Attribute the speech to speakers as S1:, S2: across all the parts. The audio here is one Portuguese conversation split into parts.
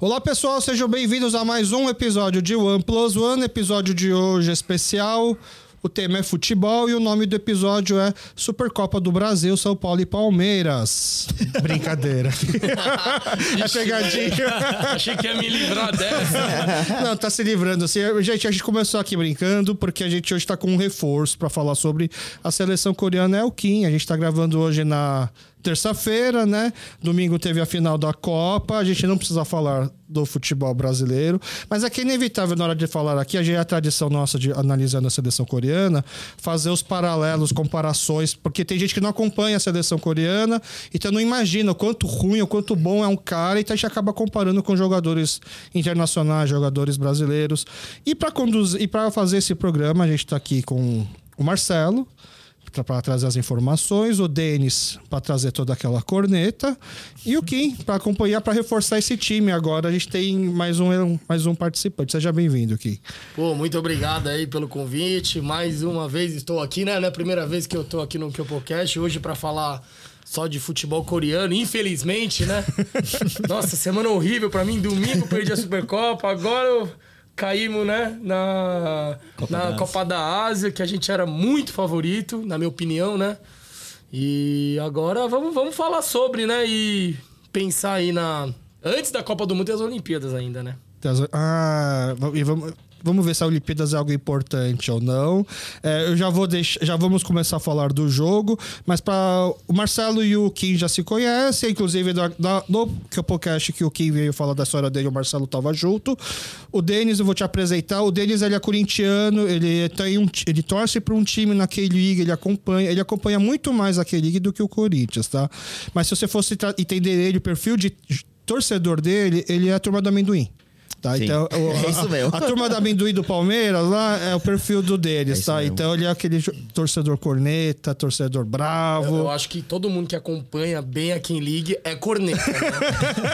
S1: Olá pessoal, sejam bem-vindos a mais um episódio de One Plus One, episódio de hoje especial. O tema é futebol e o nome do episódio é Supercopa do Brasil, São Paulo e Palmeiras. Brincadeira. é pegadinha.
S2: Achei que ia me livrar dessa.
S1: Não, tá se livrando. Assim, gente, a gente começou aqui brincando, porque a gente hoje tá com um reforço pra falar sobre a seleção coreana é o Kim. A gente tá gravando hoje na terça-feira, né? Domingo teve a final da Copa. A gente não precisa falar do futebol brasileiro, mas é que é inevitável na hora de falar aqui, a gente é a tradição nossa de analisando a seleção coreana, fazer os paralelos, comparações, porque tem gente que não acompanha a seleção coreana, então não imagina o quanto ruim, o quanto bom é um cara, então a gente acaba comparando com jogadores internacionais, jogadores brasileiros. E para conduzir, e para fazer esse programa, a gente está aqui com o Marcelo para trazer as informações, o Denis para trazer toda aquela corneta e o Kim para acompanhar, para reforçar esse time. Agora a gente tem mais um, mais um participante. Seja bem-vindo, Kim.
S3: Pô, muito obrigado aí pelo convite. Mais uma vez estou aqui, né? Não é a primeira vez que eu tô aqui no Kyopocast hoje para falar só de futebol coreano, infelizmente, né? Nossa, semana horrível para mim. Domingo perdi a Supercopa, agora eu caímos, né, na Copa, na da, Copa da Ásia, que a gente era muito favorito, na minha opinião, né? E agora vamos, vamos falar sobre, né, e pensar aí na antes da Copa do Mundo e as Olimpíadas ainda, né?
S1: Tem as- Ah, va- e vamos. Vamos ver se a Olimpíadas é algo importante ou não. É, eu já vou deixar, já vamos começar a falar do jogo, mas para o Marcelo e o Kim já se conhecem, inclusive da, da, no que o podcast que o Kim veio falar da história dele, o Marcelo estava junto. O Denis, eu vou te apresentar. O Denis ele é corintiano, ele tem um, ti- ele torce para um time na K-League, ele acompanha, ele acompanha muito mais a K-League do que o Corinthians, tá? Mas se você fosse tra- entender ele, o perfil de torcedor dele, ele é a turma do amendoim. Tá,
S4: Sim.
S1: então, o-
S4: É
S1: a-
S4: isso mesmo.
S1: A, turma da amendoim do Palmeiras lá é o perfil do deles, tá? Então ele é aquele jo- torcedor corneta, torcedor
S3: Eu, eu
S1: bravo.
S3: acho que todo mundo que acompanha bem a Kim League é corneta, né?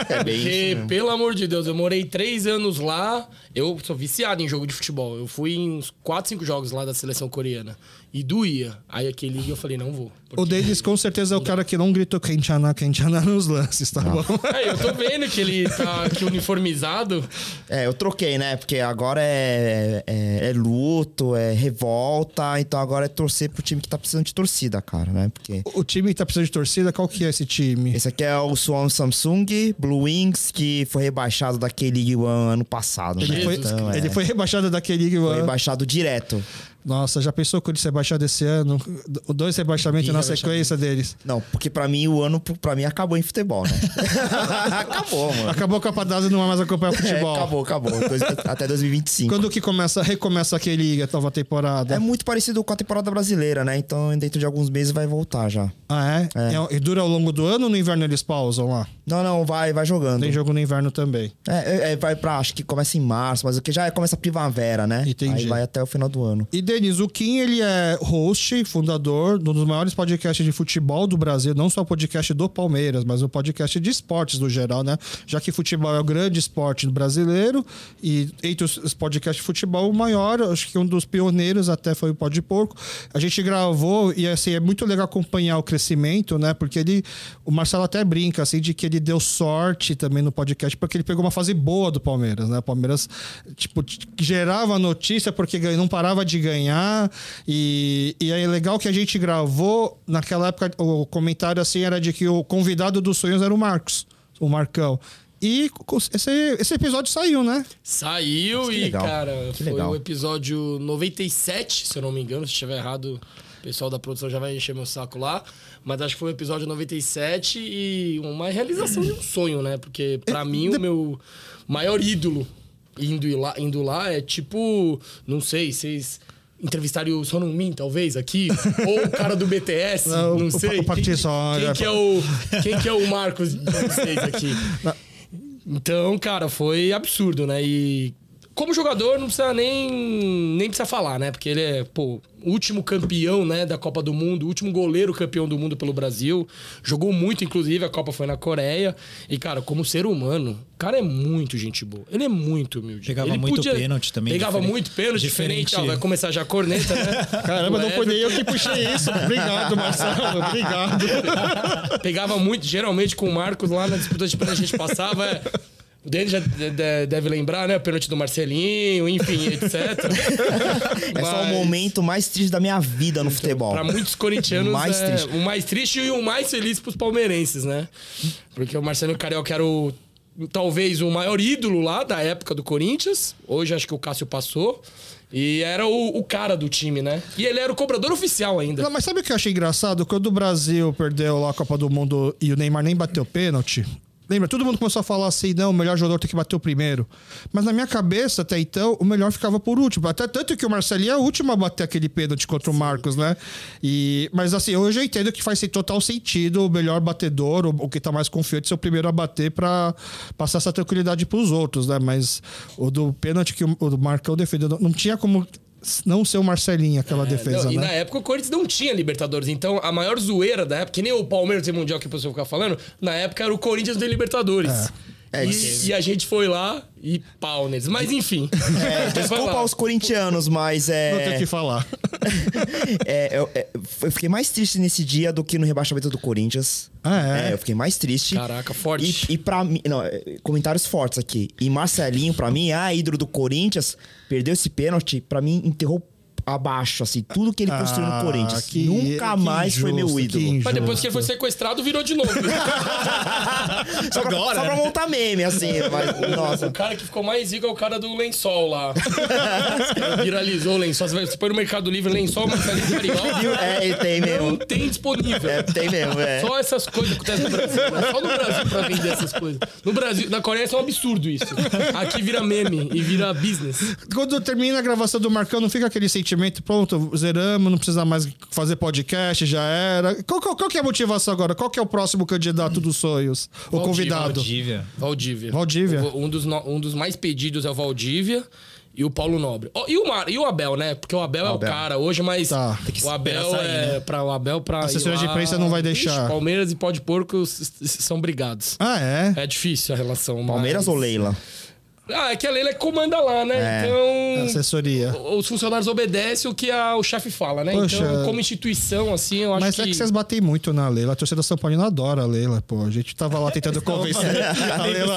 S4: É bem
S3: Porque,
S4: isso. mesmo.
S3: pelo amor de Deus, eu morei três anos lá. Eu sou viciado em jogo de futebol. Eu fui em uns 4, 5 jogos lá da seleção coreana. E doía. Aí aquele dia eu falei, não vou.
S1: O deles com certeza é o cara que não gritou Kenchaná, Kenchaná nos lances,
S4: Ah.
S1: tá bom?
S3: Aí eu tô vendo que ele tá aqui uniformizado.
S4: É, eu troquei, né? Porque agora é, é, é luto, é revolta, então agora é torcer pro time que tá precisando de torcida, cara, né? Porque
S1: O time que tá precisando de torcida, qual que é esse time?
S4: esse aqui é o Swan Samsung Blue Wings, que foi rebaixado da K-League One ano passado,
S1: Ele
S4: né?
S1: foi,
S4: Então, é,
S1: ele foi rebaixado daquele.
S4: foi rebaixado direto.
S1: Nossa, já pensou que ele ser rebaixado esse ano? Do- Dois rebaixamentos na sequência deles.
S4: Não, porque pra mim o ano, pra mim, acabou em futebol, né? acabou, mano.
S1: Acabou a Copa d'Asa e não vai mais acompanhar
S4: É,
S1: futebol.
S4: acabou, acabou. Coisa- Até 2025.
S1: Quando que começa, recomeça aquele a nova temporada?
S4: É muito parecido com a temporada brasileira, né? Então, dentro de alguns meses vai voltar já.
S1: Ah, é? E dura ao longo do ano ou no inverno eles pausam lá?
S4: Não, não, vai, vai jogando.
S1: Tem jogo no inverno também.
S4: É, é, é, vai pra, acho que começa em março, mas o que já é, começa a primavera, né?
S1: Entendi.
S4: Aí vai até o final do ano.
S1: E Denis, o Kim, ele é host, fundador de um dos maiores podcasts de futebol do Brasil, não só o podcast do Palmeiras, mas o podcast de esportes no geral, né? Já que futebol é o grande esporte brasileiro e entre os os podcasts de futebol, o maior, acho que um dos pioneiros até foi o Pó de Porco. A gente gravou e assim, é muito legal acompanhar o crescimento, né? Porque ele, o Marcelo até brinca assim de que ele deu sorte também no podcast porque ele pegou uma fase boa do Palmeiras, né? O Palmeiras tipo t- gerava notícia porque ganha- não parava de ganhar e, e aí é legal que a gente gravou naquela época o comentário assim era de que o convidado dos sonhos era o Marcos, o Marcão. E co- esse, esse episódio saiu, né?
S3: Saiu
S4: Que
S3: e,
S4: legal.
S3: cara,
S4: Que
S3: foi
S4: legal.
S3: o episódio 97, se eu não me engano. Se estiver errado, o pessoal da produção já vai encher meu saco lá. Mas acho que foi o episódio 97 e uma realização de um sonho, né? Porque, pra mim, o meu maior ídolo indo e lá, indo lá é tipo, não sei, vocês. Entrevistaram o Sonum Min, talvez, aqui. Ou o cara do BTS,
S1: Não,
S3: não,
S1: o-
S3: sei.
S1: o Parque
S3: quem,
S1: Sol,
S3: quem
S1: né?
S3: que é o, quem que é o Marcos de vocês aqui? Então, cara, foi absurdo, né? E como jogador não precisa nem nem precisa falar, né? Porque ele é, pô, último campeão, né, da Copa do Mundo, último goleiro campeão do mundo pelo Brasil. Jogou muito, inclusive, a Copa foi na Coreia. E cara, como ser humano, o cara é muito gente boa. Ele é muito humilde.
S5: Pegava
S3: Ele
S5: muito pênalti também,
S3: Pegava
S5: diferente-
S3: muito pênalti, diferente.
S5: diferente-
S3: ó, vai começar já a corneta, né?
S1: Caramba,
S3: Do
S1: não foi nem
S3: Everton.
S1: eu que puxei isso. Obrigado, Marcelo. Obrigado.
S3: Pegava muito, geralmente com o Marcos lá na disputa de pênalti a gente passava. É, O dele já de- de- deve lembrar, né? O pênalti do Marcelinho, enfim, etc.
S4: É só o
S3: Mas Então,
S4: momento mais triste da minha vida no futebol.
S3: Pra muitos corintianos,
S4: Mais
S3: é
S4: triste.
S3: o mais triste e o mais feliz pros palmeirenses, né? Porque o Marcelo Carioca era o, talvez o maior ídolo lá da época do Corinthians. Hoje acho que o Cássio passou. E era o, o cara do time, né? E ele era o cobrador oficial ainda.
S1: Não, mas sabe o que eu achei engraçado? Quando o Brasil perdeu lá a Copa do Mundo e o Neymar nem bateu pênalti. Lembra? Todo mundo começou a falar assim: não, o melhor jogador tem que bater o primeiro. Mas na minha cabeça, até então, o melhor ficava por último. Até tanto que o Marcelinho é o último a bater aquele pênalti contra o Marcos, né? E, mas assim, hoje eu entendo que faz total sentido o melhor batedor, o, o que tá mais confiante, ser o primeiro a bater pra passar essa tranquilidade pros outros, né? Mas o do pênalti que o, o Marcão defendeu, não, não tinha como não ser o Marcelinho aquela defesa,
S3: É, Não, e
S1: né?
S3: na época o Corinthians não tinha Libertadores. Então a maior zoeira da época, que nem o Palmeiras tem Mundial que o pessoal ficar falando, na época era o Corinthians do Libertadores.
S4: É. É,
S3: e,
S4: isso.
S3: e a gente foi lá e pau neles. Mas enfim.
S4: É, desculpa aos corintianos, mas
S1: Não tem o
S4: é,
S1: que falar.
S4: é, eu, é, eu fiquei mais triste nesse dia do que no rebaixamento do Corinthians.
S1: Ah, é?
S4: eu fiquei mais triste.
S3: Caraca, forte.
S4: E, e pra mim, não, é, comentários fortes aqui. E Marcelinho, pra mim, ah, ídolo do Corinthians, perdeu esse pênalti, pra mim, enterrou abaixo, assim, tudo que ele construiu no
S1: Ah,
S4: Corinthians.
S1: que-
S4: Nunca
S1: que
S4: mais foi meu
S1: injusto, que
S4: ídolo.
S1: injusto.
S3: Mas depois que ele foi sequestrado, virou de novo.
S4: Só pra,
S6: Agora,
S4: só
S6: né?
S4: pra montar meme, assim, mas,
S3: o
S4: nossa.
S3: cara que ficou mais rico é o cara do lençol lá. Viralizou o lençol. Você vai- Você põe no Mercado Livre lençol, Marcelinho Carioca.
S4: É, ele tem
S3: Não
S4: mesmo.
S3: tem disponível.
S4: É, tem mesmo, é.
S3: Só essas coisas que acontecem no Brasil. né? Só no Brasil pra vender essas coisas. No Brasil, na Coreia isso é um absurdo isso. Aqui vira meme e vira business.
S1: Quando termina a gravação do Marcão, não fica aquele sentimento, pronto, zeramos, não precisa mais fazer podcast, já era. Qual, qual- qual que é a motivação agora? Qual que é o próximo candidato dos sonhos? O
S3: Valdívia,
S1: convidado?
S6: Dívia.
S3: Valdívia.
S1: Valdívia.
S3: O- Um dos, no- um dos mais pedidos é o Valdívia. E o Paulo Nobre. Ó, e, o Mar, e o Abel, né? Porque o Abel,
S4: Abel.
S3: é o cara hoje, mas
S1: Tá. Tem
S3: o Abel
S6: esperar sair,
S3: é. Pra, o Abel pra. A
S1: assessoria de imprensa não vai deixar.
S3: Palmeiras e pó de porco s- s- são brigados.
S1: Ah, é?
S3: É difícil a relação. mas-
S4: Palmeiras ou Leila?
S3: Ah, é que a Leila que comanda lá, né?
S4: É.
S3: Então.
S1: Assessoria.
S3: os funcionários obedecem o que a- o chefe fala, né?
S1: Poxa.
S3: Então, como instituição, assim, eu acho
S1: Mas
S3: que...
S1: é que vocês batem muito na Leila. A torcida São Paulo não adora a Leila, pô. A gente tava lá tentando convencer a Leila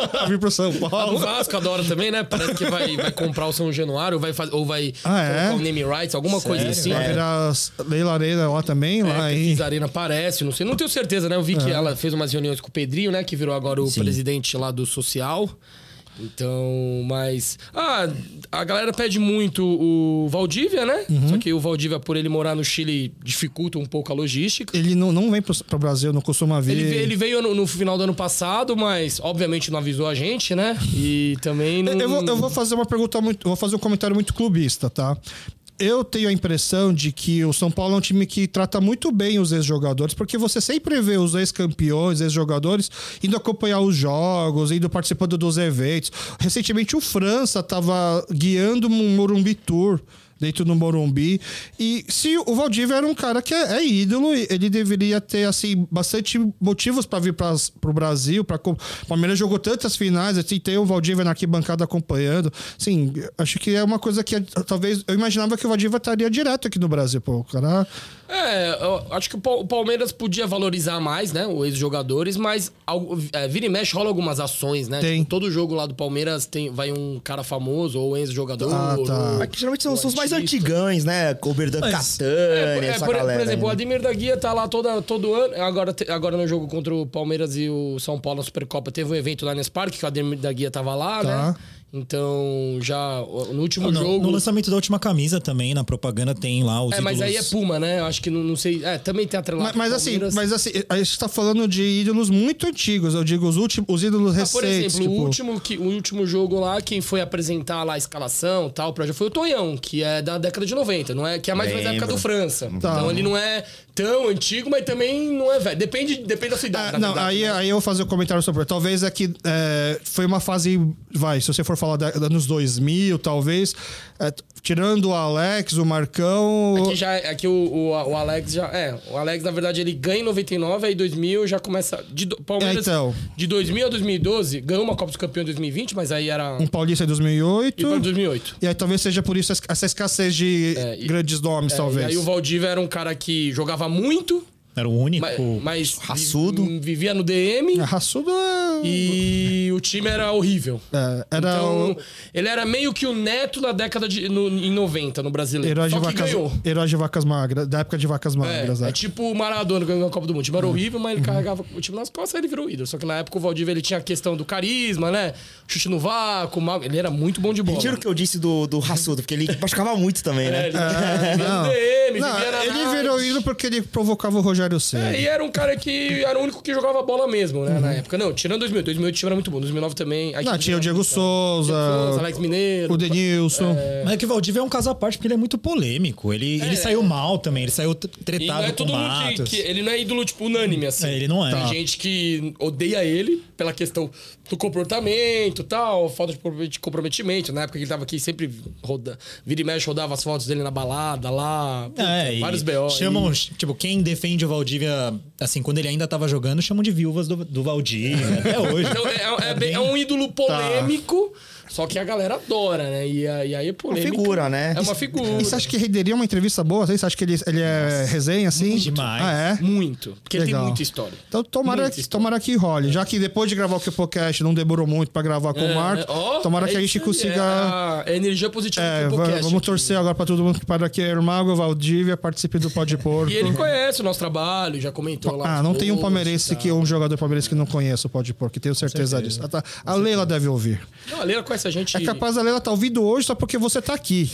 S1: a vir pro São
S3: O
S1: Paulo.
S3: Vasco adora também, né? Parece que vai, vai comprar o São Januário, vai faz- ou vai
S1: Ah, é?
S3: colocar o name rights, alguma coisa assim.
S1: Vai virar as- Leila Arena lá também,
S3: É,
S1: lá em...
S3: Zarina parece, não sei, não tenho certeza, né? Eu vi que
S1: É.
S3: ela fez umas reuniões com o Pedrinho, né? Que virou agora o presidente lá do social. Então, mas. Ah, a galera pede muito o Valdívia, né?
S1: Uhum.
S3: Só que o Valdívia, por ele morar no Chile, dificulta um pouco a logística.
S1: Ele não, não vem pro, pro Brasil, não costuma vir.
S3: Ele, ve- ele veio no, no final do ano passado, mas obviamente não avisou a gente, né? E também não.
S1: Eu, vou, eu vou fazer uma pergunta muito. Vou fazer um comentário muito clubista, tá? Eu tenho a impressão de que o São Paulo é um time que trata muito bem os ex-jogadores, porque você sempre vê os ex-campeões, ex-jogadores, indo acompanhar os jogos, indo participando dos eventos. Recentemente o França estava guiando um Morumbi Tour dentro do Morumbi. E se o Valdívia era um cara que é, é ídolo, e ele deveria ter assim bastante motivos para vir para o Brasil, para o Palmeiras jogou tantas finais, assim, ter o Valdívia na arquibancada acompanhando. Sim, acho que é uma coisa que talvez eu imaginava que o Valdívia estaria direto aqui no Brasil, pô, o cara.
S3: É, eu acho que o Pal- o Palmeiras podia valorizar mais, né? Os ex-jogadores, mas algo- é, vira e mexe rola algumas ações, né?
S1: Tem.
S3: Tipo, todo jogo lá do Palmeiras tem, vai um cara famoso ou um ex-jogador.
S1: Ah, tá.
S3: ou-
S4: Aqui geralmente são, são os mais
S3: artista.
S4: antigões, né? O Berdan Catani,
S3: É,
S4: essa
S3: por,
S4: galera.
S3: por exemplo, o
S4: aí, né?
S3: Ademir da Guia tá lá toda, todo ano. Agora, te- agora no jogo contra o Palmeiras e o São Paulo na Supercopa, teve um evento lá nesse parque que o Ademir da Guia tava lá,
S1: Tá.
S3: né? Então, já o- no último
S7: No,
S3: jogo.
S7: no lançamento da última camisa também, na propaganda tem lá os
S3: é, mas aí é
S7: ídolos.
S3: Puma, né? Eu acho que não, não sei. É, também tem atrelado.
S1: Mas,
S3: com o
S1: mas assim,
S3: Palmeiras.
S1: mas assim, a gente tá falando de ídolos muito antigos, eu digo os últimos, os ídolos
S3: Ah, por
S1: recentes,
S3: exemplo, o,
S1: tipo-
S3: último que, o último jogo lá, quem foi apresentar lá a escalação e tal, pra, foi o Tonhão, que é da década de 90, não é, que é mais ou menos da época
S4: Lembro.
S3: do França.
S1: Tá.
S3: Então ele não é tão antigo, mas também não é velho. Depende, depende da sua idade.
S1: Ah,
S3: na
S1: não,
S3: verdade,
S1: aí,
S3: né?
S1: aí eu vou fazer um comentário sobre. Talvez é que é, foi uma fase. Vai, se você for falar da, anos 2000, talvez. é, t- tirando o Alex, o Marcão.
S3: Aqui É já aqui o, o, o Alex já é, o Alex na verdade ele ganha em 99, aí 2000 já começa de do- Palmeiras
S1: É, então.
S3: de 2000 a 2012 ganhou uma Copa dos Campeões em 2020, mas aí era
S1: Um paulista em
S3: e foi
S1: 2008.
S3: 2008.
S1: E aí talvez seja por isso es- essa escassez de
S3: É, e-
S1: grandes nomes,
S3: É,
S1: talvez.
S3: e aí o Valdívia era um cara que jogava muito,
S7: Era o único.
S3: mas, mas vi-
S4: raçudo.
S3: vivia no DM.
S1: Tipo, Ah, Raçudo é.
S3: E o time era horrível.
S1: É, era
S3: então,
S1: o
S3: ele era meio que o neto da década de. no- em 90, no brasileiro.
S1: herói de,
S3: Só que
S1: vacas,
S3: ganhou.
S1: herói de vacas magras, da época de vacas magras.
S3: É,
S1: é.
S3: é tipo o Maradona ganhou a Copa do Mundo. O time era
S1: Uhum.
S3: horrível, mas ele carregava o time nas costas e ele virou ídolo. Só que na época o Valdívia ele tinha a questão do carisma, né? Chute no vácuo, mal- ele era muito bom de bola.
S4: Retiro o que eu disse do, do raçudo, porque ele machucava muito também,
S3: É,
S4: né?
S3: ele-
S1: É, não.
S3: DM,
S1: Não,
S3: vivia na
S1: ele
S3: night.
S1: virou ídolo porque ele provocava o Rogério Ceni.
S3: É, e era um cara que era o único que jogava bola mesmo, né? Na época. Não, tirando 2008. 2008 o time era muito bom. 2009 também. Aí
S1: Não, tinha o
S3: Diego
S1: Diego Souza,
S3: Souza, Alex Mineiro.
S1: o Denilson.
S7: Mas é que o Valdívia é um caso à parte porque ele é muito polêmico. Ele, ele saiu mal também, ele saiu tre-
S3: É, E não
S7: tretado
S3: é
S7: com
S3: todo
S7: o
S3: mundo que,
S7: Matos.
S3: que- Ele não é ídolo, tipo, unânime, assim.
S7: É, ele não é.
S3: Tem
S7: Tá.
S3: gente que odeia ele pela questão do comportamento e tal, falta de compromet- comprometimento. Na época que ele tava aqui, sempre roda, vira e mexe, rodava as fotos dele na balada lá. Puta,
S7: É, e
S3: vários B.O.
S7: Chamam, tipo, quem defende o Valdívia, assim, quando ele ainda tava jogando, chamam de viúvas do, do Valdívia, até hoje.
S3: Então, é, é- é bem- é um ídolo polêmico, só que a galera adora, né? E, a- e aí é polêmico.
S4: figura, né?
S3: É uma figura.
S1: E você acha que renderia uma entrevista boa? Você acha que ele, ele é resenha, assim?
S7: Muito demais.
S1: Ah, é?
S3: Muito. Porque ele
S1: Legal.
S3: tem muita história.
S1: Então tomara,
S3: Muita
S1: que,
S3: história.
S1: tomara que role. Já que depois de gravar o que o podcast não demorou muito pra gravar com o Marco,
S3: Ó,
S1: tomara
S3: é
S1: que a
S3: isso
S1: gente
S3: aí,
S1: consiga.
S3: É, a energia positiva
S1: É,
S3: do
S1: va-
S3: podcast.
S1: vamos
S3: aqui.
S1: torcer agora pra todo mundo que para aqui. Ermago, Valdívia, participe do Pod Porto.
S3: E ele conhece o nosso trabalho, já comentou lá.
S1: Ah,
S3: as
S1: não tem um
S3: coisas
S1: palmeirense
S3: e
S1: que um jogador palmeirense que não conhece o Pode Porco, tenho certeza, disso. Ah, tá. A Leila deve ouvir.
S3: tal. Não, a Leila conhece a gente.
S1: É capaz da Leila estar ouvindo hoje só porque você tá aqui.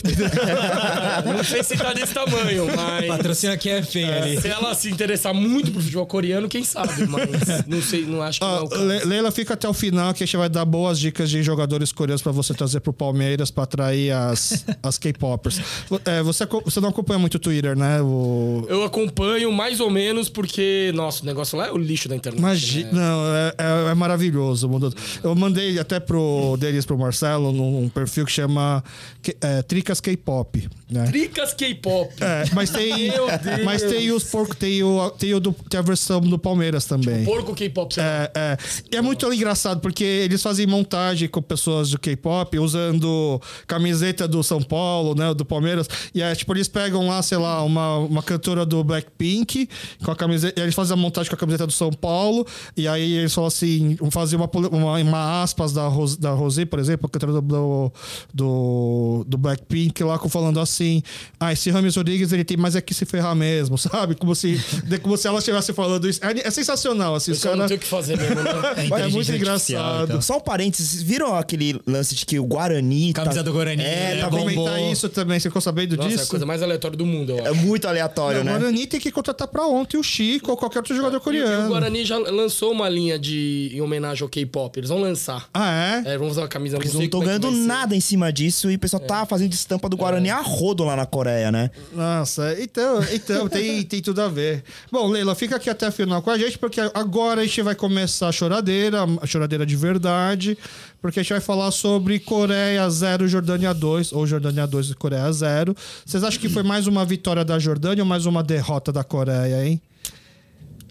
S3: Não sei se tá desse tamanho, mas.
S7: Patrocina que é feio ali.
S3: Se ela se interessar muito pro futebol coreano, quem sabe, mas não sei, não acho que não é
S1: Ah,
S3: o caso.
S1: Le- Leila, fica até o final que a gente vai dar boas dicas de jogadores coreanos pra você trazer pro Palmeiras pra atrair as, as K-popers. Vo- é, você, aco- você não acompanha muito o Twitter, né? O...
S3: Eu acompanho mais ou menos porque, nossa, o negócio lá é o lixo da internet.
S1: Imagi-
S3: né?
S1: Não, é, é- é maravilhoso. o mundo- Eu mandei até pro Denis, pro Marcelo, num um perfil que chama que- é, Tricas K-pop. Né?
S3: Tricas K-pop.
S1: É, mas tem,
S3: Meu Deus.
S1: mas tem os porco, tem, o, tem, o do- tem a versão do Palmeiras também.
S3: Porco K-pop, sei lá.
S1: É, é. E é muito engraçado, porque eles fazem montagem com pessoas do K-pop, usando camiseta do São Paulo, né? Do Palmeiras. E é, tipo, eles pegam lá, sei lá, uma, uma cantora do Blackpink com a camiseta. e eles fazem a montagem com a camiseta do São Paulo. E aí eles falam assim: fazem uma, pole- uma, uma aspas da, Ros, da Rosé, por exemplo, a cantora do, do, do, do Blackpink lá, com- falando assim: Ah, esse Rames Rodrigues ele tem mais é que se ferrar mesmo, sabe? Como se, de- como se ela estivesse falando isso. É, é sensacional, assim.
S3: Eu
S1: os
S3: só não
S1: caras-
S3: tenho o que fazer mesmo, né?
S1: é muito
S7: inteligência artificial
S1: engraçado.
S7: e tal.
S4: Só um parênteses, vocês viram aquele lance de que o Guarani. tá-
S7: Camisa do Guarani,
S4: É,
S7: né?
S4: tá
S1: Pra
S7: Bombou.
S1: comentar isso também, você ficou sabendo
S3: Nossa, é a
S1: disso?
S3: coisa mais aleatória do mundo, eu
S4: É
S3: acho.
S4: muito
S1: Não,
S4: aleatório,
S1: o
S4: né?
S1: Guarani tem que contratar pra ontem o Chico ou qualquer outro jogador
S3: Tá. E
S1: coreano.
S3: o Guarani já lançou uma linha de em homenagem ao K-pop. Eles vão lançar.
S1: Ah, é?
S3: É, vamos usar uma camisa
S4: Eles
S3: sei
S4: não estão
S3: como é que
S4: ganhando
S3: vai ser. É.
S4: nada em cima disso e o pessoal tá fazendo estampa do Guarani a rodo lá na Coreia, né?
S1: Nossa, então, então tem, tem tudo a ver. Bom, Leila, fica aqui até o final com a gente, porque agora a gente vai começar a choradeira, a choradeira de verdade, porque a gente vai falar sobre Coreia 0, Jordânia 2, ou Jordânia 2 e Coreia 0. Vocês acham que foi mais uma vitória da Jordânia ou mais uma derrota da Coreia, hein?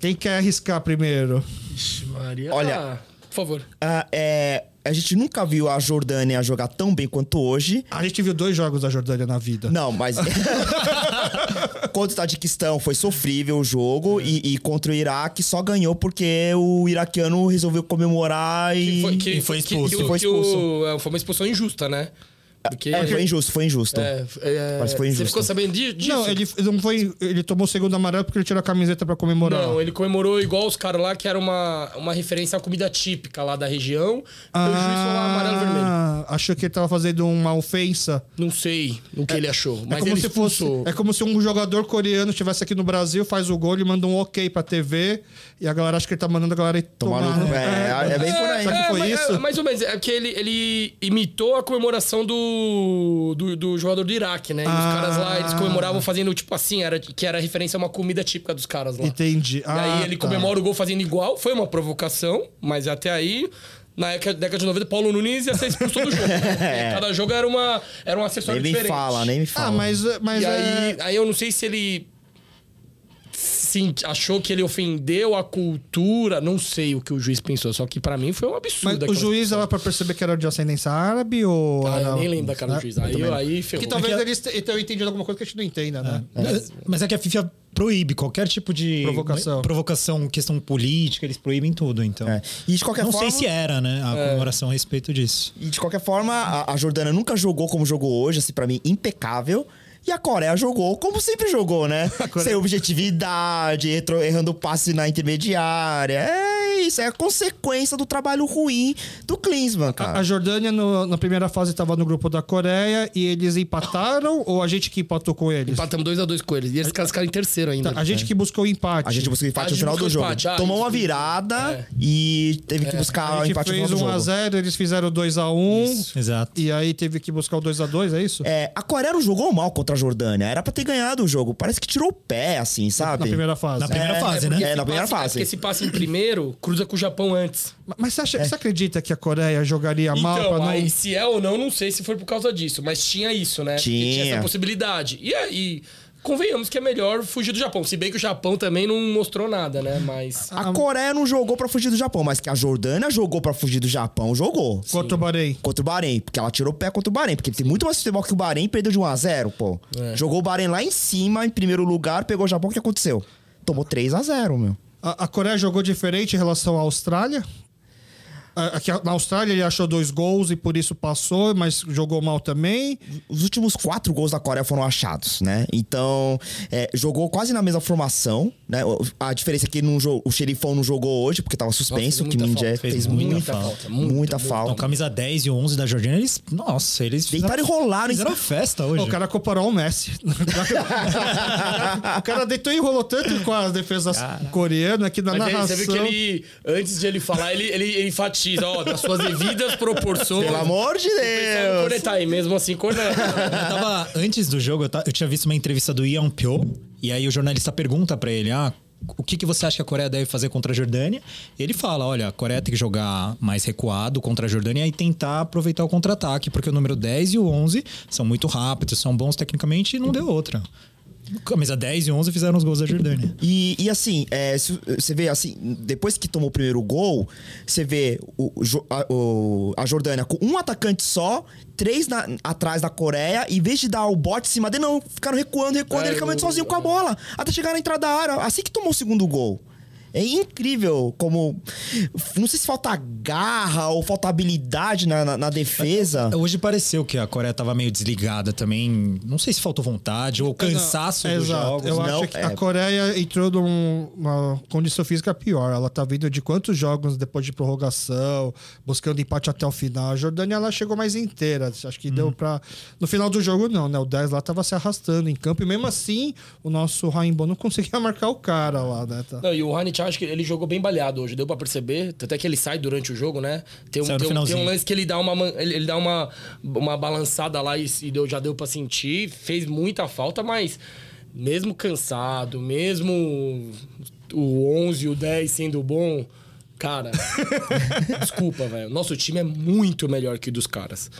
S1: Quem quer arriscar primeiro?
S3: Ixi, Maria.
S4: Olha-
S3: Ah, por favor.
S4: Ah, é, a gente nunca viu a Jordânia jogar tão bem quanto hoje.
S1: A gente viu dois jogos da Jordânia na vida.
S4: Não, mas. contra o Tadiquistão foi sofrível o jogo e, e contra o Iraque só ganhou porque o iraquiano resolveu comemorar e.
S7: e foi
S3: Que,
S7: expulso.
S3: que,
S4: Foi
S3: que o- é, foi uma expulsão injusta, né? Porque.
S4: É, foi injusto, foi injusto.
S3: É, é,
S4: Mas foi
S3: Você
S4: injusto.
S3: ficou sabendo di- disso?
S1: Não, ele ele não foi. Ele tomou o segundo amarelo porque ele tirou a camiseta pra comemorar.
S3: Não, ele comemorou igual os caras lá, que era uma, uma referência à comida típica lá da região. Ah. O juiz falou amarelo e vermelho.
S1: Achou que ele tava fazendo uma ofensa.
S3: Não sei o que ele achou,
S1: É
S3: mas
S1: como,
S3: ele
S1: se fosse,
S3: expulsou.
S1: é como se um jogador coreano estivesse aqui no Brasil, faz o gol e manda um ok pra TV. E a galera acha que ele tá mandando a galera ir tomar.
S4: Tomar no-
S1: né?
S4: é, é bem por aí.
S1: Será que foi
S3: mas-
S1: isso?
S3: mais ou menos. É porque ele, ele imitou a comemoração do, do, do jogador do Iraque, né? E
S1: Ah.
S3: os caras lá, eles comemoravam fazendo tipo assim, era, que era referência a uma comida típica dos caras lá.
S1: Entendi.
S3: E aí
S1: Ah,
S3: ele
S1: tá.
S3: comemora o gol fazendo igual. Foi uma provocação, mas até aí. Na éca- década de 90, Paulo Nunes ia ser expulso do jogo.
S1: É.
S3: Cada jogo era, uma, era um acessório
S4: Nem me
S3: diferente.
S4: fala, nem me fala.
S1: Ah, mas, mas
S3: E
S1: é-
S3: aí, aí eu não sei se ele sim, achou que ele ofendeu a cultura. Não sei o que o juiz pensou, só que pra mim foi um
S1: mas
S3: absurdo.
S1: o
S3: aquela-
S1: juiz era pra perceber que era de ascendência árabe ou.
S3: Ah,
S1: era-
S3: eu nem
S1: né?
S3: lembro É da
S4: É
S3: cara do juiz. Aí, aí ferrou.
S4: então
S1: Que talvez eles tenham entendido alguma coisa que a gente não entenda, né?
S7: Mas é que a FIFA proíbe qualquer tipo de
S1: Provocação.
S7: provocação, questão política, eles proíbem tudo, então.
S4: É. E de qualquer
S7: Não
S4: forma. É.
S7: sei se era, né, a comemoração a respeito disso.
S4: E de qualquer forma, a, a Jordânia nunca jogou como jogou hoje, assim, pra mim, impecável. E a Coreia jogou como sempre jogou, né? Sem objetividade, retro- errando passe na intermediária. É isso, é a consequência do trabalho ruim do Klinsmann, cara.
S1: A Jordânia, no- na primeira fase, estava no grupo da Coreia e eles empataram ou a gente que empatou com eles?
S3: Empatamos 2x2 com eles. E eles cascaram em terceiro ainda.
S1: Então, A gente que buscou o empate.
S4: é. A gente buscou
S3: A
S4: empate no
S3: gente
S4: final
S3: buscou
S4: do jogo.
S3: empate, ah,
S4: Tomou
S3: isso.
S4: uma virada e teve que buscar
S1: A
S4: o
S1: gente
S4: empate no
S1: fez
S4: final do jogo.
S1: 1x0, eles fizeram 2x1
S7: Exato.
S1: e aí teve que buscar o 2x2, é isso?
S4: É, a Coreia não jogou mal contra a Jordânia. Era pra ter ganhado o jogo. Parece que tirou o pé, assim, sabe?
S1: Na primeira fase.
S7: Na primeira
S4: É,
S7: fase,
S4: porque-
S7: né?
S4: É, na primeira
S3: Passa-
S4: fase.
S3: Porque se passa em primeiro, cruza com o Japão antes.
S1: Mas você,
S4: É.
S1: acha- você acredita que a Coreia jogaria mal pra
S3: Então,
S1: não...
S3: aí, se é ou não, não sei se foi por causa disso, mas tinha isso, né? Porque
S4: Tinha.
S3: tinha essa possibilidade. E aí, convenhamos que é melhor fugir do Japão. Se bem que o Japão também não mostrou nada, né? Mas.
S4: A Coreia não jogou pra fugir do Japão, mas que a Jordânia jogou pra fugir do Japão, jogou.
S1: Contra o Bahrein.
S4: Contra o Bahrein, porque ela tirou o pé contra o Bahrein, porque ele tem muito mais futebol que o Bahrein, perdeu de 1 a 0 pô. Jogou o Bahrein lá em cima, em primeiro lugar, pegou o Japão, o que aconteceu? Tomou 3 a 0 meu.
S1: A, a Coreia jogou diferente em relação à Austrália? A- aqui, na Austrália ele achou dois gols e por isso passou, mas jogou mal também.
S4: Os últimos quatro gols da Coreia foram achados, né? Então, é, jogou quase na mesma formação, né? O- A diferença é que não jo- o xerifão não jogou hoje, porque tava
S3: Nossa,
S4: suspenso, que
S3: fez muita
S4: Min Jae
S3: falta,
S4: fez,
S7: fez
S4: muita,
S7: muita
S4: falta.
S3: falta,
S4: Muita,
S3: muita,
S7: Então,
S4: falta.
S7: camisa 10 e 11 da Jordânia, eles... Nossa, eles fizeram,
S4: Deitaram e rolaram. em
S7: fizeram festa hoje.
S1: O cara comparou ao Messi. o cara deitou e enrolou tanto com a defesa coreana que na
S3: Mas aí,
S1: narração...
S3: você viu que ele, antes de ele falar, ele, ele, ele enfatiza, ó, das suas devidas proporções.
S4: Pelo amor de
S3: Só
S4: Deus!
S3: cornetar aí mesmo assim, corneta.
S7: Eu tava, antes do jogo, eu, ta- eu tinha visto uma entrevista do Ian Pyo, e aí o jornalista pergunta pra ele, ah, o que, que você acha que a Coreia deve fazer contra a Jordânia? E ele fala, olha, a Coreia tem que jogar mais recuado contra a Jordânia e tentar aproveitar o contra-ataque, porque o número 10 e o 11 são muito rápidos, são bons tecnicamente e não deu outra. Camisa 10 e 11 fizeram os gols da Jordânia.
S4: E, e assim, é, se- você vê assim, depois que tomou o primeiro gol, você vê o, o Jo- a, o- a Jordânia com um atacante só, três na- atrás da Coreia, em vez de dar o bote em cima dele, não, ficaram recuando, recuando,
S3: É,
S4: ele caminhando
S3: o-
S4: sozinho com a bola, até chegar na entrada da área, assim que tomou o segundo gol. É incrível como. Não sei se falta garra ou falta habilidade na, na- na defesa.
S7: Hoje pareceu que a Coreia tava meio desligada também, não sei se faltou vontade ou cansaço
S1: É,
S7: dos
S1: Exato.
S7: jogos.
S1: Eu
S4: Não,
S1: acho que
S4: é.
S1: a Coreia entrou numa condição física pior. Ela tá vindo de quantos jogos depois de prorrogação, buscando empate até o final. A Jordânia ela chegou mais inteira. Acho que
S7: Uhum.
S1: deu pra. No final do jogo, não, né? O 10 lá tava se arrastando em campo. E mesmo assim, o nosso Raimbo não conseguia marcar o cara lá, né? Tá-
S3: Não, e o Hanit, acho que ele jogou bem baleado hoje, deu pra perceber. Tanto é que ele sai durante o jogo, né? Tem um,
S7: Sai
S3: tem um,
S7: no
S3: tem um
S7: finalzinho.
S3: lance que ele dá uma, man- ele, ele dá uma, uma balançada lá e, e deu, já deu pra sentir. Fez muita falta, mas mesmo cansado, mesmo o 11 e o 10 sendo bom. Cara, desculpa, velho. Nosso time é muito melhor que o dos caras.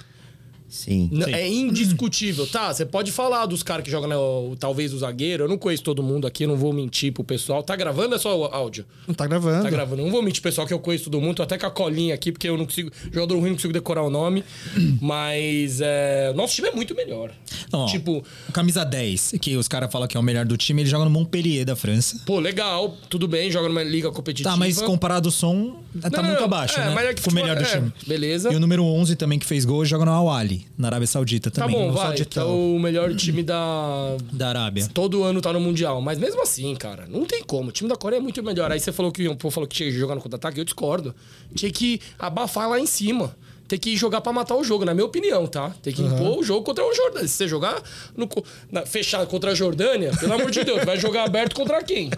S4: Sim.
S3: N- É indiscutível, tá? Você pode falar dos caras que jogam, né, o- talvez o zagueiro. Eu não conheço todo mundo aqui, eu não vou mentir pro pessoal. Tá gravando ou é só o áudio?
S1: Não tá gravando.
S3: Tá gravando. Eu Não vou mentir pro pessoal que eu conheço todo mundo, tô até com a colinha aqui, porque eu não consigo. Jogador ruim, não consigo decorar o nome. Mas é, nosso time é muito melhor.
S7: Não, ó,
S3: Tipo,
S7: camisa 10, que os caras falam que é o melhor do time, ele joga no Montpellier da França.
S3: pô, legal, tudo bem, joga numa liga competitiva.
S7: Tá, mas comparado ao som, tá
S3: Não,
S7: muito
S3: não,
S7: abaixo,
S3: é,
S7: né?
S3: mas é que
S7: Foi o
S3: futebol-
S7: melhor do
S3: é,
S7: time.
S3: beleza.
S7: E o número 11 também que fez gol joga no Al Ali, na Arábia Saudita
S3: Tá
S7: também.
S3: bom,
S7: no
S3: vai.
S7: Sauditão,
S3: Então, o melhor time da.
S7: Da Arábia.
S3: Todo ano tá no Mundial. Mas mesmo assim, cara, não tem como. O time da Coreia é muito melhor. Aí você falou que o povo falou que tinha que jogar no contra-ataque, eu discordo. Tinha que abafar lá em cima. Tem que jogar pra matar o jogo, na minha opinião, tá? Tem que impor o jogo contra o Jordânia. Se você jogar no, co- na- fechado contra a Jordânia, pelo amor de Deus, vai jogar aberto contra quem?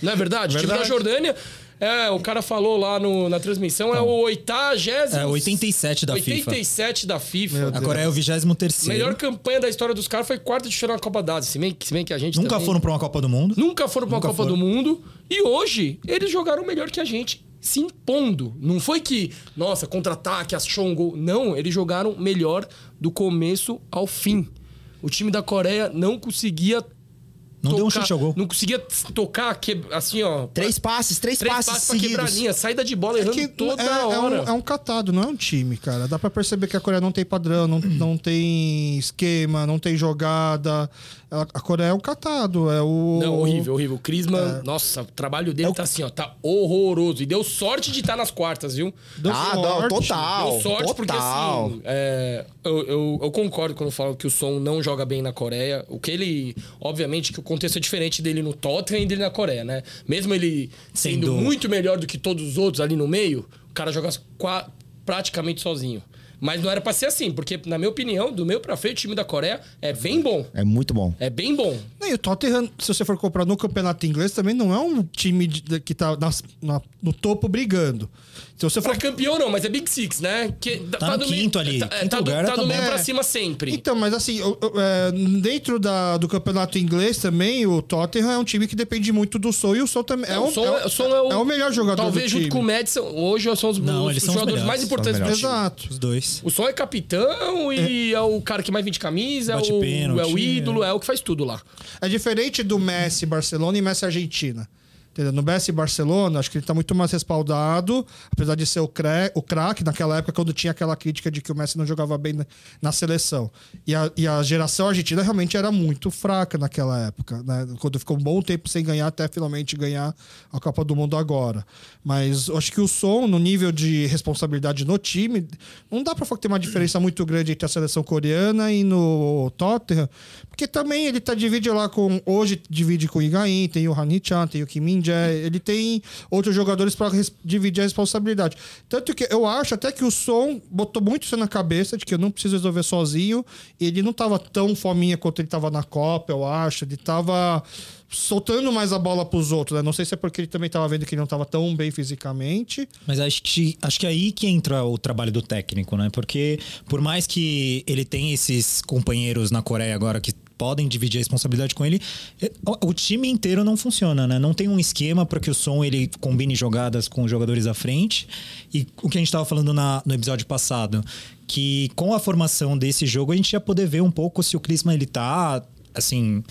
S3: Não é verdade? O time da Jordânia, é, o cara falou lá no- na transmissão, é o oitagésimo...
S7: Tá. É, 87 da FIFA.
S3: 87 da FIFA.
S7: A Coreia é o 23
S3: Melhor campeã da história dos caras foi quarta de final na Copa da Ásia. Se bem, que- se bem que a gente.
S7: Nunca
S3: também-
S7: foram pra uma Copa do Mundo.
S3: Nunca foram pra uma
S7: Nunca
S3: Copa
S7: foram.
S3: do Mundo. E hoje, eles jogaram melhor que a gente. Se impondo. Não foi que, nossa, contra-ataque, achou um gol. Não, eles jogaram melhor do começo ao fim. O time da Coreia não conseguia
S7: Não
S3: tocar,
S7: deu um chute ao gol.
S3: Não conseguia t- tocar, que, assim, ó.
S4: Três passes, três,
S3: três
S4: passes,
S3: passes pra
S4: seguidos.
S3: quebradinha. Saída de bola errando
S1: que
S3: toda
S1: é, é
S3: hora.
S1: um, é um catado, não é um time, cara. Dá pra perceber que a Coreia não tem padrão, não, não tem esquema, não tem jogada. Ela- A Coreia é um catado, é o.
S3: Não, horrível, horrível. O Crisman, nossa, o trabalho dele tá assim, ó, tá horroroso. E deu sorte de estar nas quartas, viu?
S1: Deu
S4: Ah, não,
S1: sorte.
S4: total.
S3: Deu sorte
S4: total.
S3: porque assim, é, eu, eu, eu concordo quando falam que o Son não joga bem na Coreia. O que ele, obviamente, que o contexto é diferente dele no Tottenham e dele na Coreia, né? Mesmo ele sendo
S7: dúvida.
S3: muito melhor do que todos os outros ali no meio, o cara joga qua- praticamente sozinho. Mas não era pra ser assim, porque na minha opinião, do meio pra frente, o time da Coreia é bem bom.
S4: É muito bom.
S3: É bem bom.
S1: Não, E o Tottenham, se você for comprar no campeonato inglês, também não é um time de- de- que tá nas- na- no topo brigando. Então, Se você for
S3: Pra campeão não, mas é Big Six, né? Que, tá,
S7: no quinto ali.
S3: Tá, é,
S7: Quinto
S3: tá do,
S7: lugar
S3: tá
S7: tá
S3: do meio
S7: bom.
S3: pra
S1: É.
S3: cima sempre.
S1: Então, mas assim, o- o- é, dentro da- do campeonato inglês também, o Tottenham é um time que depende muito do Sol e o Sol também. é,
S3: Não,
S1: um-
S3: o Son
S1: é,
S3: o Son é o,
S1: é o melhor jogador
S3: Talvez
S1: do
S3: junto
S1: time.
S3: com o Madison, hoje são os,
S7: Não,
S3: os-
S7: eles
S3: os
S7: são os
S3: jogadores
S7: melhores,
S3: mais
S7: são os
S3: importantes do
S4: melhores.
S3: time.
S1: Exato.
S7: Os dois.
S3: O Son é capitão e é o cara que mais vende camisa, é
S7: Bate
S3: o,
S7: pênalti,
S3: é o ídolo, é o que faz tudo lá.
S1: É diferente do Messi Barcelona e Messi Argentina. Entendeu? No Messi Barcelona, acho que ele tá muito mais respaldado, apesar de ser o cre- o craque naquela época, quando tinha aquela crítica de que o Messi não jogava bem na, na seleção. E a, e a geração argentina realmente era muito fraca naquela época, né? quando ficou um bom tempo sem ganhar, até finalmente ganhar a Copa do Mundo agora. Mas eu acho que o som, no nível de responsabilidade no time, não dá pra falar que tem uma diferença muito grande entre a seleção coreana e no Tottenham, porque também ele tá divide lá com. Hoje divide com o Higuaín, tem o Hanichan, tem o Kim Min Jae, ele tem outros jogadores pra res- dividir a responsabilidade. Tanto que eu acho até que o som botou muito isso na cabeça de que eu não preciso resolver sozinho. Ele não tava tão fominha quanto ele tava na Copa, eu acho. Ele tava soltando mais a bola pros outros, né? Não sei se é porque ele também tava vendo que ele não tava tão bem fisicamente.
S7: Mas acho que, acho que é aí que entra o trabalho do técnico, né? Porque por mais que ele tenha esses companheiros na Coreia agora que podem dividir a responsabilidade com ele, eh, o, o time inteiro não funciona, né? Não tem um esquema para que o som ele combine jogadas com os jogadores à frente. E o que a gente estava falando na- no episódio passado, que com a formação desse jogo a gente ia poder ver um pouco se o Crisman ele tá assim,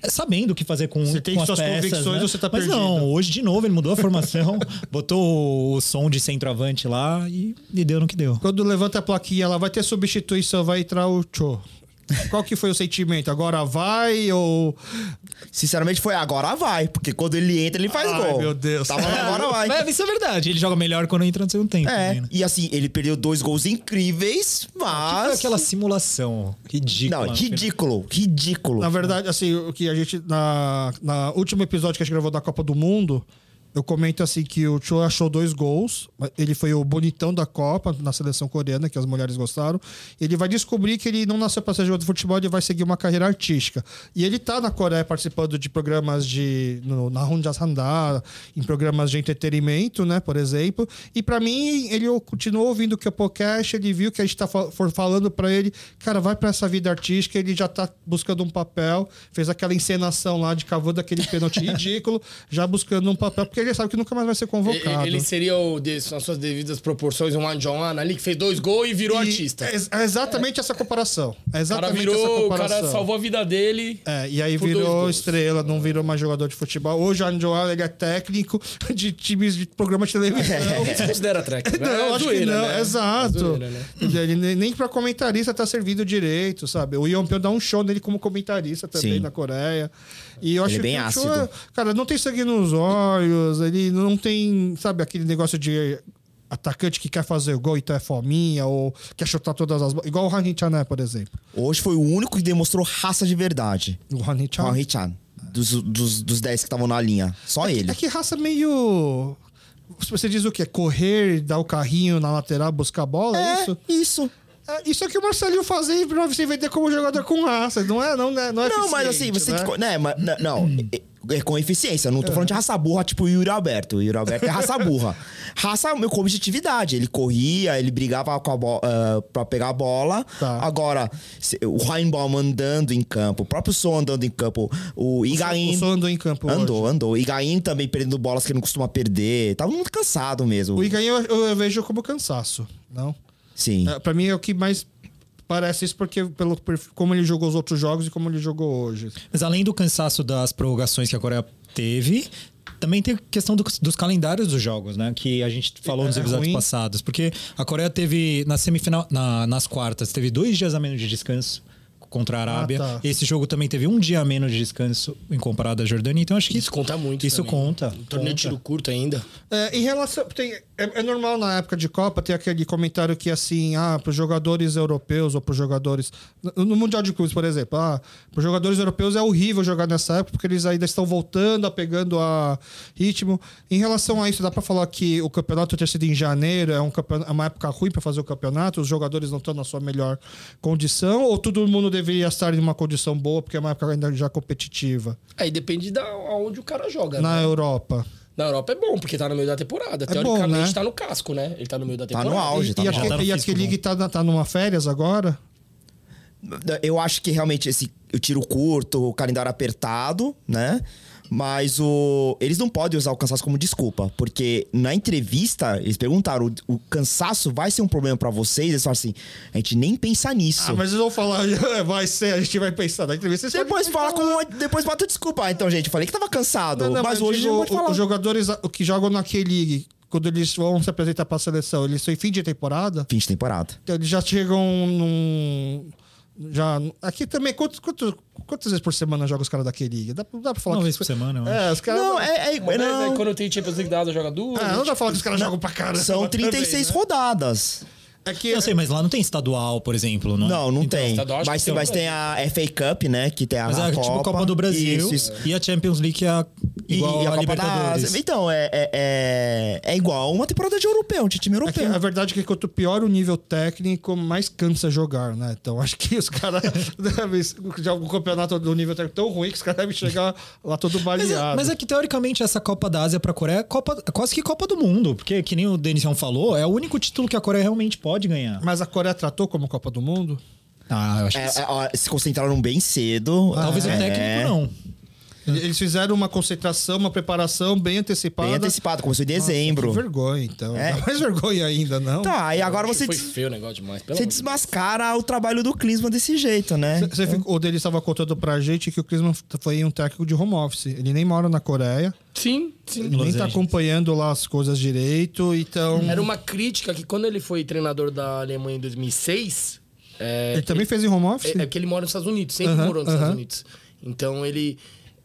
S7: é, sabendo o que fazer com
S1: Você tem
S7: com as
S1: suas
S7: peças,
S1: convicções
S7: né?
S1: ou você tá
S7: Mas
S1: perdido?
S7: não, hoje de novo ele mudou a formação, botou o som de centroavante lá e, e deu no que deu.
S1: Quando levanta a plaquinha, ela vai ter substituição, vai entrar o Cho. Qual que foi o sentimento? Agora vai ou.
S4: Sinceramente, foi agora vai, porque quando ele entra, ele faz
S1: Ai,
S4: gol.
S1: meu Deus.
S4: Tava no agora vai.
S7: Mas isso é verdade, ele joga melhor quando entra no segundo tempo.
S4: É,
S7: também, né?
S4: e assim, ele perdeu dois gols incríveis,
S7: Que
S1: Tipo
S7: foi
S4: mas.
S7: aquela simulação ridícula.
S4: Não, ridículo, ridículo.
S1: né? Na verdade, assim, o que a gente. Na, na último episódio que a gente gravou da Copa do Mundo, eu comento assim que o Cho achou dois gols. Ele foi o bonitão da Copa na seleção coreana, que as mulheres gostaram. Ele vai descobrir que ele não nasceu para ser jogador de futebol, ele vai seguir uma carreira artística. E ele tá na Coreia participando de programas de. No, na Honja Sandá, em programas de entretenimento, né, por exemplo. E para mim, ele continuou ouvindo o que é podcast, ele viu que a gente tá fal- for falando para ele, cara, vai para essa vida artística, ele já tá buscando um papel, fez aquela encenação lá de cavou daquele pênalti ridículo, já buscando um papel, porque ele sabe que nunca mais vai ser convocado.
S3: Ele seria, o, de- nas suas devidas proporções, um An Jong ali que fez dois gols e virou
S1: E
S3: artista.
S1: É, ex- é exatamente essa comparação. É
S3: O cara
S1: exatamente essa
S3: virou, o
S1: comparação.
S3: cara salvou a vida dele.
S1: É, e aí
S3: por dois
S1: virou
S3: gols.
S1: estrela, não virou mais jogador de futebol. Hoje o Anjoal ele é técnico de times de programa de televisão.
S3: Não se considera track. né?
S1: Não,
S3: É
S1: acho
S3: zoeira,
S1: que não,
S3: né?
S1: exato.
S3: É zoeira, né?
S1: Ele nem- nem pra comentarista tá servindo direito, sabe? O Yompio dá um show nele como comentarista também
S4: Sim.
S1: na Coreia. E eu
S4: Ele
S1: acho
S4: é bem
S1: que o Cho
S4: ácido.
S1: é- cara, não tem sangue nos olhos, ele não tem, sabe, aquele negócio de atacante que quer fazer o gol então é fominha ou quer chutar todas as bolas. Igual o Hanin Chan, né, por exemplo.
S4: Hoje foi o único que demonstrou raça de verdade.
S1: O Hanin Chan.
S4: Juan Richan. Dos, dos, dos 10 que estavam na linha. Só ele.
S1: É que raça meio. Você diz o quê? Correr, dar o carrinho na lateral, buscar a bola? É isso?
S4: isso.
S1: É, Isso é que o Marcelinho fazia pra você vender como jogador com raça, não é? Não, né? não, é
S4: Não, mas assim,
S1: eficiente,
S4: você
S1: né? Hum.
S4: tem que. co- Né, mas, n- não, é- é com eficiência. eu Não tô falando de raça burra tipo o Yuri Alberto. O Yuri Alberto é raça burra. Raça meu, com objetividade. Ele corria, ele brigava com a bo- ah, pra pegar a bola.
S1: Tá.
S4: Agora, se- o Reinbaum andando em campo, o próprio Son andando em campo, o Igaim.
S1: O Son andou em campo
S4: Andou,
S1: hoje.
S4: andou. Igaim também perdendo bolas que ele não costuma perder. Tava muito cansado mesmo.
S1: O Igaim eu, eu vejo como cansaço, não?
S4: Sim.
S1: É, pra mim é o que mais Parece isso porque pelo perfil- como ele jogou os outros jogos e como ele jogou hoje.
S7: Mas além do cansaço das prorrogações que a Coreia teve, também tem a questão do- dos calendários dos jogos, né? Que a gente falou nos
S1: É
S7: episódios
S1: ruim.
S7: passados. Porque a Coreia teve, na semifinal, na- nas quartas, teve dois dias a menos de descanso contra a Arábia.
S1: tá.
S7: Esse jogo também teve um dia a menos de descanso em comparado à Jordânia. Então acho que
S3: Isso conta muito
S7: Isso
S3: também. né? Um
S7: conta.
S3: Torneio de
S7: conta.
S3: tiro curto ainda.
S1: É, em relação. Tem, é, é normal na época de Copa ter aquele comentário que assim, ah, para os jogadores europeus ou para os jogadores. No, no Mundial de Clubes, por exemplo, ah, para os jogadores europeus é horrível jogar nessa época porque eles ainda estão voltando, a pegando a ritmo. Em relação a isso, dá para falar que o campeonato ter sido em janeiro é, um campeon- é uma época ruim para fazer o campeonato, os jogadores não estão na sua melhor condição, ou todo mundo deveria estar em uma condição boa porque é uma época ainda já competitiva
S3: Aí depende da onde o cara joga.
S1: na
S3: né?
S1: Europa?
S3: Na Europa é bom, porque tá no meio da temporada. Teoricamente
S1: bom, né?
S3: tá no casco, né? Ele tá no meio da temporada.
S4: no auge,
S1: E-
S4: tá
S1: e
S4: no
S1: a,
S7: auge.
S1: Ke- e a
S7: Físico,
S1: K-League tá, na- tá numa férias agora?
S4: Eu acho que realmente esse o tiro curto, o calendário apertado, né? Mas o, eles não podem usar o cansaço como desculpa, porque na entrevista eles perguntaram: o, o cansaço vai ser um problema pra vocês? Eles falaram assim: a gente nem pensa nisso.
S1: Ah, mas eles vão falar, vai ser, a gente vai pensar na entrevista. vocês
S4: Depois
S1: podem
S4: fala com. Depois bota desculpa. Ah, então, gente, eu falei que tava cansado.
S1: Não, não,
S4: mas,
S1: eu
S4: hoje
S1: digo,
S4: não pode
S1: o-
S4: falar.
S1: Os jogadores a- que jogam na K-League, quando eles vão se apresentar pra seleção, eles estão em fim de temporada?
S4: Fim de temporada.
S1: Então, eles já chegam num. Já, aqui também, quantos, quantos- quantas vezes por semana joga os caras da K-League? Dá, dá pra falar
S7: Uma
S1: que-
S7: vez por semana, eu acho.
S1: É, os caras.
S4: Não, é. é-
S3: Mas
S4: não.
S3: aí quando tem Champions League dada, joga duas.
S1: Ah, não dá pra falar que os caras jogam pra caramba.
S4: São
S1: também,
S4: 36
S1: né?
S4: rodadas.
S1: É que,
S7: Eu sei, mas lá não tem estadual, por exemplo, não é?
S4: Não, não tem.
S3: estadual acho
S4: Mas,
S3: que tem.
S4: mas tem a FA Cup, né? Que tem a,
S7: Mas
S4: a
S7: é
S4: Copa.
S7: tipo a Copa do Brasil
S4: Isso, isso.
S7: e a Champions League é a-
S4: E,
S7: igual
S4: e a,
S7: a,
S4: Copa da
S7: Libertadores.
S4: Ásia. Então, é, é, é, é igual uma temporada de europeu, de time
S1: É que
S4: europeu.
S1: a verdade é que quanto pior o nível técnico, mais cansa jogar, né? Então acho que os caras devem. Já o campeonato do nível técnico é tão ruim que os caras devem chegar lá todo
S7: Mas, é-
S1: baleado.
S7: mas é que, teoricamente, essa Copa da Ásia pra Coreia é, Copa- é quase que Copa do Mundo. Porque, que nem o Denison falou, é o único título que a Coreia realmente pode ganhar.
S1: Mas a Coreia tratou como Copa do Mundo?
S7: Ah, eu acho
S4: É,
S7: que sim.
S4: é, ó, se concentraram bem cedo.
S7: Ah, Talvez
S4: é,
S7: o técnico não.
S1: Eles fizeram uma concentração, uma preparação bem antecipada.
S4: Bem antecipado, começou em
S1: Que
S4: dezembro.
S1: vergonha, então.
S4: É.
S1: Dá mais vergonha ainda, não.
S4: Tá, e agora você,
S3: Foi
S4: des-
S3: feio o negócio demais. Pelo
S4: você
S3: amor de Deus.
S4: desmascara o trabalho do Klinsmann desse jeito, né?
S1: Você ficou- o dele estava contando pra gente que o Klinsmann foi um técnico de home office. Ele nem mora na Coreia,
S3: Sim, sim.
S1: nem
S7: Los
S1: tá
S7: Angeles.
S1: acompanhando lá as coisas direito, então.
S3: Era
S1: Ele
S3: uma crítica que quando ele foi treinador da Alemanha em 2006... é,
S1: também fez em home office? né?
S3: É, é porque ele mora nos Estados Unidos, sempre
S1: Aham,
S3: morou nos
S1: aham.
S3: Estados Unidos. Então ele.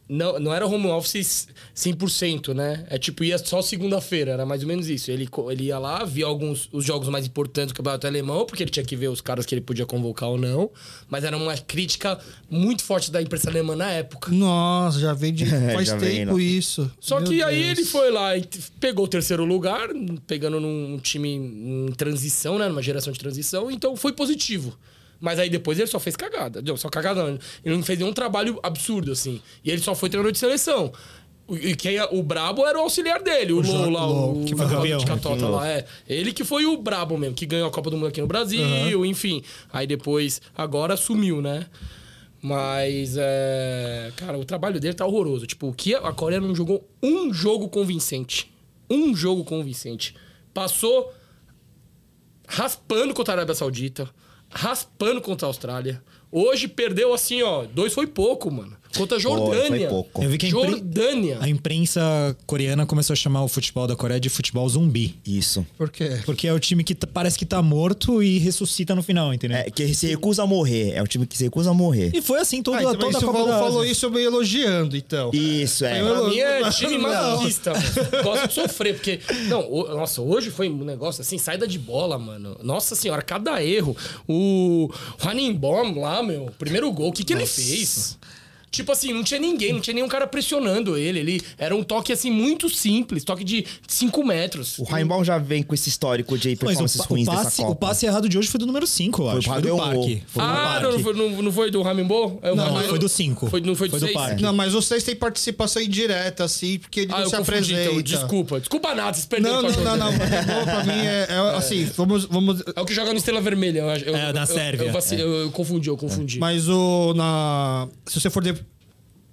S3: Não, não era home office 100%, né? É tipo, ia só segunda-feira, era mais ou menos isso. Ele, co- ele ia lá, via alguns os jogos mais importantes do campeonato alemão, porque ele tinha que ver os caras que ele podia convocar ou não. Mas era uma crítica muito forte da imprensa alemã na época.
S1: Nossa, já vem de. Faz
S4: Já vem,
S1: tempo
S4: não.
S1: isso.
S3: Só
S1: Meu
S3: que aí
S1: Deus.
S3: ele foi lá e t- pegou o terceiro lugar, pegando num time em transição, né? Numa geração de transição, então foi positivo. Mas aí depois ele só fez cagada. Não, só cagada não. Ele não fez nenhum trabalho absurdo, assim. E ele só foi treinador de seleção. O- E quem é- o brabo era o auxiliar dele, o,
S1: Jo-
S3: Lou lá,
S1: Lou,
S3: o
S7: que foi campeão.
S3: de Catota lá, é. Ele que foi o brabo mesmo, que ganhou a Copa do Mundo aqui no Brasil, enfim. Aí depois, agora sumiu, né? Mas, é, cara, o trabalho dele tá horroroso. Tipo, o que a Coreia não jogou um jogo convincente. Um jogo convincente. Passou raspando contra a Arábia Saudita, raspando contra a Austrália. Hoje perdeu assim, ó. Dois foi pouco, mano. Contra a Jordânia.
S4: Foi, foi pouco.
S7: Eu vi que a, impren-
S3: Jordânia.
S7: a imprensa coreana começou a chamar o futebol da Coreia de futebol zumbi.
S4: Isso.
S1: Por quê?
S7: Porque é o time que t- parece que tá morto e ressuscita no final, entendeu?
S4: É, que se recusa a morrer. É um time que se recusa a morrer.
S7: E foi assim toda,
S1: Ah, então,
S7: toda a
S1: isso, o
S7: Copa
S1: Valo
S7: da Ásia.
S1: falou isso meio elogiando, então.
S4: Isso, é.
S1: Eu-
S3: Pra mim é
S1: Não.
S3: time masoquista, mano. Gosto de sofrer, porque. Não, o- nossa, hoje foi um negócio assim, saída de bola, mano. Nossa senhora, cada erro. O Hanningbaum lá, meu, primeiro gol, o que, que ele fez? Tipo assim, não tinha ninguém, não tinha nenhum cara pressionando ele. Ele era um toque assim muito simples, toque de 5 metros.
S4: O Raimbaum já vem com esse histórico de
S7: Mas
S4: performances
S7: o, pa-
S4: ruins
S7: o passe,
S4: dessa Copa.
S7: o passe errado de hoje foi do número 5, eu acho. Foi,
S4: Hagel
S7: do Parque.
S4: Wo.
S7: Foi do
S3: ah,
S7: Parque.
S3: não, não foi, não, não foi do Hanningbaum? É o
S7: Não,
S3: Hanningbaum-
S7: foi do cinco.
S3: Foi, não foi do
S7: Foi do
S3: 6?
S7: Parque.
S1: Não, mas vocês têm participação indireta, assim, porque ele
S3: Ah,
S1: não
S3: eu
S1: se
S3: confundi,
S1: apresenta.
S3: então. Desculpa. Desculpa nada, vocês perderam
S1: Não,
S3: com a
S1: não, não, não.
S3: Jordânia.
S1: Futebol pra mim é, é, assim, vamos, vamos.
S3: É o que joga no Estrela Vermelha. Eu, eu,
S7: É, da
S3: eu-
S7: Sérvia.
S3: Eu, vaci- eu- eu confundi, eu confundi.
S1: Mas o. Na, se você for. de-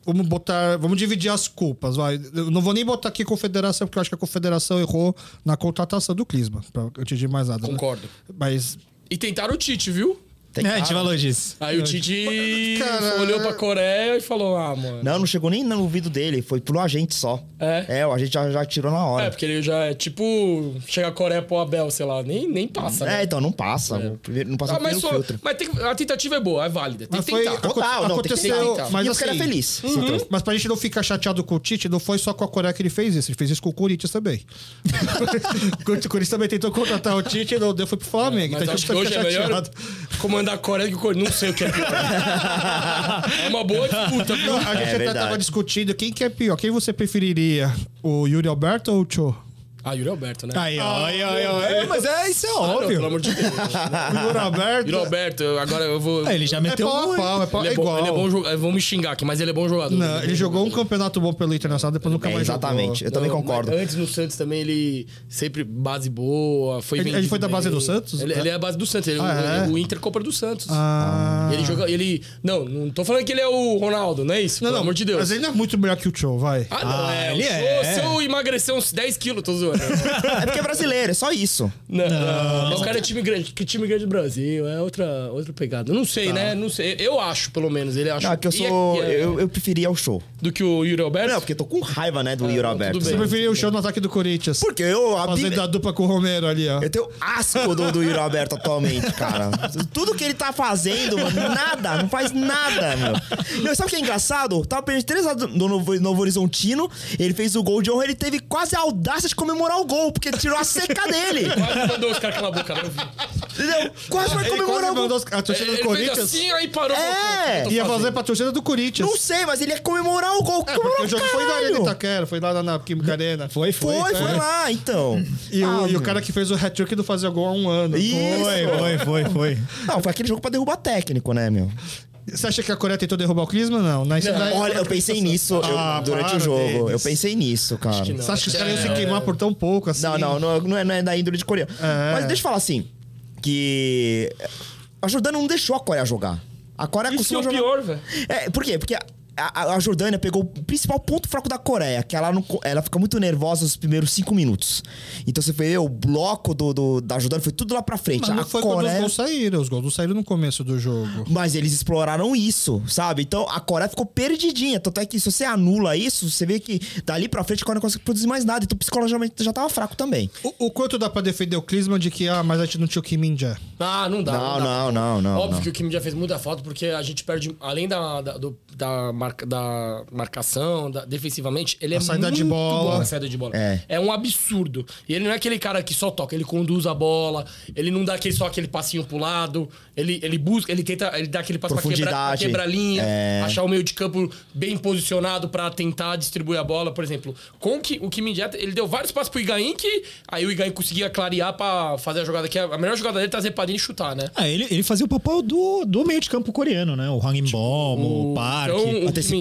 S1: vamos botar. Vamos dividir as culpas, vai. Eu não vou nem botar aqui confederação, porque eu acho que a confederação errou na contratação do Clisma. Pra, eu te digo mais nada. né?
S3: Concordo.
S1: Mas
S3: E tentaram o Tite, viu?
S4: Tem
S7: É, a gente
S4: cara.
S7: falou disso.
S3: Aí o Tite
S1: Cara-
S3: olhou pra Coreia e falou: ah, mano.
S4: Não, não chegou nem no ouvido dele, foi pro agente só.
S3: É?
S4: o agente já, já tirou na
S3: É,
S4: hora.
S3: porque ele já é tipo. Chega a Coreia pro Abel, sei lá, nem, nem passa.
S4: É,
S3: né?
S4: então não passa. o primeiro- não passa
S3: Ah,
S4: o
S3: mas,
S7: um
S4: primeiro
S3: só-
S4: filtro.
S3: mas tem que- a tentativa é boa, é válida. Tem
S1: Mas
S3: que
S1: foi
S3: tentar.
S1: aco-
S4: Total, não, tem que
S1: aconteceu,
S4: tentar.
S1: mas
S4: E eu ficaria
S1: assim,
S4: feliz.
S3: Uhum.
S4: Uhum.
S1: Mas pra gente não ficar chateado com o Tite, não foi só com a Coreia que ele fez isso. Ele fez isso com o Corinthians também. o Corinthians também tentou contratar o Tite, não deu, foi pro Flamengo.
S3: Mas
S1: então a gente
S3: acho que
S1: tá
S3: hoje é melhor
S1: chateado.
S3: comandar a Coreia do que o Corinthians. Não sei o que é pior. é uma boa disputa, viu?
S1: Não, a gente até
S4: verdade.
S1: tava discutindo quem que é pior. Quem você preferiria? O Yuri Alberto ou o Cho?
S3: Ah, Yuri Alberto, né?
S7: Aí, ó, aí, ó, aí, ó. É, mas é, isso
S1: Ah,
S7: é
S3: Não,
S7: óbvio.
S3: pelo amor de Deus.
S1: O Yuri Alberto.
S3: Yuri Alberto, eu- agora eu vou.
S7: Ah, ele já
S1: É
S7: meteu
S1: pau
S7: um,
S1: a pau, é pau
S3: ele
S1: é
S3: é bom,
S1: igual.
S3: ele é bom jogador. Vão me xingar aqui, mas ele é bom jogador.
S1: Não, ele jogou um campeonato bom pelo Internacional, depois nunca
S4: É,
S1: mais jogou. Uhum.
S4: exatamente, eu também
S3: Não,
S4: concordo.
S3: mas Antes no Santos também ele sempre base boa, foi
S1: Ele-
S3: vendido
S1: ele foi da base
S3: bem.
S1: do Santos?
S3: Ele, ele é a base do Santos, ele,
S1: Ah, é?
S3: o Inter compra do Santos.
S1: Ah.
S3: Ele joga, ele não, não tô falando que ele é o Ronaldo, não é isso?
S1: Não,
S3: pelo
S1: não,
S3: amor de Deus.
S1: Mas ele não é muito melhor que o Cho, vai.
S3: Ah, não,
S7: Ah,
S3: é.
S7: ele
S3: o show,
S7: é.
S3: Se eu emagrecer uns 10 quilos, tô zoando.
S4: É porque é brasileiro, é só isso.
S3: Não, mas o cara é time grande. Que time grande do Brasil? É outra, outra pegada. Eu Não
S1: Tá.
S3: sei, né? Não sei. Eu acho, pelo menos. Ele acha.
S4: Não, é que eu
S3: E
S4: sou.
S3: é-
S4: Eu, eu preferia o show.
S3: Do que o Yuri
S1: É.
S3: Alberto?
S4: Não, porque eu tô com raiva, né, do Yuri
S3: não,
S4: Alberto.
S3: tudo
S1: Você
S3: bem.
S1: preferia o Cho no ataque do Corinthians.
S4: Porque eu. A
S1: Fazendo
S4: Bíblia-
S1: a dupla com o Romero ali, ó.
S4: Eu tenho asco do, do Yuri Alberto atualmente, cara. Tudo que ele tá fazendo, mano, nada, não faz nada, meu. Não, sabe o que é engraçado? Tava perdendo 3x0 do Novo, Novo Horizontino, ele fez o gol de honra, ele teve quase a audácia de comemorar o gol, porque ele tirou a seca dele.
S3: Quase mandou os caras calar a boca, não vi.
S4: Entendeu? Quase vai
S1: Ele
S4: comemorar
S1: quase
S4: o gol.
S1: mandou os- a torcida
S3: Ele,
S1: do
S3: ele fez
S1: Corinthians.
S3: assim, aí parou.
S4: É!
S3: voltou.
S1: Ia fazer pra torcida do Corinthians.
S4: Não sei, mas ele ia comemorar o gol.
S1: É, porque
S4: Comemorou
S1: o jogo
S4: caralho.
S1: foi tá? na Arena Itaquera, foi lá na, na Química Arena.
S7: Foi, foi.
S4: Foi, foi lá, então.
S1: né? E,
S4: Ah,
S1: o, e o
S4: meu.
S1: cara que fez o hat-trick do fazer gol há um ano.
S4: Isso.
S7: Foi, foi, foi, foi.
S4: Não, foi aquele jogo pra derrubar técnico, né, meu?
S1: Você acha que a Coreia tentou derrubar o Klinsmann? Não. né? Na Islândia-
S4: Olha, eu pensei nisso eu-
S1: É. Ah,
S4: durante
S1: para,
S4: o jogo.
S1: Denis.
S4: Eu pensei nisso, cara.
S1: Você acha que os caras iam se queimar por tão pouco assim?
S4: É. Não, não, não, não é, não é da índole de Coreia.
S1: É.
S4: Mas deixa eu falar assim: que. A Jordânia não deixou a Coreia jogar. A Coreia
S3: Isso é
S4: costuma
S3: o
S4: jogar-
S3: pior, velho.
S4: É, por quê? Porque a, a- a Jordânia pegou o principal ponto fraco da Coreia, que ela, não, co- ela fica muito nervosa nos primeiros cinco minutos. Então você vê o bloco do, do- da Jordânia foi tudo lá pra frente.
S1: Mas não
S4: a
S1: foi quando os
S4: Coreia.
S1: gols saíram. Os gols não saíram no começo do jogo.
S4: Mas eles exploraram isso, sabe? Então a Coreia ficou perdidinha. Tanto é que se você anula isso, você vê que dali pra frente a Coreia não consegue produzir mais nada. Então psicologicamente já tava fraco também.
S1: O, o quanto dá pra defender o Klinsmann de que, ah, mas a gente não tinha o Kim Min-jae?
S3: Ah, não dá.
S4: Não,
S3: dá.
S4: não, não, não,
S3: Óbvio
S4: não.
S3: que o Kim já fez muita falta, porque a gente perde, além da, da, do- da, marca, da marcação, da- defensivamente, ele é
S1: saída
S3: muito
S1: de bola.
S3: bom, a saída de bola.
S4: É.
S3: um absurdo. E ele não é aquele cara que só toca, ele conduz a bola, ele não dá aquele, só aquele passinho pro lado, ele, ele busca, ele tenta, ele dá aquele passo pra quebrar, pra
S4: Profundidade. É.
S3: quebrar a linha, achar o meio de campo bem posicionado pra tentar distribuir a bola, por exemplo. Com o Ki- o Kim Jae, ele deu vários passos pro Igaim, que aí o Igaim conseguia clarear pra fazer a jogada, que é a melhor jogada dele é trazer pra dentro e chutar, né?
S7: Ah, ele, ele fazia o papel do, do meio de campo coreano, né? O
S1: Tipo,
S7: Hangin-bom, o Park.
S3: Então, o
S4: antecipar,
S3: Kim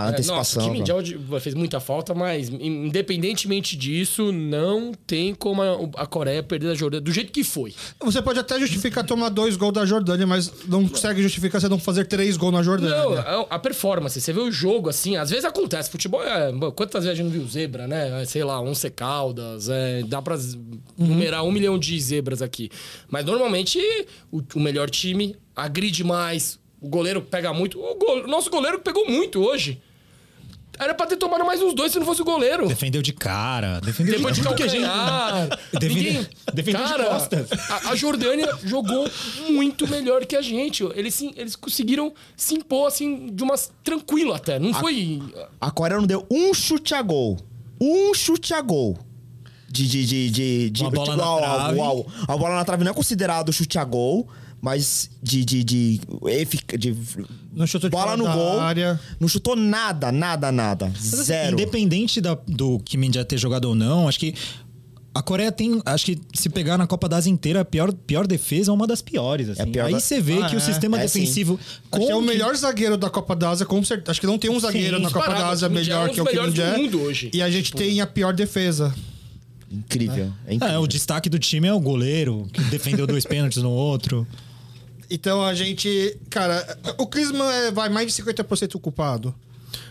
S3: Min-jae-
S4: antecipação,
S3: Nossa, o Kim Min-jae fez muita falta, mas in- independentemente disso, não tem como a, a Coreia perder a Jordânia do jeito que foi.
S1: Você pode até justificar tomar dois gols da Jordânia, mas não consegue justificar você não fazer três gols na Jordânia. né?
S3: Não, né? é a, a performance, você vê o jogo assim, às vezes acontece, futebol é, bom, quantas vezes a gente não viu zebra, né? Sei lá, once caldas, é, dá pra z- numerar um milhão de zebras aqui. Mas normalmente o, o melhor time agride mais, o goleiro pega muito, o gol- o nosso goleiro pegou muito hoje. Era pra ter tomado mais uns dois se não fosse o goleiro.
S7: Defendeu de cara. Defendeu
S3: Depois de
S7: tudo que a gente-
S3: calcanhar.
S7: Defende-
S3: Ninguém...
S7: defendeu de
S3: Cara,
S7: costas.
S3: A, a Jordânia jogou muito melhor que a gente. Eles, sim- eles conseguiram se impor, assim, de uma... Tranquilo até. Não foi...
S4: A Coreia não deu um chute a gol. Um chute a gol. De. de, de, de, de
S7: Uma bola na
S4: a- a-
S7: trave.
S4: a- a bola na trave não é considerado chute a gol, mas de. de, de, efic- de-
S1: Não chutou de
S4: bola
S1: fora
S4: no
S1: da
S4: gol.
S1: área.
S4: Não chutou nada, nada, nada.
S7: Mas, assim,
S4: Zero.
S7: Independente da- do Kim Min-jae ter jogado ou não, acho que a Coreia tem, acho que se pegar na Copa da Ásia inteira, a pior, pior defesa é uma das piores. assim.
S4: É a pior
S7: Aí
S4: da-
S7: você vê
S1: Ah,
S7: que
S1: é.
S7: o sistema
S4: É, sim.
S7: defensivo
S1: Acho que é o
S7: Kim-
S1: melhor zagueiro da Copa da Ásia, com certeza. Acho que não tem um zagueiro na Copa
S3: disparado,
S1: da Ásia
S3: o Kim Jae é um
S1: melhor
S3: dos
S1: que o Kim
S3: melhores do
S1: Jae.
S3: mundo hoje.
S1: E a gente tem a pior defesa.
S4: Incrível. É
S7: Ah,
S4: incrível.
S7: é, o destaque do time é o goleiro, que defendeu dois pênaltis no outro.
S1: Então a gente. Cara, o Klinsmann é, vai mais de 50% culpado.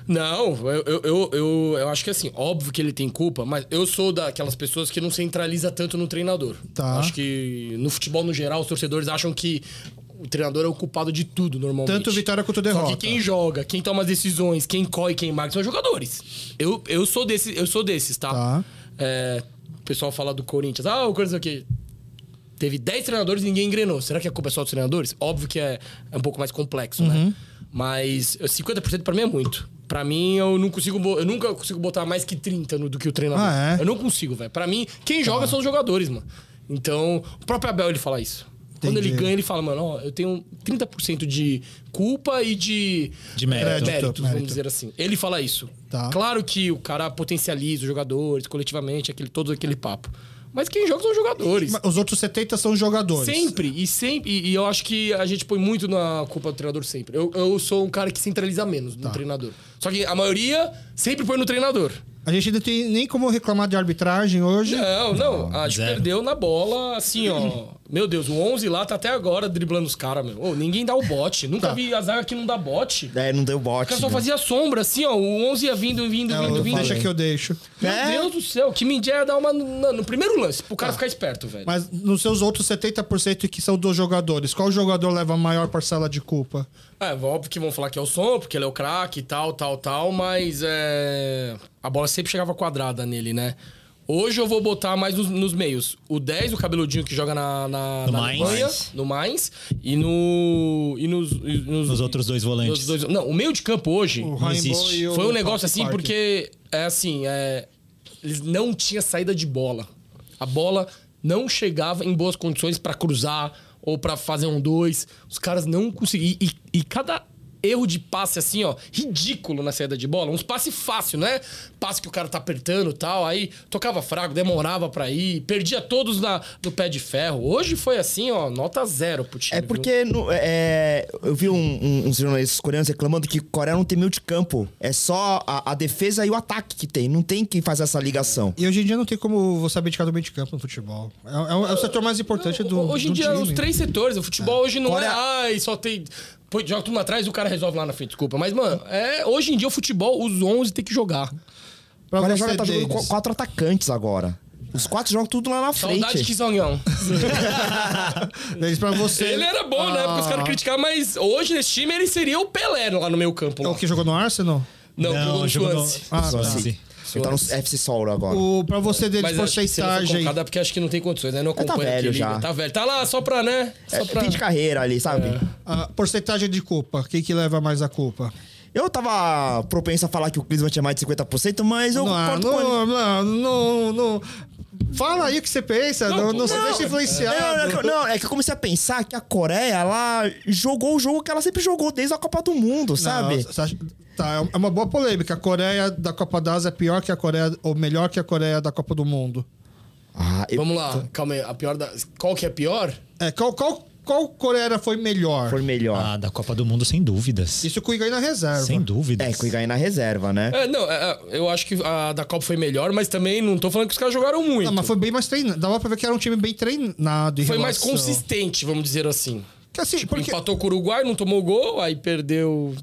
S3: Não, eu, eu, eu, eu, eu acho que assim, óbvio que ele tem culpa, mas eu sou daquelas pessoas que não centraliza tanto no treinador.
S1: Tá.
S3: Acho que no futebol no geral, os torcedores acham que o treinador é o culpado de tudo, normalmente.
S1: Tanto vitória quanto derrota.
S3: Só que quem joga, quem toma as decisões, quem corre, quem marca são os jogadores. Eu, eu, sou, desse, eu sou desses, tá?
S1: Tá.
S3: É, o pessoal fala do Corinthians. Ah, o Corinthians é o quê? Teve 10 treinadores e ninguém engrenou. Será que a culpa é só dos treinadores? Óbvio que é, é um pouco mais complexo,
S1: Uhum.
S3: né? Mas eu- 50% pra mim é muito. Pra mim, eu não consigo. bo- Eu nunca consigo botar mais que 30 no, do que o treinador.
S1: Ah, é? Tá.
S3: Eu não consigo, velho. Pra mim, quem joga são os jogadores, mano. Então, o próprio Abel ele fala isso. Quando ele
S1: Entendi.
S3: ganha, ele fala, mano, ó, eu tenho 30% de culpa e de.
S7: De mérito.
S3: eh, méritos,
S1: Mérito.
S3: vamos dizer assim. Ele fala isso.
S1: Tá.
S3: Claro que o cara potencializa os jogadores coletivamente, aquele, todo aquele papo. Mas quem joga são os jogadores.
S1: Mas Os outros 70 são jogadores.
S3: Sempre, e sempre. E, e eu acho que a gente põe muito na culpa do treinador sempre. Eu, eu sou um cara que centraliza menos no treinador. Só que a maioria sempre põe no treinador.
S1: A gente não tem nem como reclamar de arbitragem hoje.
S3: Não, não. a gente
S7: zero.
S3: perdeu na bola, assim, ó. Meu Deus, o 11 lá tá até agora driblando os caras, meu. Ô, ninguém dá o bote. Nunca vi a zaga que não dá bote.
S4: É, não deu
S3: O
S4: bote.
S3: cara só
S4: né?
S3: fazia sombra, assim, ó. O 11 ia vindo, vindo,
S1: É,
S3: vindo,
S1: eu-
S3: vindo.
S1: deixa que eu deixo.
S3: Meu
S4: É.
S3: Deus do céu, que mídia ia dar uma no, no primeiro lance, pro cara ficar esperto, velho.
S1: Mas nos seus outros 70% que são dos jogadores, qual jogador leva a maior parcela de culpa?
S3: É, óbvio que vão falar que é o som, porque ele é o craque e tal, tal, tal, mas é, a bola sempre chegava quadrada nele, né? Hoje eu vou botar mais nos, nos meios. O 10, o cabeludinho que joga na, na,
S7: No
S3: na
S7: Mainz.
S3: Alemanha, no Mainz, e no. E nos, e
S7: Nos outros dois
S3: nos
S7: volantes.
S3: dois- não, o meio de campo hoje
S1: Rainbow
S7: existe.
S1: e o
S3: foi um negócio
S1: Park.
S3: assim, porque é assim, é, eles não tinha saída de bola. A bola não chegava em boas condições pra cruzar ou pra fazer um dois. Os caras não conseguiam. E, e cada erro de passe assim, ó, ridículo na saída de bola, uns passe fácil, né? Passe que o cara tá apertando, e tal, aí tocava fraco, demorava pra ir, perdia todos na do pé de ferro. Hoje foi assim, ó, nota zero pro time.
S4: É
S3: viu?
S4: porque no- é, eu vi um- um- uns jornalistas coreanos reclamando que Coreia não tem meio de campo. É só a, a defesa e o ataque que tem. Não tem quem faz essa ligação.
S1: E hoje em dia não tem como você saber de cada meio de campo no futebol. É, é o, é o setor mais importante do.
S3: Hoje em
S1: do
S3: dia,
S1: time.
S3: os três setores. O futebol hoje não
S4: Agora-
S3: é. Ai, só tem. Pô, joga tudo atrás e o cara resolve lá na frente, desculpa. Mas, mano, é, hoje em dia o futebol, os 11 tem que jogar.
S1: Pra
S4: Coreia
S1: você
S4: joga, tá jogando
S1: deles.
S4: qu- quatro atacantes agora. Os quatro jogam tudo lá na
S3: Saudade
S4: frente.
S3: de Zonhão.
S1: Deles pra você.
S3: Ele era bom, né? Porque os caras criticavam, mas hoje nesse time ele seria o Pelé lá no meio campo.
S1: É
S3: Lá.
S1: o que jogou no Arsenal?
S3: Não, jogou no assim.
S7: jogou no-
S3: Swansea.
S1: Ah, tá.
S7: Swansea.
S4: Ele tá no FC Seoul agora.
S1: O, pra você deles,
S3: Mas acho que se ele for
S1: porcentagem.
S3: colocado é porque acho que não tem condições, né? Não
S4: tá
S3: acompanha
S4: velho
S3: que liga.
S4: já.
S3: Tá velho. Tá lá só pra, né? Só
S4: É,
S3: pra...
S4: Fim de carreira ali, sabe?
S1: a porcentagem de culpa. Quem que leva mais a culpa?
S4: Eu tava propenso a falar que o Klinsmann tinha mais de 50%, mas eu
S1: ah,
S4: concordo com ele.
S1: não, não, não, não. Fala aí o que você pensa. Não, não, se deixa né?
S4: Não,
S1: influenciado.
S4: não, não, é que eu comecei a pensar que a Coreia, ela jogou o jogo que ela sempre jogou desde a Copa do Mundo, sabe?
S1: Não, sa- tá, é uma boa polêmica. A Coreia da Copa da Ásia é pior que a Coreia, ou melhor que a Coreia da Copa do Mundo.
S4: Ah, eu-
S3: Vamos lá, calma aí. A pior da... Qual que é a pior?
S1: É, qual, qual, qual Coreia foi melhor?
S4: foi melhor.
S7: Ah, da Copa do Mundo, sem dúvidas.
S1: Isso com o Higuaín na reserva.
S7: Sem dúvidas.
S4: É, com o Higuaín na reserva, né?
S3: É, não, é, é, eu acho que a da Copa foi melhor, mas também não tô falando que os caras jogaram muito.
S1: Não, mas foi bem mais treinado. Dava pra ver que era um time bem treinado. em
S3: Foi mais
S1: relação.
S3: consistente, vamos dizer assim.
S1: Que assim,
S4: tipo,
S1: porque
S3: Empatou com o Uruguai, não tomou gol, aí perdeu.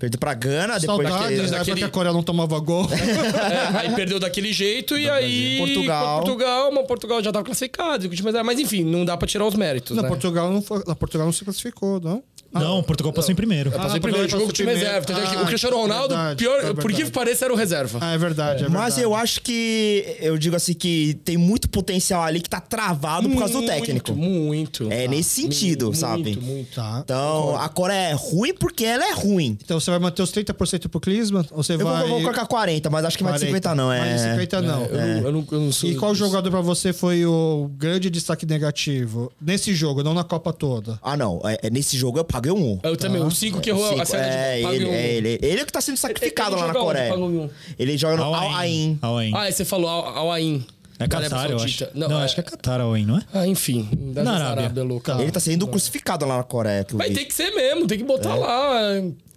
S4: Perdeu pra Gana, depois
S1: saudades,
S4: que...
S1: né? Porque
S3: daquele-
S1: a Coreia não tomava gol.
S3: é, aí perdeu daquele jeito e aí.
S4: Portugal.
S3: Portugal, mas Portugal já tava classificado. Mas, mas enfim, não dá pra tirar os méritos.
S1: Na
S3: né?
S1: Portugal não, foi, na Portugal não se classificou, não?
S7: Não, Portugal passou em primeiro.
S3: Ah, É, Passou
S1: Ah,
S3: em primeiro
S1: Portugal
S3: jogo com o time
S1: passou
S3: reserva. Tanto é que
S1: primeiro.
S3: o Cristiano
S1: Ah,
S3: Ronaldo,
S1: verdade,
S3: pior,
S1: é
S3: por que
S1: verdade.
S3: pareça, era o reserva.
S1: Ah, é verdade, é, verdade.
S4: Mas eu acho que... Eu digo assim que tem muito potencial ali que tá travado por causa do técnico.
S3: Muito. muito.
S4: É nesse sentido,
S3: muito,
S4: sabe?
S3: Muito, muito.
S1: Tá.
S4: Então, a Coreia é ruim porque ela é ruim.
S1: Então você vai manter os 30% pro Klinsmann? Ou você
S4: Eu vou,
S1: vai...
S4: eu vou colocar 40, mas acho que mais de 50 não, é...
S1: Mais de 50 não.
S3: Eu, não, eu não- eu não sou-
S1: E qual jogador pra você foi o grande destaque negativo? Nesse jogo, não na Copa toda.
S4: Ah, não. É, é nesse jogo eu paguei um.
S3: Eu também, o 5 que errou
S4: Cinco.
S3: a um. saída
S4: é,
S3: de
S4: ele,
S3: Pagão.
S4: é ele. Ele é o que tá sendo sacrificado
S3: Ele
S4: lá na
S3: joga onde,
S4: Coreia.
S3: Pagão?
S4: Ele joga no
S7: Al
S4: Al Ain.
S7: Al Ain.
S3: Ah, você falou Al Al Ain.
S7: É
S3: da Arábia
S7: Catar, eu acho.
S3: Saudita.
S7: Não, acho que é Catar, Al Ain, não é?
S3: Ah, enfim. Da
S7: Na
S3: Arábia.
S7: Arábia.
S3: louca.
S4: Ele tá sendo crucificado lá na Coreia. Que eu
S3: Mas
S4: vi.
S3: tem que ser mesmo, tem que
S1: É.
S3: botar lá.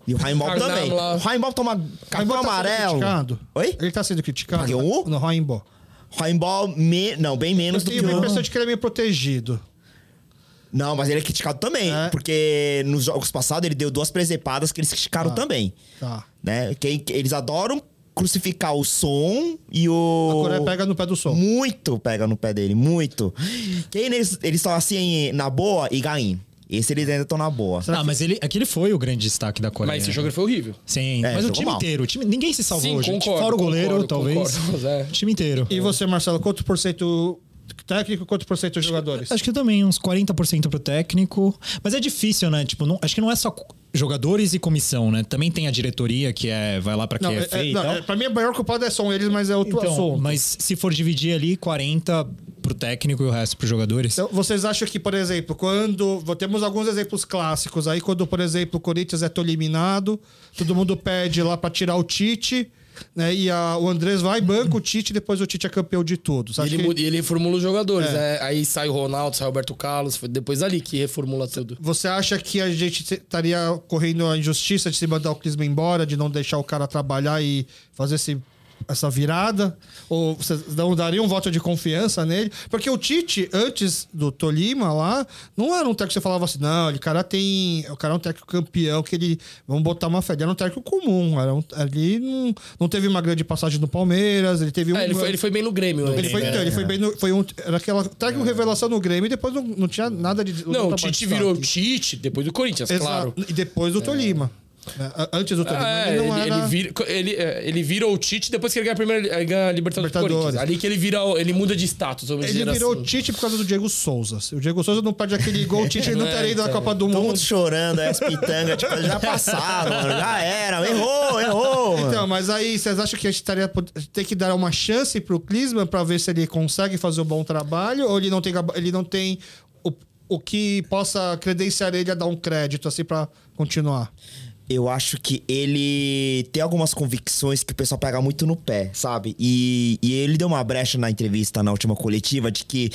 S4: E o Raimbold
S3: Carnal
S4: também.
S3: lá.
S4: O Raimbold toma
S1: Raimbo
S4: cartão
S1: tá sendo
S4: amarelo.
S1: criticado?
S4: Oi?
S1: Ele tá sendo criticado?
S4: Paguei um?
S1: No Raimbo.
S4: Raimbold, me... não, bem menos
S1: Eu
S4: do
S1: tenho
S4: que
S1: uma
S4: o...
S1: impressão de que ele é meio protegido.
S4: Não, mas ele é criticado também.
S1: É.
S4: Porque nos jogos passados ele deu duas presepadas que eles criticaram também.
S1: Tá.
S4: Né? Quem- que- Eles adoram crucificar o som e
S1: A
S4: o...
S1: Coreia pega no pé do sol.
S4: Muito pega no pé dele, muito. Quem eles, eles estão assim, na boa, Igaim. Esse eles ainda estão na boa.
S7: Ah, mas ele, aquele foi o grande destaque da Coreia.
S3: Mas esse jogo foi horrível.
S7: Sim,
S4: É,
S7: mas o
S4: jogou
S7: time
S4: mal.
S7: inteiro. O time, ninguém se salvou
S3: Sim,
S7: hoje.
S3: concordo,
S7: Fora o goleiro,
S3: concordo,
S7: talvez.
S3: concordo, é.
S7: O time inteiro.
S1: E você, Marcelo, quanto por cento técnico, quanto por cento jogadores?
S7: Acho que também uns 40% pro técnico. Mas é difícil, né? Tipo, não- acho que não é só co- jogadores e comissão, né? Também tem a diretoria que é, vai lá pra quem
S1: Não,
S7: é,
S1: é,
S7: feio
S1: é,
S7: e
S1: não,
S7: tal.
S1: é, pra mim, o maior culpado é só um eles, mas é o então,
S7: Então, mas se for dividir ali, 40 pro técnico e o resto pros jogadores.
S1: Então, vocês acham que, por exemplo, quando. vou- Temos alguns exemplos clássicos aí, quando, por exemplo, o Corinthians é todo eliminado, todo mundo pede lá pra tirar o Tite, né? E a- o Andrés vai, banca o Tite, depois o Tite é campeão de tudo. Você
S3: E
S1: acha
S3: ele,
S1: que É.
S3: muda- e ele reformula os jogadores, né? Aí sai o Ronaldo, sai o Roberto Carlos, foi depois ali que reformula tudo.
S1: Você acha que a gente se- estaria correndo a injustiça de se mandar o Clisma embora, de não deixar o cara trabalhar e fazer esse- essa virada? Ou vocês não dariam um voto de confiança nele? Porque o Tite, antes do Tolima lá, não era um técnico que você falava assim, não, ele cara tem. O cara é um técnico campeão que ele. Vamos botar uma fé. Ele era um técnico comum. Era um, ele não, não teve uma grande passagem no Palmeiras, ele teve um.
S3: Ah, ele, foi, ele foi bem no Grêmio. né?
S1: Ele
S4: É.
S1: foi, então, ele foi bem no, foi um, era aquela técnico revelação no Grêmio e depois não, não tinha nada de.
S3: Não, o
S1: trabalho
S3: Tite
S1: de
S3: virou o
S1: destaque.
S3: Tite depois do Corinthians,
S1: Exato.
S3: claro.
S1: E depois do Tolima. né? A- Antes do Tolima,
S3: Ah, é,
S1: ele
S3: ele,
S1: não era...
S3: ele, vira, ele, é, ele vira o Tite depois que ele ganha a primeira ele ganha a Libertadores, do
S1: Libertadores.
S3: Corinthians. Ali que ele vira, o- ele muda de status, vamos
S1: Ele
S3: dizer
S1: virou
S3: assim.
S1: o Tite por causa do Diego Souza. Se o Diego Souza não perde aquele gol, o Tite
S3: É,
S1: não teria ido
S3: então.
S1: na Copa do
S4: Todo
S1: Mundo.
S4: mundo chorando, aí as pitangas, tipo, já passaram, mano, já era, errou, errou. mano.
S1: Então, mas aí vocês acham que a gente estaria, tem que dar uma chance pro Klinsmann pra ver se ele consegue fazer um bom trabalho ou ele não tem, gaba- ele não tem o, o que possa credenciar ele a dar um crédito assim pra continuar?
S4: Eu acho que ele tem algumas convicções que o pessoal pega muito no pé, sabe? E, e ele deu uma brecha na entrevista, na última coletiva, de que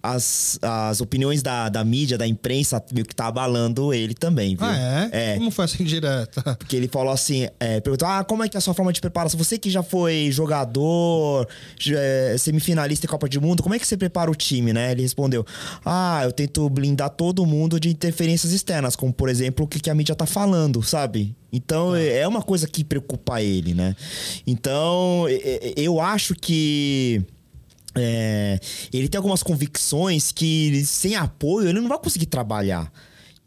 S4: as, as opiniões da, da mídia, da imprensa, meio que tá abalando ele também, viu?
S1: Ah, é?
S4: É,
S1: Como foi essa indireta?
S4: porque ele falou assim, é, perguntou, ah, como é que é a sua forma de preparação? Você que já foi jogador, já é semifinalista em Copa do Mundo, como é que você prepara o time, né? Ele respondeu, ah, eu tento blindar todo mundo de interferências externas, como, por exemplo, o que que a mídia tá falando, sabe? Então, é uma coisa que preocupa ele, né? Então, e- e- eu acho que... é, ele tem algumas convicções que sem apoio ele não vai conseguir trabalhar.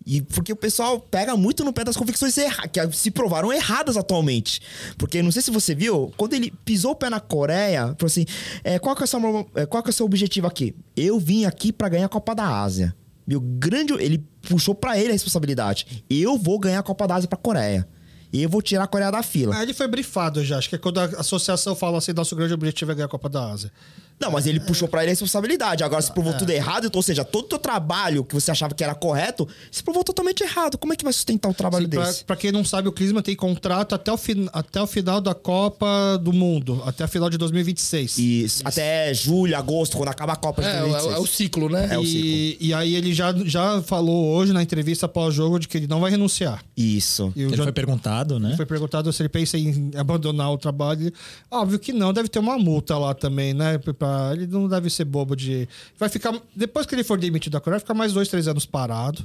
S4: E porque o pessoal pega muito no pé das convicções erra- que se provaram erradas atualmente. Porque não sei se você viu, quando ele pisou o pé na Coreia, falou assim: é, qual, que é o seu, mo- é, qual que é o seu objetivo aqui? Eu vim aqui pra ganhar a Copa da Ásia. Meu grande. Ele puxou pra ele a responsabilidade. Eu vou ganhar a Copa da Ásia pra Coreia. E eu vou tirar a Coreia da fila.
S1: Ah, ele foi brifado já. Acho que é quando a associação fala assim, nosso grande objetivo é ganhar a Copa da Ásia.
S4: Não, mas ele puxou pra ele a responsabilidade. Agora se provou tudo errado, então, ou seja, todo o teu trabalho que você achava que era correto, se provou totalmente errado. Como é que vai sustentar um trabalho
S1: Sim, pra-
S4: desse?
S1: Pra quem não sabe, o Klinsmann tem contrato até o, fin- até o final da Copa do Mundo, até a final de 2026.
S4: Isso. Até julho, agosto, quando acaba a Copa de
S3: É, é o- é o
S4: 2026.
S3: ciclo, né?
S4: É o
S1: e, e aí ele já, já falou hoje na entrevista pós-jogo de que ele não vai renunciar.
S4: Isso.
S1: E o
S7: ele
S1: Jor-
S7: foi perguntado,
S4: É?
S7: né?
S1: foi perguntado se ele pensa em abandonar o trabalho. Óbvio que não, deve ter uma multa lá também, né? Pra- ele não deve ser bobo de. Vai ficar. Depois que ele for demitido da Coreia, vai ficar mais dois, três anos parado.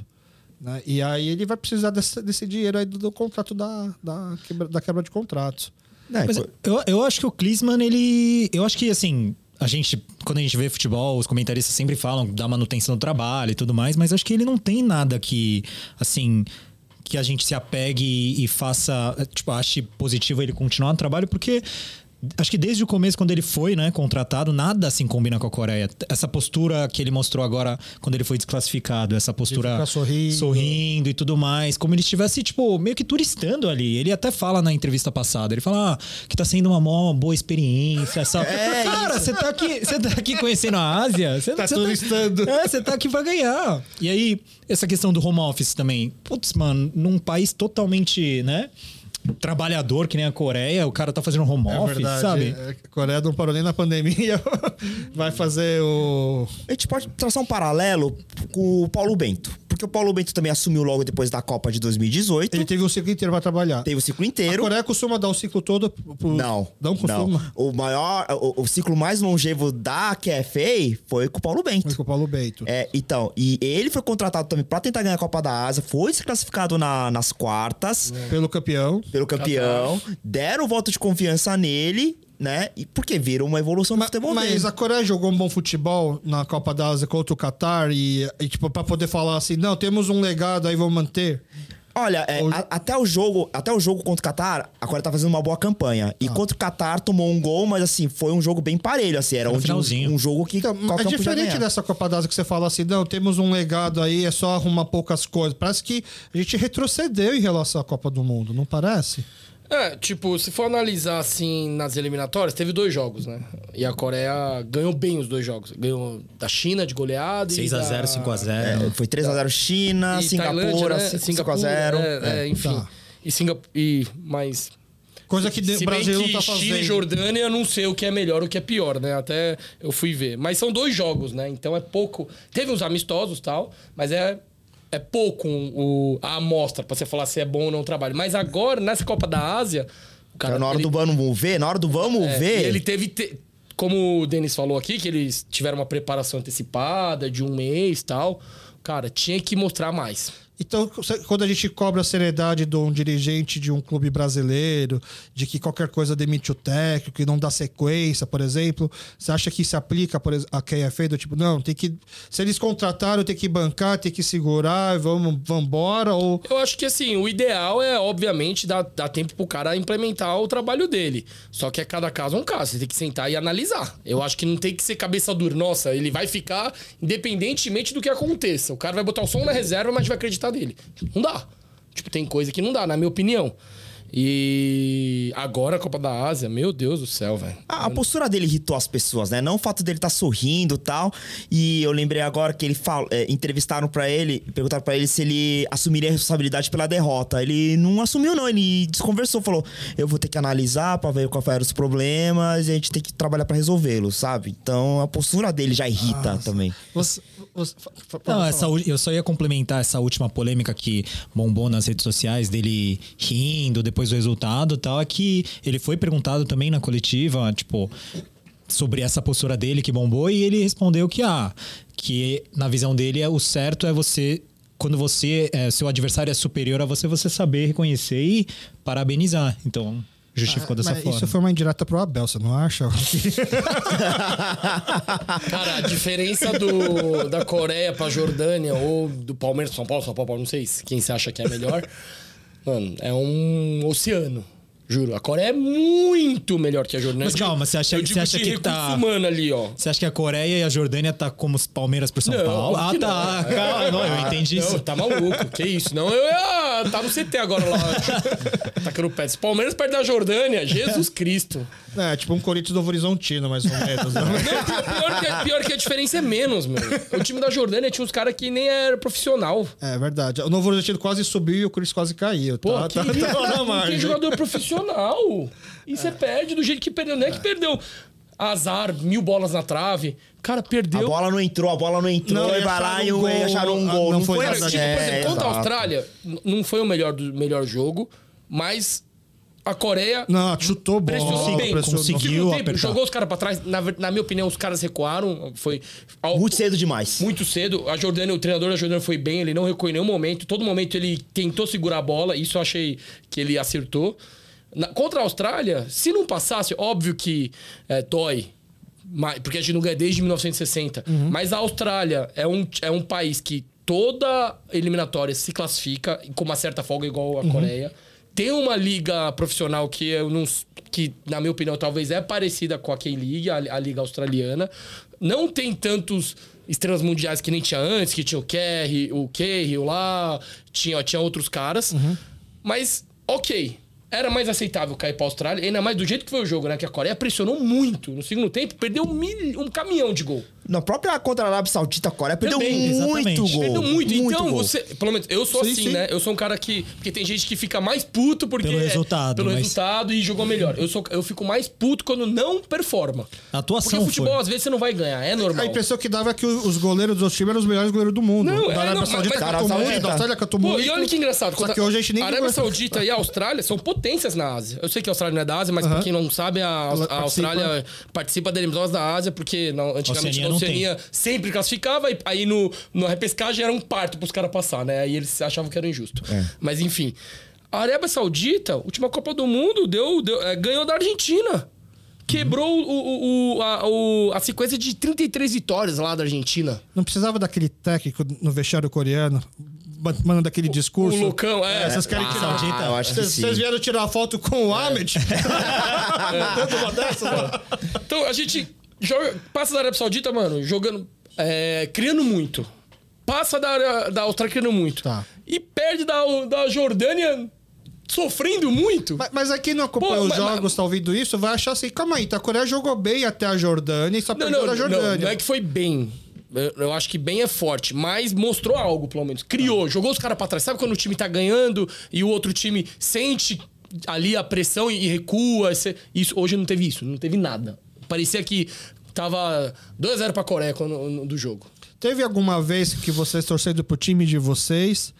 S1: Né? E aí ele vai precisar dessa- desse, dinheiro aí do, do contrato da, da, quebra, da quebra de contrato.
S4: Né,
S7: Mas
S4: co-
S7: eu, eu acho que o Klinsmann, ele. Eu acho que assim. A gente, quando a gente vê futebol, os comentaristas sempre falam da manutenção do trabalho e tudo mais, mas acho que ele não tem nada que, assim, que a gente se apegue e, e faça, eh, tipo, ache positivo ele continuar no trabalho, porque acho que desde o começo, quando ele foi, né, contratado, nada assim combina com a Coreia. Essa postura que ele mostrou agora, quando ele foi desclassificado, essa postura
S1: ficar sorrindo.
S7: sorrindo indo e tudo mais, como ele estivesse, tipo, meio que turistando ali. Ele até fala na entrevista passada, ele fala ah, que tá sendo uma mó boa experiência. Essa... Cara, você tá aqui, você tá aqui conhecendo a Ásia, você
S1: É Tá
S7: você
S1: turistando.
S7: É, você tá aqui pra ganhar. E aí, essa questão do home office também. Putz, mano, num país totalmente, né? Trabalhador, que nem a Coreia, o cara tá fazendo home office, sabe?
S1: É, A Coreia não parou nem na pandemia. Vai fazer o.
S4: a gente pode traçar um paralelo com o Paulo Bento. Porque o Paulo Bento também assumiu logo depois da Copa de 2018.
S1: Ele teve um ciclo inteiro pra trabalhar.
S4: Teve o ciclo
S1: A
S4: inteiro.
S1: Coreia costuma dar o ciclo todo pro.
S4: Não.
S1: Não costuma.
S4: O maior. O, o ciclo mais longevo da QFA foi com o Paulo Bento.
S1: Mas com o Paulo Beito.
S4: É, então, e ele foi contratado também pra tentar ganhar a Copa da Ásia, foi se classificado na- nas quartas
S1: É. Pelo campeão.
S4: pelo campeão, deram o voto de confiança nele né? E porque viram uma evolução do
S1: Ma-
S4: futebol
S1: mas
S4: deles.
S1: a Coreia jogou um bom futebol na Copa da Ásia contra o Qatar e, e, tipo, pra poder falar assim, não, temos um legado aí, vamos manter.
S4: Olha, é,
S1: Ou-
S4: a- até, o jogo, até o jogo contra o Qatar, a Coreia tá fazendo uma boa campanha.
S1: Ah.
S4: E contra o Qatar tomou um gol, mas assim, foi um jogo bem parelho, assim. Era
S7: No
S4: onde
S7: finalzinho.
S4: um, um jogo que
S1: Então, é
S4: qualquer um podia
S1: diferente
S4: ganhar.
S1: dessa Copa da Ásia que você fala assim, não, temos um legado aí, é só arrumar poucas coisas. Parece que a gente retrocedeu em relação à Copa do Mundo, não parece?
S3: É, tipo, se for analisar assim nas eliminatórias, teve dois jogos, né? E a Coreia ganhou bem os dois jogos. Ganhou da China de goleada.
S7: 6x0, 5x0.
S4: É, foi 3x0 China,
S3: e
S4: Singapura,
S3: Tailândia, né?
S4: 5x0.
S3: É, é, enfim.
S1: Tá.
S3: E Singapura. E, mas.
S1: Coisa que o
S3: se bem
S1: Brasil
S3: que
S1: não tá fazendo.
S3: Chile e Jordânia, eu não sei o que é melhor, o que é pior, né? Até eu fui ver. Mas são dois jogos, né? Então é pouco. Teve uns amistosos e tal, mas é. É pouco o, a amostra pra você falar se é bom ou não o trabalho. Mas agora, nessa Copa da Ásia. O
S4: Cara, Então, na hora
S3: ele-
S4: do vamos ver, na hora do vamos
S3: É,
S4: ver.
S3: e ele teve. te- Como o Denis falou aqui, que eles tiveram uma preparação antecipada de um mês e tal. Cara, tinha que mostrar mais.
S1: Então, quando a gente cobra a seriedade de um dirigente de um clube brasileiro, de que qualquer coisa demite o técnico e não dá sequência, por exemplo, você acha que se aplica por ex- a quem é feito? Tipo, não, tem que. Se eles contrataram, tem que bancar, tem que segurar, vamos embora? Ou.
S3: Eu acho que assim, o ideal é, obviamente, dar, dar tempo pro cara implementar o trabalho dele. Só que é cada caso é um caso, você tem que sentar e analisar. Eu acho que não tem que ser cabeça dura. Nossa, ele vai ficar independentemente do que aconteça. O cara vai botar o som na reserva, mas vai acreditar nele. Não dá. Tipo, tem coisa que não dá, na minha opinião. E agora a Copa da Ásia, meu Deus do céu, velho.
S4: A, a postura dele irritou as pessoas, né? Não o fato dele estar sorrindo e tal. E eu lembrei agora que ele fala, é, entrevistaram pra ele, perguntaram pra ele se ele assumiria a responsabilidade pela derrota. Ele não assumiu, não. Ele desconversou, falou: eu vou ter que analisar pra ver qual eram os problemas e a gente tem que trabalhar pra resolvê-los, sabe? Então a postura dele já irrita também.
S1: Você, você- fa- fa-
S7: Não,
S1: pode
S7: essa,
S1: falar.
S7: ú- eu só ia complementar essa última polêmica que bombou nas redes sociais dele rindo depois do resultado e tal, é que ele foi perguntado também na coletiva, tipo, sobre essa postura dele que bombou e ele respondeu que, ah, que na visão dele é- o certo é você... Quando você, é, seu adversário é superior a você, você saber reconhecer e parabenizar. Então, justificou
S3: Ah,
S7: dessa
S1: Mas
S7: forma.
S1: isso foi uma indireta pro Abel, você não acha?
S3: Cara, a diferença do, da Coreia pra Jordânia ou do Palmeiras pra São Paulo, São Paulo, pra- não sei se- quem você acha que é melhor. Mano, é um oceano. Juro, a Coreia é muito melhor que a Jordânia.
S7: Mas calma, você acha-
S3: eu
S7: você
S3: digo
S7: acha
S3: de
S7: que
S3: recurso
S7: tá-
S3: humano ali, ó.
S7: Você acha que a Coreia e a Jordânia tá como os Palmeiras pro São
S3: Não,
S7: Paulo?
S3: óbvio
S7: Ah,
S3: que
S7: tá.
S3: não.
S7: Calma, não, eu entendi
S3: Não,
S7: isso.
S3: tá maluco, que isso? Não, eu ia. Tá no CT agora lá. ó, Tacando o pé. Se Palmeiras perto da Jordânia, Jesus Cristo.
S1: é, tipo um Corinthians do Horizontino, mais ou menos. né?
S3: Não, pior, pior que, pior que a diferença é menos, meu. O time da Jordânia tinha uns caras que nem era profissional.
S1: É verdade. O Novo Horizontino quase subiu e o Corinthians quase caiu.
S3: Pô,
S1: tá,
S3: que
S1: tá,
S3: isso?
S1: tá na
S3: não tem
S1: margem.
S3: jogador é profissional. E você perde do jeito que perdeu. Não é que perdeu azar, mil bolas na trave. Cara,
S4: A
S3: perdeu.
S4: bola não entrou, a bola não entrou,
S1: Não,
S4: e
S1: e
S4: vai lá
S1: acharam
S4: e
S1: um
S4: e
S1: gol.
S4: acharam um
S1: Ah,
S4: gol.
S1: não foi
S3: Cara,
S1: nada disso.
S3: tipo,
S1: assim,
S3: por
S4: É,
S3: exemplo, contra a
S4: exato.
S3: Austrália, n- não foi o melhor, do, melhor jogo, mas a Coreia
S1: Não, chutou bola.
S3: pressionou bem.
S1: pressionou.
S7: conseguiu.
S3: Segundo tempo,
S7: apertar.
S3: jogou os caras pra trás. Na, ver- na minha opinião, os caras recuaram. Foi ao-
S4: Muito cedo demais.
S3: Muito cedo. A Jordânia, o treinador da Jordânia foi bem, ele não recuou em nenhum momento. Todo momento ele tentou segurar a bola, isso eu achei que ele acertou. Na- contra a Austrália, se não passasse, óbvio que é, dói. mas- porque a gente não ganha desde 1960. Mas a Austrália é um, é um país que toda eliminatória se classifica com uma certa folga igual a Coreia. Tem uma liga profissional que eu não. s- que, na minha opinião, talvez é parecida com a K-League, a, a liga australiana. Não tem tantos estrelas mundiais que nem tinha antes, que tinha o Kerry, o Kerry, o lá, tinha, tinha outros caras. Mas, ok. Era mais aceitável cair pra Austrália, ainda mais do jeito que foi o jogo, né? Que a Coreia pressionou muito no segundo tempo, perdeu um, mil- um caminhão de gol.
S4: Na própria contra a Arábia Saudita, a Coreia perdeu
S3: Também,
S4: muito
S7: exatamente.
S4: gol.
S3: Perdeu muito. Então,
S4: gol.
S3: você. Pelo menos, eu sou
S1: Sim,
S3: assim,
S1: sim.
S3: né? Eu sou um cara que. Porque tem gente que fica mais puto porque. é
S7: Pelo resultado,
S3: Pelo
S7: mas-
S3: resultado e jogou melhor. Eu, sou, eu fico mais puto quando não performa.
S7: A atuação
S3: Porque futebol,
S7: foi.
S3: às vezes, você não vai ganhar. É
S1: A
S3: normal.
S1: impressão que dava é que os goleiros dos outros times eram os melhores goleiros do mundo.
S3: Não, é,
S1: da Arábia
S3: não,
S1: Saudita
S3: mas- mas-
S1: cantou
S4: Arábia
S1: muito,
S4: Saudita.
S1: da Austrália cantou
S3: Pô,
S1: muito.
S3: e olha que engraçado.
S1: Só
S3: quando
S1: que hoje a gente nem
S3: Arábia Saudita e a Austrália são potências na Ásia. Eu sei que a Austrália não é da Ásia, mas pra quem não sabe, a, a
S1: participa.
S3: Austrália participa da eliminatória da Ásia, porque na- antigamente
S7: Oceania
S3: a
S7: não
S3: Oceania sempre classificava, e aí no, na repescagem era um parto pros caras passar, né? Aí eles achavam que era injusto. Mas enfim. A Arábia Saudita, última Copa do Mundo, deu, deu- é, ganhou da é, Argentina. quebrou o- o- o- a, o- a sequência de 33 vitórias lá da Argentina.
S1: Não precisava daquele técnico no vestiário coreano ba- mandando aquele discurso.
S3: o Lucão, é.
S1: Vocês querem tirar.
S4: Ah, eu acho que
S1: Vocês-
S4: sim. É.
S1: Vocês vieram tirar foto com o Amit?
S3: Então a gente joga- passa da Arábia Saudita, mano, jogando. é, criando muito. Passa da, Ara- da Austrália criando muito.
S1: Tá.
S3: E perde da, da Jordânia sofrendo muito.
S1: Mas, mas aqui não acompanha
S3: Pô,
S1: os
S3: mas-
S1: jogos,
S3: mas-
S1: tá ouvindo isso, vai achar assim, calma aí, tá, a Coreia jogou bem até a Jordânia e só
S3: Não,
S1: perdeu
S3: não,
S1: da
S3: não,
S1: Jordânia.
S3: não é que foi bem. Eu- Eu acho que bem é forte, mas mostrou algo, pelo menos. Criou,
S1: Tá.
S3: jogou os caras pra trás. Sabe quando o time tá ganhando e o outro time sente ali a pressão e e recua? Cê- Isso, hoje não teve isso, não teve nada. Parecia que tava 2x0 pra Coreia quando- no- do jogo.
S1: Teve alguma vez que vocês torcendo pro time de vocês,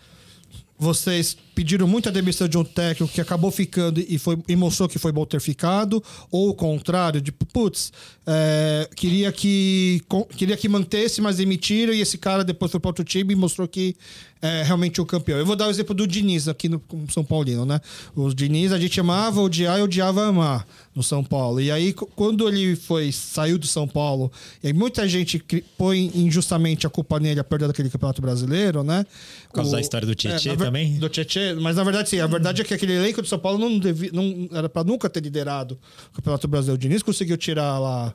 S1: vocês pediram muita demissão de um técnico que acabou ficando e, foi, e mostrou que foi bom ter ficado, ou o contrário, de putz, é, queria, que, con- queria que mantesse, mas demitiram e esse cara depois foi para outro time e mostrou que é realmente o campeão. Eu vou dar o exemplo do Diniz aqui no com São Paulino, né? Os Diniz a gente amava odiar e odiava amar no São Paulo. E aí, co- quando ele foi saiu do São Paulo, e aí muita gente cri- põe injustamente a culpa nele a perda daquele campeonato brasileiro, né? Por
S7: causa da história do Tietê
S1: é, na ver-
S7: também?
S1: Do Tietê, mas na verdade, sim, a verdade é que aquele elenco do São Paulo não, devi- não era pra nunca ter liderado o Campeonato Brasileiro. O Diniz conseguiu tirar lá.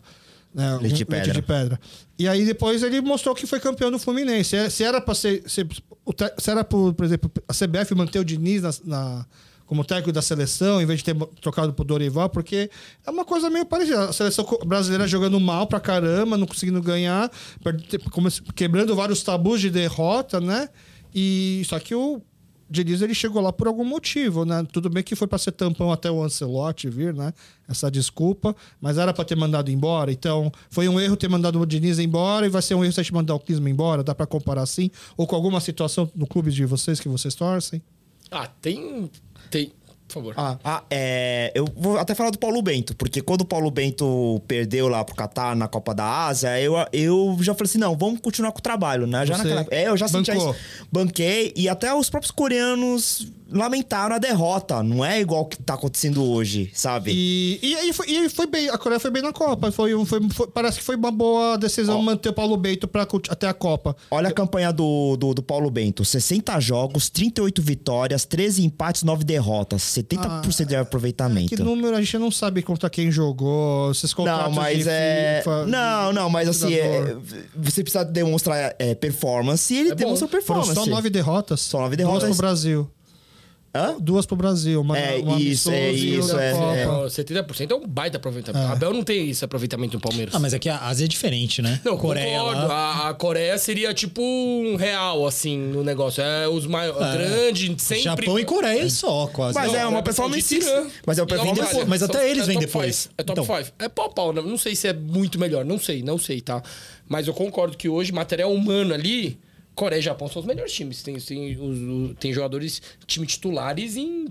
S1: Né,
S4: Leite de
S1: um- leite de pedra. E aí depois ele mostrou que foi campeão do Fluminense. Se era- Se era pra ser. Se, o te- se era, por, por exemplo, a CBF manter o Diniz na, na- como técnico da seleção, em vez de ter mo- trocado pro Dorival, porque é uma coisa meio parecida. A seleção co- brasileira jogando mal pra caramba, não conseguindo ganhar, perde- como se- quebrando vários tabus de derrota, né? E só que o Diniz ele chegou lá por algum motivo, né? Tudo bem que foi para ser tampão até o Ancelotti vir, né? Essa desculpa, mas era para ter mandado embora. Então, foi um erro ter mandado o Diniz embora e vai ser um erro você te mandar o Klinsmann embora, dá para comparar assim ou com alguma situação no clube de vocês que vocês torcem?
S3: Ah, tem. Tem. Por favor.
S4: Ah, ah, é, eu vou até falar do Paulo Bento, porque quando o Paulo Bento perdeu lá pro Catar na Copa da Ásia, eu, eu já falei assim: não, vamos continuar com o trabalho, né? Já
S1: Você
S4: naquela, é, eu já senti
S1: bancou.
S4: isso. Banquei, e até os próprios coreanos lamentaram a derrota. Não é igual que tá acontecendo hoje, sabe?
S1: E, e aí foi, e foi bem, a Coreia foi bem na Copa, foi, um- foi- foi- parece que foi uma boa decisão manter o Paulo Bento para até a Copa.
S4: Olha a campanha do, do, do Paulo Bento: 60 jogos, 38 vitórias, 13 empates, 9 derrotas, 70% de aproveitamento.
S1: Ah, é, Que número a gente não sabe contra quem jogou, esses contratos
S4: Então. Não, mas
S1: de
S4: é.
S1: FIFA,
S4: não, não, mas assim, é-
S1: jogador.
S4: você precisa demonstrar é, performance e ele
S3: É bom.
S4: demonstrou
S1: Foram
S4: performance.
S1: só nove derrotas.
S4: assim? Só nove derrotas.
S1: Duas pro Brasil.
S4: Hã?
S1: Duas pro Brasil. Uma,
S4: É,
S1: uma
S4: isso, é
S1: amistosa e
S4: isso,
S1: outra
S4: é,
S1: Copa.
S4: é.
S3: Pô, 70% é um baita aproveitamento. A Abel não tem esse aproveitamento no Palmeiras.
S7: Ah, mas aqui a Ásia é diferente, né?
S3: Não,
S7: Coreia
S3: concordo.
S7: lá.
S3: A, a Coreia seria tipo um real, assim, no negócio. É os maiores. Grande, sempre.
S7: Japão e Coreia só, quase.
S4: Mas
S7: Não,
S4: é uma performance.
S3: Irã.
S4: Mas é uma
S3: E
S4: performance.
S3: Austrália.
S7: depois, mas até
S3: São-
S7: eles
S3: é
S7: vêm
S3: top
S7: depois.
S3: five, é top
S7: Então.
S3: 5. É pau-pau. Não, não sei se é muito melhor. Não sei, não sei, tá? Mas eu concordo que hoje, material humano ali, Coreia e Japão são os melhores times. Tem, tem, os- o- tem jogadores, time titulares em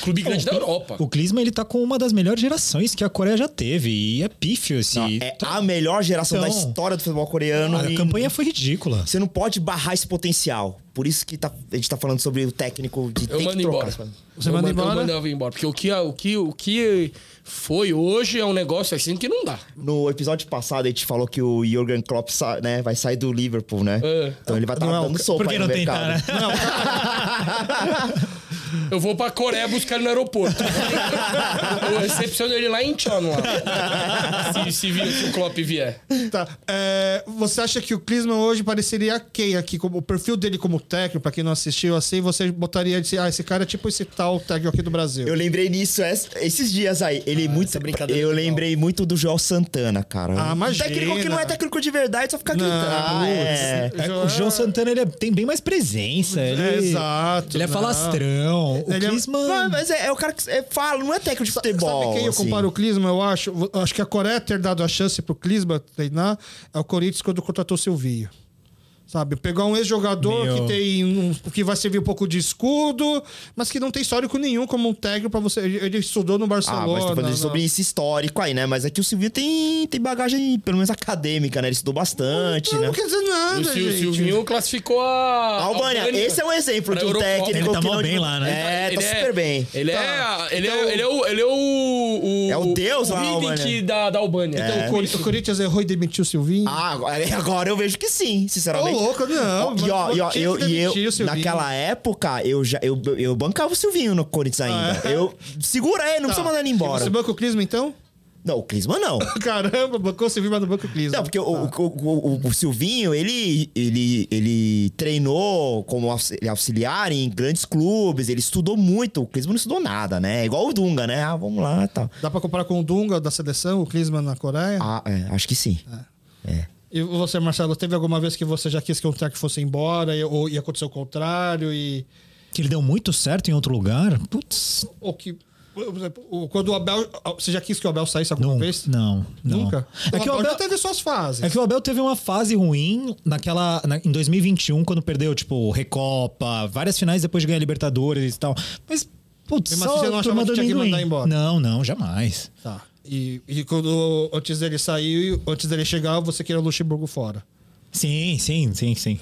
S3: clube grande da Europa.
S7: O Klinsmann, ele tá com uma das melhores gerações que a Coreia já teve. E é pífio esse...
S4: É um a melhor geração da
S7: Então-
S4: história do futebol coreano.
S7: Cara,
S4: e
S7: a campanha foi ridícula.
S4: Você não pode barrar esse potencial. Por isso que tá- a gente tá falando sobre o técnico de
S3: Eu
S4: tem
S3: mando
S4: que trocar.
S3: embora.
S1: Você
S3: eu
S1: manda
S3: mando-
S1: embora?
S3: Eu mandava embora. Porque o que, é, o, que, o que foi hoje é um negócio assim que não dá.
S4: No episódio passado, a gente falou que o Jürgen Klopp sa- né, vai sair do Liverpool, né?
S3: É.
S4: Então ele vai estar
S1: Não é
S4: dando
S1: o-
S4: sopa
S7: Por que
S4: aí
S7: não
S4: no
S7: tentar,
S4: mercado.
S7: né?
S3: Eu vou pra Coreia buscar ele no aeroporto. eu recepciono ele lá em Incheon, lá. Se, se, vir, se o Klopp vier.
S1: Tá. É, você acha que o Klinsmann hoje pareceria quem aqui? Como, o perfil dele como técnico, pra quem não assistiu assim, você botaria de ah, esse cara é tipo esse tal técnico aqui do Brasil.
S4: Eu lembrei nisso es- esses dias aí. Ele muito.
S8: brincadeira
S4: eu
S8: é legal.
S4: lembrei muito do Joel Santana, cara.
S1: Ah, imagina.
S4: Técnico que não é técnico de verdade, só fica gritando. Ah, é.
S7: É, o João Santana ele é- tem bem mais presença. Ele,
S1: É, exato,
S7: Ele é
S1: não.
S7: falastrão. O
S1: Ele é-
S7: Klinsmann.
S4: Não, mas é, é o cara que é, fala, não é técnico de futebol.
S1: Sabe quem eu
S4: assim.
S1: comparo o Klinsmann? Eu acho, eu acho que a Coreia ter dado a chance pro Klinsmann treinar é o Corinthians quando contratou o Silvinho. Sabe, pegar um ex-jogador
S7: Meu.
S1: que tem um, que vai servir um pouco de escudo, mas que não tem histórico nenhum como um técnico pra você. Ele ele estudou no
S4: Ah,
S1: Barcelona.
S4: mas tô falando
S1: na-
S4: sobre esse histórico aí, né? Mas é que o Silvinho tem, tem bagagem, pelo menos acadêmica, né? Ele estudou bastante,
S1: Não,
S4: né?
S1: não quer dizer
S3: O,
S1: nada,
S3: Sil- o
S1: gente.
S3: Silvinho classificou a.
S4: A Albânia, esse é um exemplo
S3: Pra
S4: de um
S3: Eurocopa.
S4: técnico
S7: Ele tá
S4: que
S7: mó
S4: não-
S7: bem lá, né?
S4: É,
S3: Ele
S4: tá super bem.
S3: Ele, é, a- ele, é, ele é o. Ele é o.
S4: É o deus
S3: o
S4: lá,
S3: Vidic
S4: Albânia. É.
S3: da, da Albânia.
S1: Então, o, Cori- o Corinthians errou e demitiu o Silvinho.
S4: Ah, agora- agora eu vejo que sim,
S1: Ô,
S4: sinceramente.
S1: louco, não.
S4: E ó, e ó,
S1: Tinha
S4: eu,
S1: que
S4: e eu
S1: demitir o Silvinho.
S4: naquela época, eu já eu, eu bancava o Silvinho no Corinthians ainda. Eu segura ele, não precisa mandar ele embora.
S1: Ah, é? Tá. Você banca o Clisma, então?
S4: Não, o Clisman não.
S1: Caramba, bancou o Silvinho, mas não banca o Clisma.
S4: Não, porque o,
S1: tá.
S4: o, o- o- o Silvinho, ele, ele, ele treinou como aux- ele é auxiliar em grandes clubes, ele estudou muito. O Clisman não estudou nada, né? É Igual o Dunga, né? Ah, vamos lá e tal.
S1: Dá pra comparar com o Dunga da seleção, o Clisma na Coreia?
S4: Ah, é, acho que sim.
S1: E você, Marcelo, teve alguma vez que você já quis que um técnico fosse embora e, ou, e aconteceu o contrário? E,
S7: Que ele deu muito certo em outro lugar. Putz,
S1: ou que. por exemplo, o- Quando o Abel. Você já quis que o Abel saísse alguma
S7: não,
S1: vez?
S7: não, não.
S1: Nunca?
S7: É que o Abel,
S1: já teve suas fases.
S7: é que o Abel teve uma fase ruim naquela, na- em 2021, quando perdeu, tipo, Recopa, várias finais depois de ganhar Libertadores e tal. Mas, putz,
S1: Mesmo
S7: só
S1: assim, você não
S7: a
S1: achava
S7: turma
S1: que
S7: do
S1: tinha que
S7: amendoim.
S1: mandar embora?
S7: Não, não, jamais.
S1: Tá. E, e quando. Antes dele sair, antes dele chegar, você queria o Luxemburgo fora.
S7: Sim, sim, sim, sim.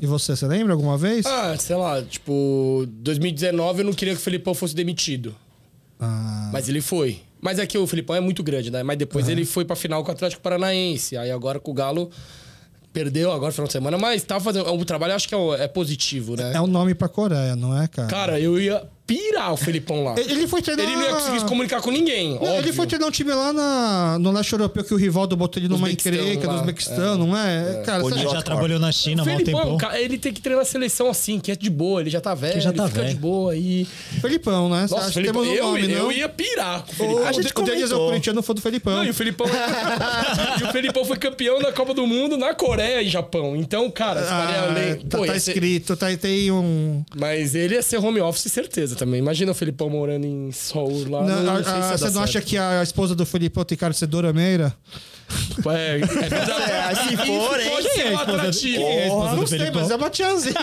S1: E você, você lembra alguma vez?
S3: Ah, sei lá, tipo, 2019 eu não queria que o Felipão fosse demitido.
S1: Ah.
S3: Mas ele foi. Mas é que o Filipão é muito grande, né? Mas depois ele foi pra final com o Atlético Paranaense. Aí agora com o Galo perdeu agora final de semana, mas tá fazendo. O trabalho acho que é, o- é positivo, né?
S1: É o nome pra Coreia, não é, cara?
S3: Cara, eu ia pirar o Felipão lá.
S1: Ele foi treinar-
S3: Ele não ia conseguir se comunicar com ninguém.
S1: Não, ele
S3: óbvio.
S1: foi treinar um time lá na- no leste europeu que o Rivaldo botou ele numa
S3: Uzbequistão,
S1: encrenca do
S3: lá.
S1: Uzbequistão, não é? Cara,
S4: Pô,
S1: sabe-
S7: Ele
S4: York
S7: já
S4: Park.
S7: trabalhou na China
S3: O
S7: há um
S3: Felipão,
S7: tempo.
S3: cara, ele tem que treinar a seleção assim, que é de boa, ele já tá velho,
S7: já tá
S3: ele fica
S7: velho.
S3: de boa aí.
S1: Felipão, né? Você
S3: Nossa,
S1: acha que
S3: Felipão,
S1: temos um
S3: eu,
S1: nome,
S3: eu
S1: não?
S3: ia pirar com o
S1: O,
S3: Felipão.
S4: A gente
S1: o Denis é o
S4: comentou.
S1: corintiano foi do Felipão.
S3: Não, e o Felipão. e o Felipão foi campeão da Copa do Mundo na Coreia e Japão. Então, cara, se faria
S1: Ah,
S3: além.
S1: tá,
S3: Pô,
S1: tá
S3: ia ser-
S1: escrito, tá, tem um.
S3: Mas ele ia ser home office, certeza também. Imagina o Felipão morando em Seul lá. Não,
S1: Não,
S3: Ah, não
S1: a-
S3: sei se
S1: a-
S3: ia dar
S1: você não
S3: certo.
S1: acha que a esposa do Felipão tem cara de ser Dora Meira?
S3: É, é verdade.
S4: É, se for, hein?
S3: Pode ser um
S7: esposa-
S3: atrativo.
S7: quem é a esposa
S1: não
S7: do
S1: sei,
S7: Felipão?
S1: mas é uma tiazinha.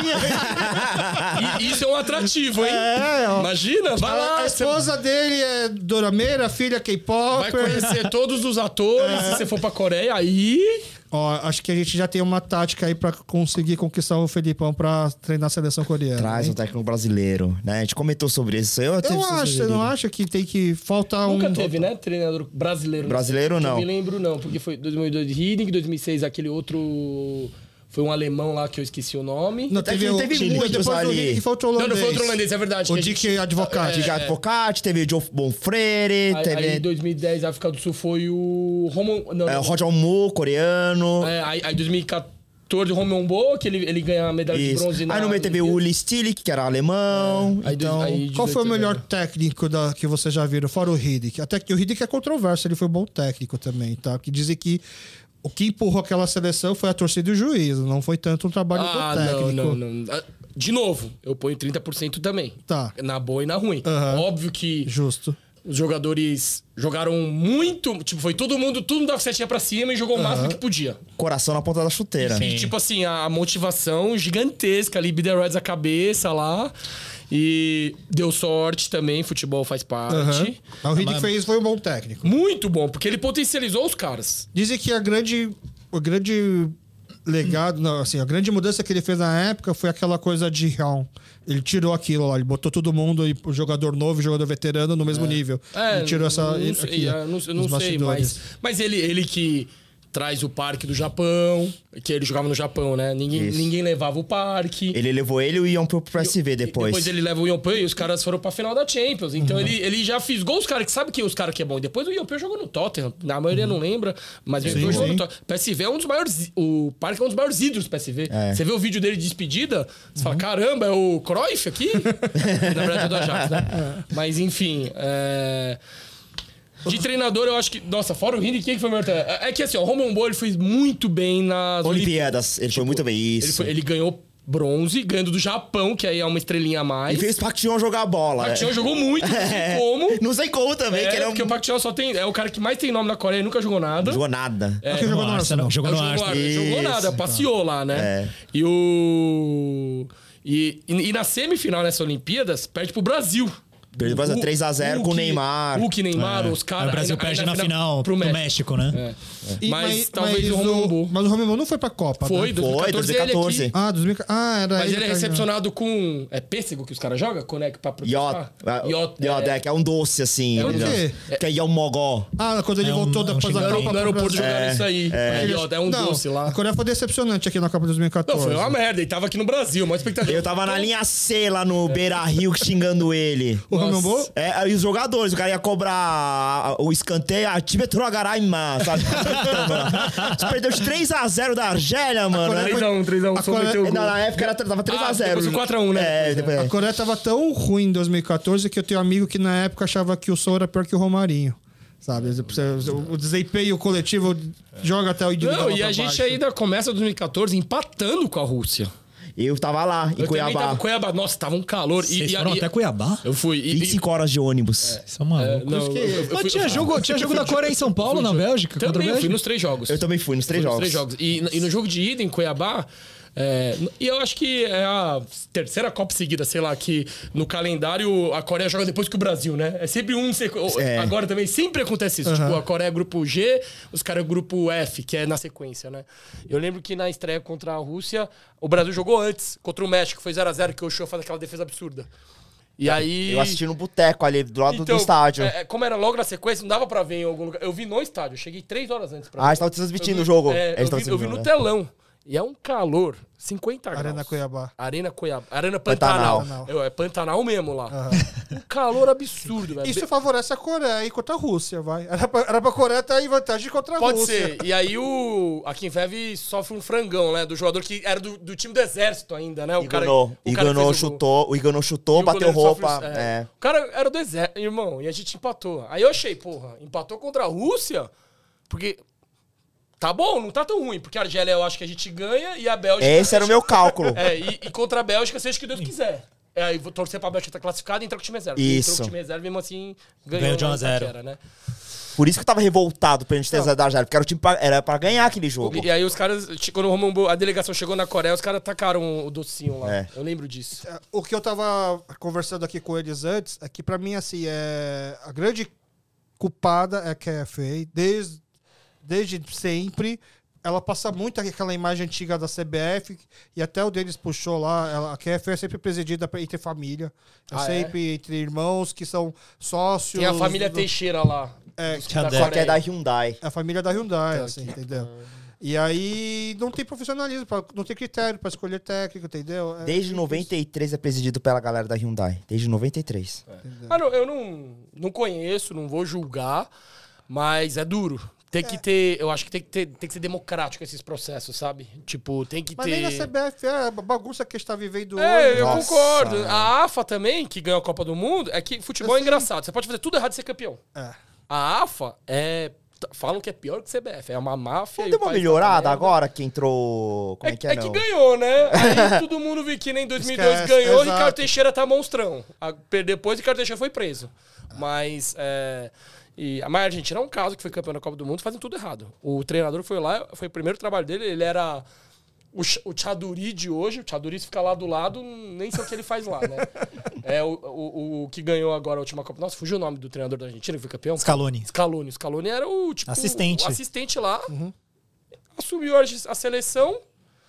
S3: E- Isso é um atrativo, hein?
S1: É, ó. Ah,
S3: Imagina, vai
S1: a,
S3: lá.
S1: a
S3: você
S1: esposa dele é Dora Meira, a filha é
S3: Vai
S1: K-pop.
S3: conhecer todos os
S1: É.
S3: atores. Se você for pra Coreia, aí.
S1: Ó, acho que a gente já tem uma tática aí pra conseguir conquistar o Felipão pra treinar a seleção coreana.
S4: Traz
S1: hein?
S4: um técnico brasileiro, né? A gente comentou sobre isso. Eu,
S1: é. Eu acho, você não acha que tem que faltar um.
S3: Nunca teve, né? Treinador brasileiro.
S4: Brasileiro, não.
S3: Eu me lembro, não, porque foi 2002 Hiddink, 2006 aquele outro. Foi um alemão lá que eu esqueci o nome.
S1: Não,
S4: Até
S1: teve,
S4: que
S1: o-
S4: teve
S1: Chile.
S4: muitos
S1: depois do
S4: ali.
S1: Rick que faltou o
S3: Não,
S1: holandês.
S3: não foi outro holandês, é verdade,
S1: O
S3: que a
S1: Dick
S3: gente-
S1: Advocati.
S4: Diga Advocati, teve o Joe Bonfrere,
S3: É, Aí,
S4: teve
S3: aí, 2010, a África do Sul foi o. Roman, não,
S4: é, o Roger Mu, coreano.
S3: é, aí, aí 2014, o Roman Bo, é um que ele, ele ganha a medalha de
S4: Isso.
S3: bronze na. né? É.
S4: Aí no meio teve o Uli Stilich, que era alemão.
S3: Aí,
S4: então,
S3: dois- aí
S1: Qual foi o
S3: 18,
S1: melhor
S3: né?
S1: técnico da, que vocês já viram? Fora o Hiddick. Até que o Hiddick é controverso, ele foi um bom técnico também, tá? Que dizem que o que empurrou aquela seleção foi a torcida e o juiz, não foi tanto um trabalho
S3: Ah,
S1: do
S3: não,
S1: técnico.
S3: não, não. Ah, De novo, eu ponho 30% também.
S1: Tá.
S3: Na boa e na ruim.
S1: Aham.
S3: Óbvio que
S1: Justo.
S3: os jogadores jogaram muito. Tipo, foi todo mundo, todo mundo dava setinha pra cima e jogou o máximo que podia.
S4: coração na ponta da chuteira.
S3: E, tipo assim, a motivação gigantesca ali, Bider Reds a cabeça lá. E deu sorte também, futebol faz parte.
S1: Aham. Mas O Hiddick fez foi um bom técnico.
S3: Muito bom, porque ele potencializou os caras.
S1: Dizem que a grande. O grande legado, não, assim, a grande mudança que ele fez na época foi aquela coisa de Hyun. Ele tirou aquilo lá, ele botou todo mundo, e o jogador novo e o jogador veterano no mesmo nível. ele tirou essa.
S3: É. Não sei,
S1: aqui,
S3: é, não, eu não
S1: nos
S3: sei,
S1: bastidores.
S3: mas. Mas ele, ele que traz o parque do Japão, que ele jogava no Japão, né? Ninguém,
S4: Isso.
S3: ninguém levava o parque.
S4: Ele levou ele e o Ion pro pro SV depois. Uhum.
S3: Depois ele leva o Yonpei e os caras foram pra final da Champions. Então ele, ele já fisgou os caras que sabe que os caras que é bom. E Depois o Yonpei jogou no Tottenham. Na maioria
S4: Uhum.
S3: não lembra, mas o Yonpei jogou
S1: sim.
S3: no Tottenham. PSV é um dos maiores. O parque é um dos maiores ídolos do PSV.
S4: É. Uhum.
S3: Você vê o vídeo dele de despedida, você fala: caramba, é o Cruyff aqui? Na verdade é do Ajax, né? Mas enfim. é, De treinador, eu acho que. Nossa, fora o Hindi, quem que foi o melhor treinador? É que assim, ó, o Romão Bo, ele fez muito bem nas
S4: Olimpíadas, ele foi muito bem.
S3: ele,
S4: Isso.
S3: foi- ele ganhou bronze, ganhando do Japão, que aí é uma estrelinha a
S4: E
S3: mais.
S4: fez o Pactinho jogar a bola.
S3: O Pacquiao
S4: é.
S3: jogou muito, não sei como.
S4: Não sei como também,
S3: É,
S4: que ele é um...
S3: Porque o Pacquiao só tem... É o cara que mais tem nome na Coreia, nunca jogou nada.
S4: jogou nada.
S1: É, que jogou no Arsenal.
S7: Jogou
S3: É,
S7: no
S3: jogou
S7: Arsenal.
S3: ar- jogou
S4: Isso, então. É.
S3: nada, passeou lá, né? E o. E, e, e na semifinal nessa Olimpíadas, perde pro Brasil.
S4: Perdeu pro Brasil,
S3: Hulk-
S4: 3 a 0 com o
S3: Hulk-
S4: Neymar.
S3: Hulk, Neymar,
S7: É.
S3: os caras.
S7: Aí O Brasil
S3: aí
S7: perde na, final pro México, né?
S3: É. Mas, talvez o
S1: o,
S3: Romambu.
S1: mas o Romimbu não foi pra Copa,
S3: Foi,
S1: né?
S3: 2014, ele aqui.
S4: 2014.
S1: Ah, 2000, ah, era
S3: Mas ele é
S1: que-
S3: recepcionado com. É pêssego que os caras jogam? Conec pra
S4: Iota.
S3: Iota.
S4: Iota, é que é um doce, assim.
S3: Ah, É um
S4: ele-
S1: quê?
S4: Que é Yomogó.
S1: Ah, quando ele
S7: É um-
S1: voltou
S7: é um
S1: depois da
S7: xingamento.
S1: Copa
S3: No
S1: pro
S3: aeroporto
S1: Brasil.
S3: jogando isso aí. É,
S1: Ele-
S3: iota, é um
S1: não,
S3: doce lá.
S1: A Coreia foi decepcionante aqui na Copa de 2014.
S3: Não, foi uma merda. Ele tava aqui no Brasil, uma expectativa.
S4: Eu tava na linha C lá no Beira Rio xingando ele.
S1: O Romimbu?
S3: Nossa.
S4: É, aí os jogadores, o cara ia cobrar o escanteio, a time Troagaraima, sabe? Você perdeu de 3x0 da
S3: Tá
S4: Argélia, mano.
S1: Coreia-
S4: Era-
S3: 3x1, 3x1, só
S1: Agora-
S3: meteu o
S4: na,
S3: gol. Ah,
S4: na época era, tava 3x0.
S3: depois o 4 a 1, né?
S4: É, depois,
S1: A Coreia tava tão ruim em 2014 que eu tenho um amigo que na época achava que o Sol era pior que o Romarinho. Sabe? O desempenho coletivo joga até o individual.
S3: Não, e
S1: pra
S3: a gente
S1: baixo.
S3: ainda começa 2014 empatando com a Rússia.
S4: Eu tava lá,
S3: Eu
S4: em
S3: também
S4: Cuiabá.
S3: Tava, em Cuiabá, nossa, tava um calor. E-
S7: Vocês
S3: e,
S7: foram
S3: e-
S7: até Cuiabá?
S3: Eu fui. E, e,
S4: 25 horas de ônibus.
S7: Isso é maluco.
S3: não, eu- eu- eu fui-
S7: Mas tinha jogo, tinha jogo da Coreia em São Paulo, na Bélgica, contra a
S3: também, eu fui
S7: Bélgica?
S3: nos três jogos.
S4: Eu também fui nos três
S3: Fui
S4: jogos.
S3: Nos três jogos. E, e no jogo de ida em Cuiabá. é, e eu acho que é a terceira Copa seguida, sei lá, que no calendário a Coreia joga depois que o Brasil, né? É sempre um. sequ-
S4: É.
S3: Agora também sempre acontece isso. Tipo, a Coreia é grupo G, os caras é grupo F, que é na sequência, né? Eu lembro que na estreia contra a Rússia, o Brasil jogou antes, contra o México, foi 0x0, que o Ochoa faz aquela defesa absurda. E aí.
S4: É, Eu assisti no boteco ali, do lado
S3: Então,
S4: do estádio.
S3: é, é, como era logo na sequência, não dava pra ver em algum lugar. Eu vi no estádio, eu cheguei três horas antes pra
S4: Ah,
S3: ver.
S4: eles tavam transmitindo
S3: Eu vi-
S4: o jogo.
S3: é,
S4: Eles né?
S3: eu,
S4: tavam
S3: vi, eu vi no
S4: transmitindo,
S3: telão. E é um calor, 50 graus.
S1: Arena Cuiabá.
S3: Arena Cuiabá. Arena
S4: Pantanal.
S3: Pantanal. Eu- é Pantanal mesmo lá. Um calor absurdo, velho.
S4: é
S1: Isso
S3: Be-
S1: favorece a Coreia e contra a Rússia, vai. Era pra, era pra Coreia estar em vantagem contra a
S3: Pode
S1: Rússia.
S3: ser. E aí o. A Kinvev sofre um frangão, né? Do jogador que era do, do time do exército ainda, né? O cara,
S4: Iganou.
S3: o cara que
S4: Iganou
S3: fez o gol.
S4: chutou, o Iganou chutou,
S3: E o
S4: bateu
S3: goleiro sofre
S4: roupa.
S3: os-
S4: É.
S3: O cara era do exército, irmão, e a gente empatou. Aí eu achei, porra, empatou contra a Rússia? Porque. Tá bom, não tá tão ruim, porque a Argélia eu acho que a gente ganha e a Bélgica.
S4: Esse era o meu cálculo.
S3: É, e, e contra a Bélgica, seja o que Deus quiser. É, aí vou torcer pra Bélgica estar classificada e entrar com o time reserva. Entrou
S4: Isso.
S3: com o time reserva e mesmo assim
S7: Ganhou
S3: ganhou.
S7: de um
S3: lá
S7: a
S3: em
S7: zero.
S3: Itaquera, Né?
S4: Por isso que eu tava revoltado pra gente ter zero da Argélia, porque era, o time pra, era pra ganhar aquele jogo.
S3: E, e aí os caras, quando o Romão, a delegação chegou na Coreia, os caras tacaram o docinho lá.
S4: É.
S3: Eu lembro disso.
S1: É, O que eu tava conversando aqui com eles antes é que, pra mim, assim, é... a grande culpada é que a FA, desde, desde sempre, ela passa muito aquela imagem antiga da CBF, e até o deles puxou lá, ela, a KFA é sempre presidida pra- entre família, é
S3: Ah, é?
S1: sempre entre irmãos que são sócios.
S3: Tem a família
S1: do-
S3: Teixeira lá.
S1: É,
S3: da
S7: Cadê?
S4: Só que é
S3: Coreia.
S4: da Hyundai.
S1: a família da
S3: Tá,
S1: Hyundai, assim, entendeu? E aí não tem profissionalismo, pra- não tem critério pra escolher técnico, entendeu? É-
S4: Desde 93 é presidido pela galera da Hyundai. Desde 93.
S3: Ah, não, eu não, não conheço, não vou julgar, mas é duro. Tem que ter, eu acho que tem que, ter, tem que ser democrático esses processos, sabe? Tipo, tem que
S1: Mas
S3: ter.
S1: nem na CBF, é a bagunça que a gente tá vivendo hoje.
S3: É, eu
S4: Nossa.
S3: concordo. A AFA também, que ganhou a Copa do Mundo, é que futebol é engraçado. Você pode fazer tudo errado e ser campeão.
S1: É.
S3: A AFA é. t- Falam que é pior que CBF. É uma máfia.
S4: Não
S3: e
S4: deu
S3: o
S4: uma
S3: país tá
S4: melhorada
S3: na merda.
S4: agora que entrou. Como é, que é, não?
S3: ganhou, né? Aí todo mundo viu que nem em 2002
S1: Esquece,
S3: ganhou,
S1: exato.
S3: Ricardo Teixeira tá monstrão. A- per- Depois Ricardo Teixeira foi preso. Mas. É, e, mas a Argentina é um caso que foi campeão da Copa do Mundo, fazem tudo errado. O treinador foi lá, foi o primeiro trabalho dele, ele era. O, Ch- o Chaduri de hoje, o Chaduri se fica lá do lado, nem sei o que ele faz lá, né? É o, o, o que ganhou agora a última Copa. Nossa, fugiu o nome do treinador da Argentina que foi campeão?
S7: Scaloni.
S3: Scaloni. Scaloni era o tipo.
S7: Assistente.
S3: o assistente lá.
S4: Uhum.
S3: Assumiu a, a seleção,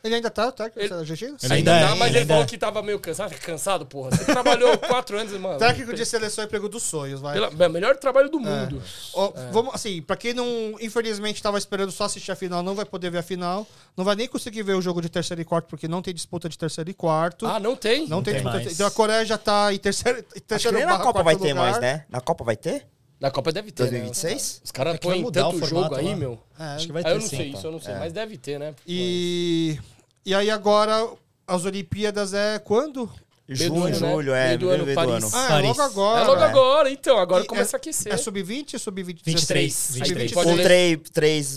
S1: Ele ainda tá, técnico da Argentina?
S7: Ele
S3: Ainda
S7: ainda
S3: dá,
S7: é,
S3: mas ele
S7: ainda
S3: falou
S7: é.
S3: que tava meio cansado. Cansado, porra. Você trabalhou quatro anos, mano.
S1: Técnico de seleção e emprego dos sonhos, vai.
S3: Pela, é, melhor trabalho do mundo.
S1: Ó, Vamos, assim, pra quem não, infelizmente, tava esperando só assistir a final, não vai poder ver a final. Não vai nem conseguir ver o jogo de terceiro e quarto, porque não tem disputa de terceiro e quarto.
S3: Ah, não tem?
S1: não, tem,
S7: tem
S1: disputa.
S7: mais.
S1: Então a Coreia já tá em terceiro, em
S4: Acho que
S1: terceiro
S4: nem na
S1: barra,
S4: Copa
S1: quarto
S4: vai ter
S1: lugar.
S4: mais, né? Na Copa vai ter?
S3: Na Copa deve ter,
S4: 2026?
S3: né? Os caras
S7: É que vai
S3: põem
S7: mudar
S3: tanto
S7: o
S3: jogo
S7: formato
S3: aí,
S7: lá.
S3: meu.
S7: Acho que vai
S3: Ah,
S7: ter então. É.
S3: eu não
S7: sim.
S3: sei isso, eu não sei. Mas deve ter, né?
S1: E, e aí agora, as Olimpíadas é quando?
S3: Meio do
S4: Junho,
S3: ano, né?
S4: julho, é.
S3: Meio do ano,
S4: meio do
S3: Paris.
S4: ano.
S3: Ah,
S1: Ah, é logo
S7: Paris.
S1: agora.
S3: é logo
S4: é.
S3: agora, então. Agora
S1: E é-
S3: começa a aquecer.
S1: É sub-20 ou sub-20?
S7: 23.
S1: Sub-23.
S3: Pode
S4: Ou
S3: ler-
S4: três, três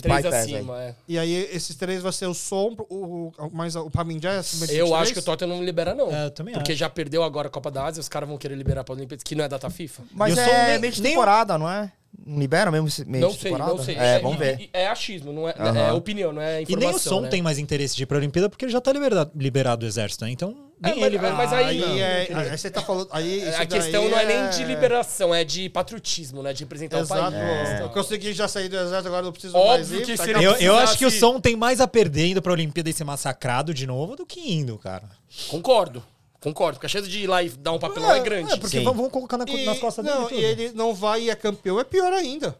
S3: Três
S4: bypass
S7: assim,
S4: aí.
S3: acima, é.
S1: E aí, esses três vai ser o som, o, o, mas o Pamindá é sub-23?
S3: Eu acho que o Tottenham não libera, não.
S7: É, eu também
S3: Porque
S7: acho.
S3: já perdeu agora a Copa da Ásia, os caras vão querer liberar pra Olimpíadas, que não é data FIFA.
S4: Mas
S7: E eu sou
S4: é
S7: nem-
S4: meio de
S7: nem-
S4: temporada, não é? Não libera mesmo esse- meio
S3: Não
S4: de
S3: sei,
S4: temporada?
S3: não sei.
S4: É, vamos
S3: e-
S4: ver.
S3: e- É achismo, não é,
S4: Aham.
S3: é opinião, não é
S7: E
S3: informação.
S7: nem o som
S3: né?
S7: tem mais interesse de ir pra Olimpíada porque ele já tá liberado, liberado do exército, né? Então,
S3: É,
S7: nem
S3: mas-
S7: ele vai.
S3: mas aí-
S1: Aí, é, aí você tá falando... Aí, isso
S3: A questão
S1: daí
S3: não é nem de liberação, é de patriotismo, né? De representar o
S1: Exato. É.
S3: país. É. Então,
S1: Eu consegui já sair do exército, agora não preciso
S3: Óbvio
S1: mais ir.
S3: que
S1: tá
S3: seria-
S1: aqui.
S7: Eu, eu acho que o
S3: precisasse-
S7: som tem mais a perder indo pra Olimpíada e ser massacrado de novo do que indo, cara.
S3: Concordo. Concordo, porque a chance de ir lá e dar um papelão é, grande.
S7: É, porque
S4: Sim.
S7: vamos vamos colocar na, co- nas costas dele
S1: não,
S7: tudo.
S1: e ele não vai e é campeão, é pior ainda.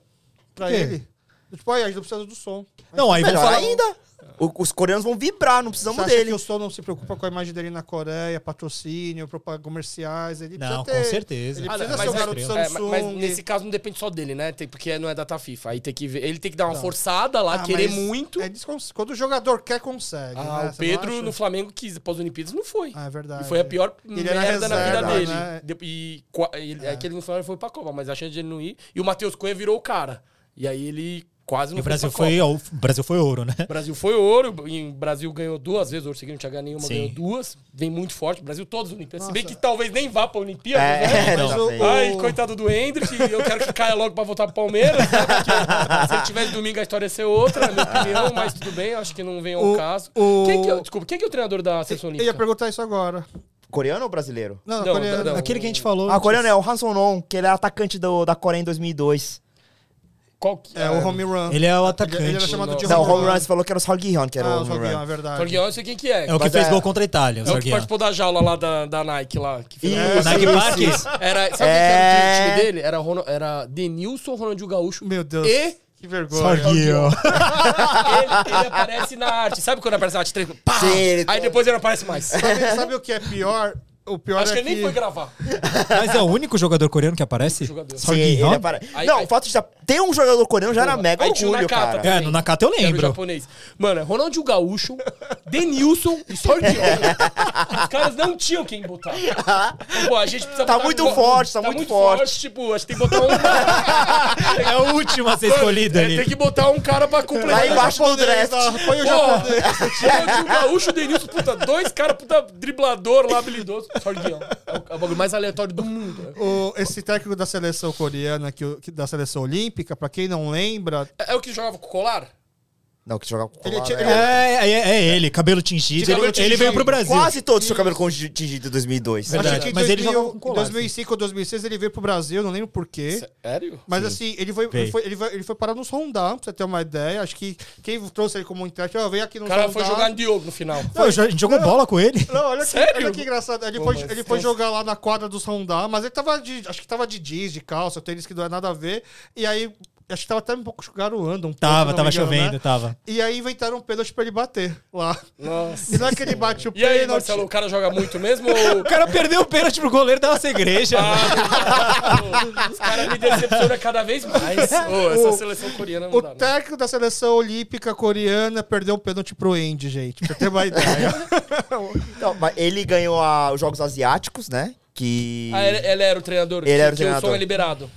S1: Pra
S7: quê?
S1: ele. Tipo, aí a gente não precisa do som.
S7: Não, aí vamos
S4: Melhor
S7: falar...
S4: ainda. O- os coreanos vão vibrar, não
S1: Você
S4: precisamos
S1: acha
S4: dele.
S1: que o som não se preocupa com a imagem dele na Coreia, patrocínio, propa- comerciais? Ele
S7: Não,
S1: precisa ter-
S7: com certeza.
S1: Ele
S7: Ah,
S1: precisa
S7: não,
S1: ser
S7: mas
S1: o garoto
S7: é-
S3: É, mas,
S1: Samsung.
S3: mas nesse caso não depende só dele, né? Tem- porque não é data FIFA. Aí tem que ver. Ele tem que dar uma forçada lá,
S1: Ah,
S3: querer
S1: mas
S3: muito.
S1: é descons- Quando o jogador quer, consegue.
S3: Ah,
S1: né?
S3: o
S1: Você não
S3: Pedro
S1: acha?
S3: no Flamengo quis, pós-Olimpíadas não foi.
S1: Ah, é verdade.
S3: E foi a pior
S1: Ele era
S3: merda na vida
S1: reserva,
S3: dele.
S1: né?
S3: De- E, qua- ele, é. que ele no Flamengo foi pra Copa, mas a chance de ele não ir. E o Matheus Cunha virou o cara. E aí ele quase não
S7: E o Brasil
S3: pra Copa.
S7: foi, o Brasil foi ouro, né?
S3: O Brasil foi ouro, e o Brasil ganhou duas vezes, ouro seguinte, não tinha ganho nenhuma,
S7: Sim.
S3: ganhou duas. Vem muito forte, o Brasil todas as Olimpíadas. Se bem que talvez nem vá pra Olimpíada,
S4: É,
S3: né?
S4: não,
S1: Mas o-
S4: velho.
S1: o-
S3: Ai, coitado do Hendrick, eu quero que caia logo pra voltar pro Palmeiras, né? Porque se ele tivesse domingo a história ia ser outra, na minha opinião, mas tudo bem, acho que não vem ao
S1: O-
S3: caso.
S1: o-
S3: Quem que é, o- desculpa, quem que é o treinador da Seleção
S1: Eu ia
S3: Olímpica?
S1: perguntar isso agora.
S4: Coreano ou brasileiro?
S1: Não,
S3: Não,
S1: não, coreano.
S3: não, não.
S7: Aquele que a gente falou.
S4: Ah, coreano é o Han Song-non, que ele era atacante do, da Coreia em 2002.
S3: Qual que
S1: É o home run.
S7: Ele é o
S1: Ele-
S7: atacante.
S1: ele era chamado de
S4: não, o home run, você falou que era o Sol Gi-hyun, que era
S1: Ah,
S4: o
S1: o
S4: home
S1: Fabião, é
S4: run.
S1: verdade.
S3: Sorguião, eu sei quem que é.
S7: É o que
S4: Mas
S7: fez
S4: é-
S7: gol contra a Itália,
S3: É o
S7: o
S3: que
S7: Sarguian.
S3: participou da jaula lá da, da Nike lá. Que fez-
S4: Isso,
S7: Nike
S4: isso.
S7: Park?
S3: Era, sabe quem
S4: É.
S3: que era o time dele? Era, Rono, era Denilson, Ronaldinho Gaúcho.
S1: Meu Deus.
S3: E
S1: Que vergonha.
S7: Sarguian.
S3: ele, ele aparece na arte. Sabe quando aparece na arte 3? Pá!
S4: Sim, ele- tá-
S3: Aí depois ele não aparece mais.
S1: Sabe, sabe o que é pior? O pior
S3: Acho
S1: é
S3: que ele nem foi gravar.
S7: Mas é o único jogador coreano que aparece?
S3: Jogador.
S4: Sim, ele é
S7: Sarguian?
S4: apare-
S3: Aí-
S4: não,
S3: aí-
S4: o fato de já ter um jogador coreano já era mega
S3: Aí tinha o
S4: orgulho,
S3: Nakata.
S4: cara.
S7: É, no Nakata eu
S3: Que Era o
S7: lembro.
S3: japonês. Mano, é Ronaldinho Gaúcho, Denilson e Sorguião. Os caras não tinham quem botar. Pô, a gente precisa
S4: Tá
S3: botar
S4: muito
S3: um-
S4: forte, tá muito forte.
S3: Tipo, acho que tem que botar um...
S7: É o último a ser escolhido
S3: É, Tem
S7: ali.
S3: que botar um cara pra
S4: Lá
S3: completar.
S4: embaixo do
S1: Japonês,
S4: draft.
S1: ó, Põe o japonês.
S3: Pô, Ronaldinho Gaúcho, Denilson, puta, dois caras, puta, driblador lá, habilidoso. Sorguião. É o, é o bagulho mais aleatório do mundo.
S1: O- esse técnico da seleção coreana, que, o- que- da seleção olímpica, pra quem não lembra,
S3: É, é o que jogava com o colar?
S4: Não, que jogava com
S1: Ele
S4: colar,
S1: tinha-
S4: né?
S7: É, é, é ele, cabelo tingido.
S3: Cabelo
S7: ele, ele veio
S3: tingido.
S7: pro Brasil.
S4: Quase todos tinham cabelo congi- tingido em 2002.
S7: Verdade.
S1: acho que em
S7: mas ele
S1: 2000
S7: jogava com
S1: em
S7: colar,
S1: 2005 ou 2006 ele veio pro Brasil, não lembro porquê.
S3: Sério?
S1: Mas assim, ele foi, ele
S7: Veio.
S1: foi, ele foi, ele foi parar nos Rondá, pra você ter uma ideia. Acho que quem trouxe ele como intérprete, ó, veio aqui no
S3: O cara foi jogar no Diogo no final.
S7: Pô, a gente jogou bola com ele.
S1: Não, olha que,
S3: Sério?
S1: olha que engraçado. Ele,
S3: Pô,
S1: foi,
S3: mas
S1: ele foi
S3: tem-
S1: jogar lá na quadra dos Rondá, mas ele tava de. Acho que tava de jeans, de calça, tênis que não é nada a ver. E aí, acho que tava até um pouco garoando. Um pouco, se não
S7: Tava,
S1: me
S7: tava
S1: engano, né?
S7: chovendo, tava.
S1: E aí inventaram um pênalti pra ele bater lá.
S3: Nossa.
S1: E lá que ele bate o
S3: E aí,
S1: pênalti.
S3: Marcelo, o cara joga muito mesmo ou...
S7: O cara perdeu o pênalti pro goleiro da nossa igreja.
S3: Os caras me decepcionam cada vez mais. Ô, essa seleção coreana não
S1: O
S3: dá, não.
S1: técnico da seleção olímpica coreana perdeu um pênalti pro Andy, gente. Pra ter uma ideia.
S4: Então, mas ele ganhou a- os Jogos Asiáticos, né? Que...
S3: Ah, ele, ele era o treinador.
S4: Ele
S3: que,
S4: era o
S3: que o som
S4: treinador.
S3: é liberado.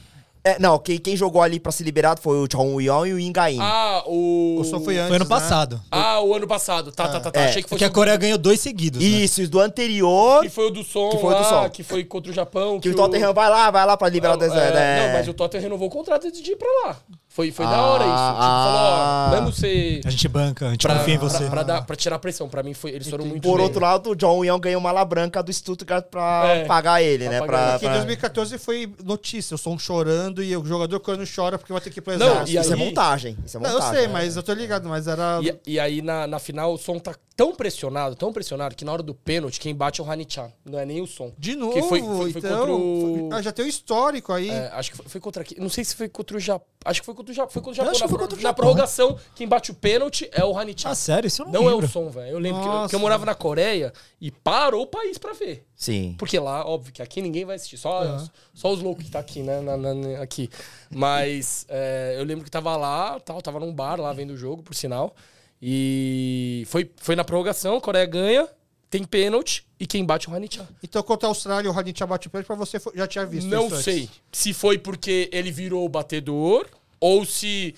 S4: É, não, quem, quem jogou ali pra ser liberado foi o Chong Yong e o Ingaim.
S3: Ah, o...
S1: O som foi antes.
S7: Foi ano
S1: né?
S7: passado.
S3: Ah, o ano passado. Tá, tá, tá. tá.
S4: É.
S3: Achei que fosse
S7: Porque a
S3: o-
S7: Coreia ganhou dois seguidos. né?
S4: Isso, os do anterior,
S3: que foi o do som
S4: Que foi o do
S3: lá,
S4: som.
S3: que foi contra o Japão.
S4: que o Tottenham vai lá, vai lá pra liberar o né?
S3: É,
S4: deserto.
S3: Não, mas o Tottenham renovou o contrato antes de ir pra lá. Foi, foi da
S4: Ah,
S3: hora isso. Tipo,
S4: ah.
S3: falou, ó, vamos ser...
S7: A gente banca, a gente
S3: Pra,
S7: confia em você.
S3: pra, pra dar, pra tirar a pressão. Pra mim, foi, eles foram muito
S4: Por
S3: bem.
S4: outro lado, o John Young ganhou uma mala branca do Stuttgart pra
S3: É,
S4: pagar ele,
S3: pra
S4: né?
S3: pagar
S4: Pra,
S1: Porque em
S4: pra-
S1: 2014 foi notícia, o som chorando e o jogador coreano chora porque vai ter que ir pro
S3: Não,
S1: exército.
S3: e
S4: Isso é
S3: aí-
S4: montagem. Isso é
S1: Não,
S4: montagem.
S1: eu sei,
S4: né?
S1: mas eu tô ligado, mas era.
S3: E, e aí, na, na final, o som tá tão pressionado, tão pressionado, que na hora do pênalti, quem bate é o Hanichan. Não é nem o som.
S1: De novo,
S3: que foi- foi- foi
S1: então.
S3: contra o-
S1: Ah, já tem o histórico aí.
S3: É, acho que foi, foi contra aqui. Não sei se foi contra o Japão. Acho que foi contra o Japão. Foi contra o
S7: Eu
S3: Japão.
S7: acho
S3: Na,
S7: que foi
S3: pro-
S7: contra o
S3: na
S7: Japão.
S3: prorrogação, quem bate o pênalti é o Hanichan.
S7: Ah, sério? Isso eu não,
S3: não é o
S7: lembro.
S3: som, velho. Eu lembro que eu,
S1: Nossa.
S3: que eu morava na Coreia e parou o país pra ver.
S4: Sim.
S3: Porque lá, óbvio que aqui ninguém vai assistir. Só, só os loucos que tá aqui, né? na- na- na- aqui. Mas é, eu lembro que tava lá, tal, tava num bar lá vendo o jogo, por sinal. E foi, foi na prorrogação, a Coreia ganha. tem pênalti e quem bate é o Hanitchá.
S1: Então, contra a Austrália, o Hadid já bate o pênalti pra você, foi- já tinha visto
S3: Não
S1: isso antes.
S3: sei se foi porque ele virou o batedor ou se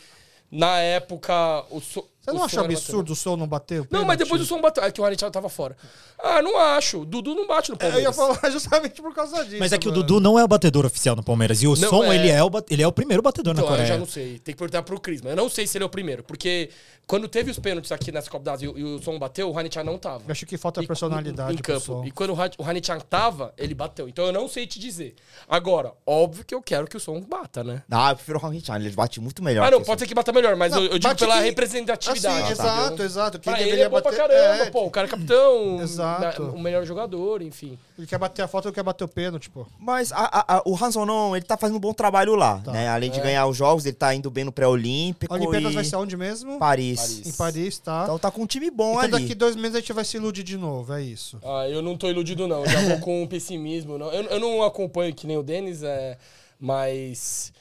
S3: na época o so...
S1: Você não
S3: o
S1: acha
S3: som era batedor.
S1: absurdo o som não bater o
S3: Não,
S1: pênalti?
S3: mas depois o som bateu. É que o Hanitchá tava fora. Ah, não acho. Dudu não bate
S1: É,
S3: no
S1: Eu
S3: Palmeiras.
S1: ia falar justamente por causa disso.
S7: Mas é que o
S1: mano.
S7: Dudu não é o batedor oficial no Palmeiras. E o
S3: Não,
S7: Som,
S3: é-
S7: ele, é o, ba- ele é o primeiro batedor na
S3: Então, eu
S7: Coreia.
S3: já não sei. Tem que perguntar pro Cris, mas eu não sei se ele é o primeiro. Porque quando teve os pênaltis aqui nessa Copa do Brasil e o som bateu, o Hanitchá não tava.
S1: Eu acho que falta
S3: E-
S1: personalidade
S3: em
S1: pro
S3: campo.
S1: som.
S3: E quando o Han- o Hanitchan tava, ele bateu. Então eu não sei te dizer. Agora, óbvio que eu quero que o som bata, né?
S4: Ah, eu prefiro o Hang Ele bate muito melhor.
S3: Ah, não,
S4: que
S3: pode ser que bata melhor, mas
S1: Não,
S3: eu, eu digo
S1: bate
S3: pela
S1: quem-
S3: representatividade.
S1: Assim,
S3: entendeu?
S1: exato, exato. Quem
S3: Pra ele
S1: deveria
S3: é bom pra
S1: bater-
S3: caramba,
S1: é.
S3: pô. O cara é capitão,
S1: Exato.
S3: da- o melhor jogador, enfim.
S1: Ele quer bater a falta, ele quer bater o pênalti, pô.
S4: Mas a- a- a- o Hanson não, ele tá fazendo um bom trabalho lá, né? Além
S3: É.
S4: de ganhar os jogos, ele tá indo bem no pré-olímpico
S1: A Olimpíadas
S4: e
S1: vai ser onde mesmo?
S4: Paris.
S1: Em Paris, tá?
S4: Então tá com um time bom
S1: Então
S4: ali.
S1: daqui dois meses a gente vai se iludir de novo, é isso.
S3: Ah, eu não tô iludido, não. Eu já vou com pessimismo, não. Eu, eu não acompanho que nem o Denis, é, mas.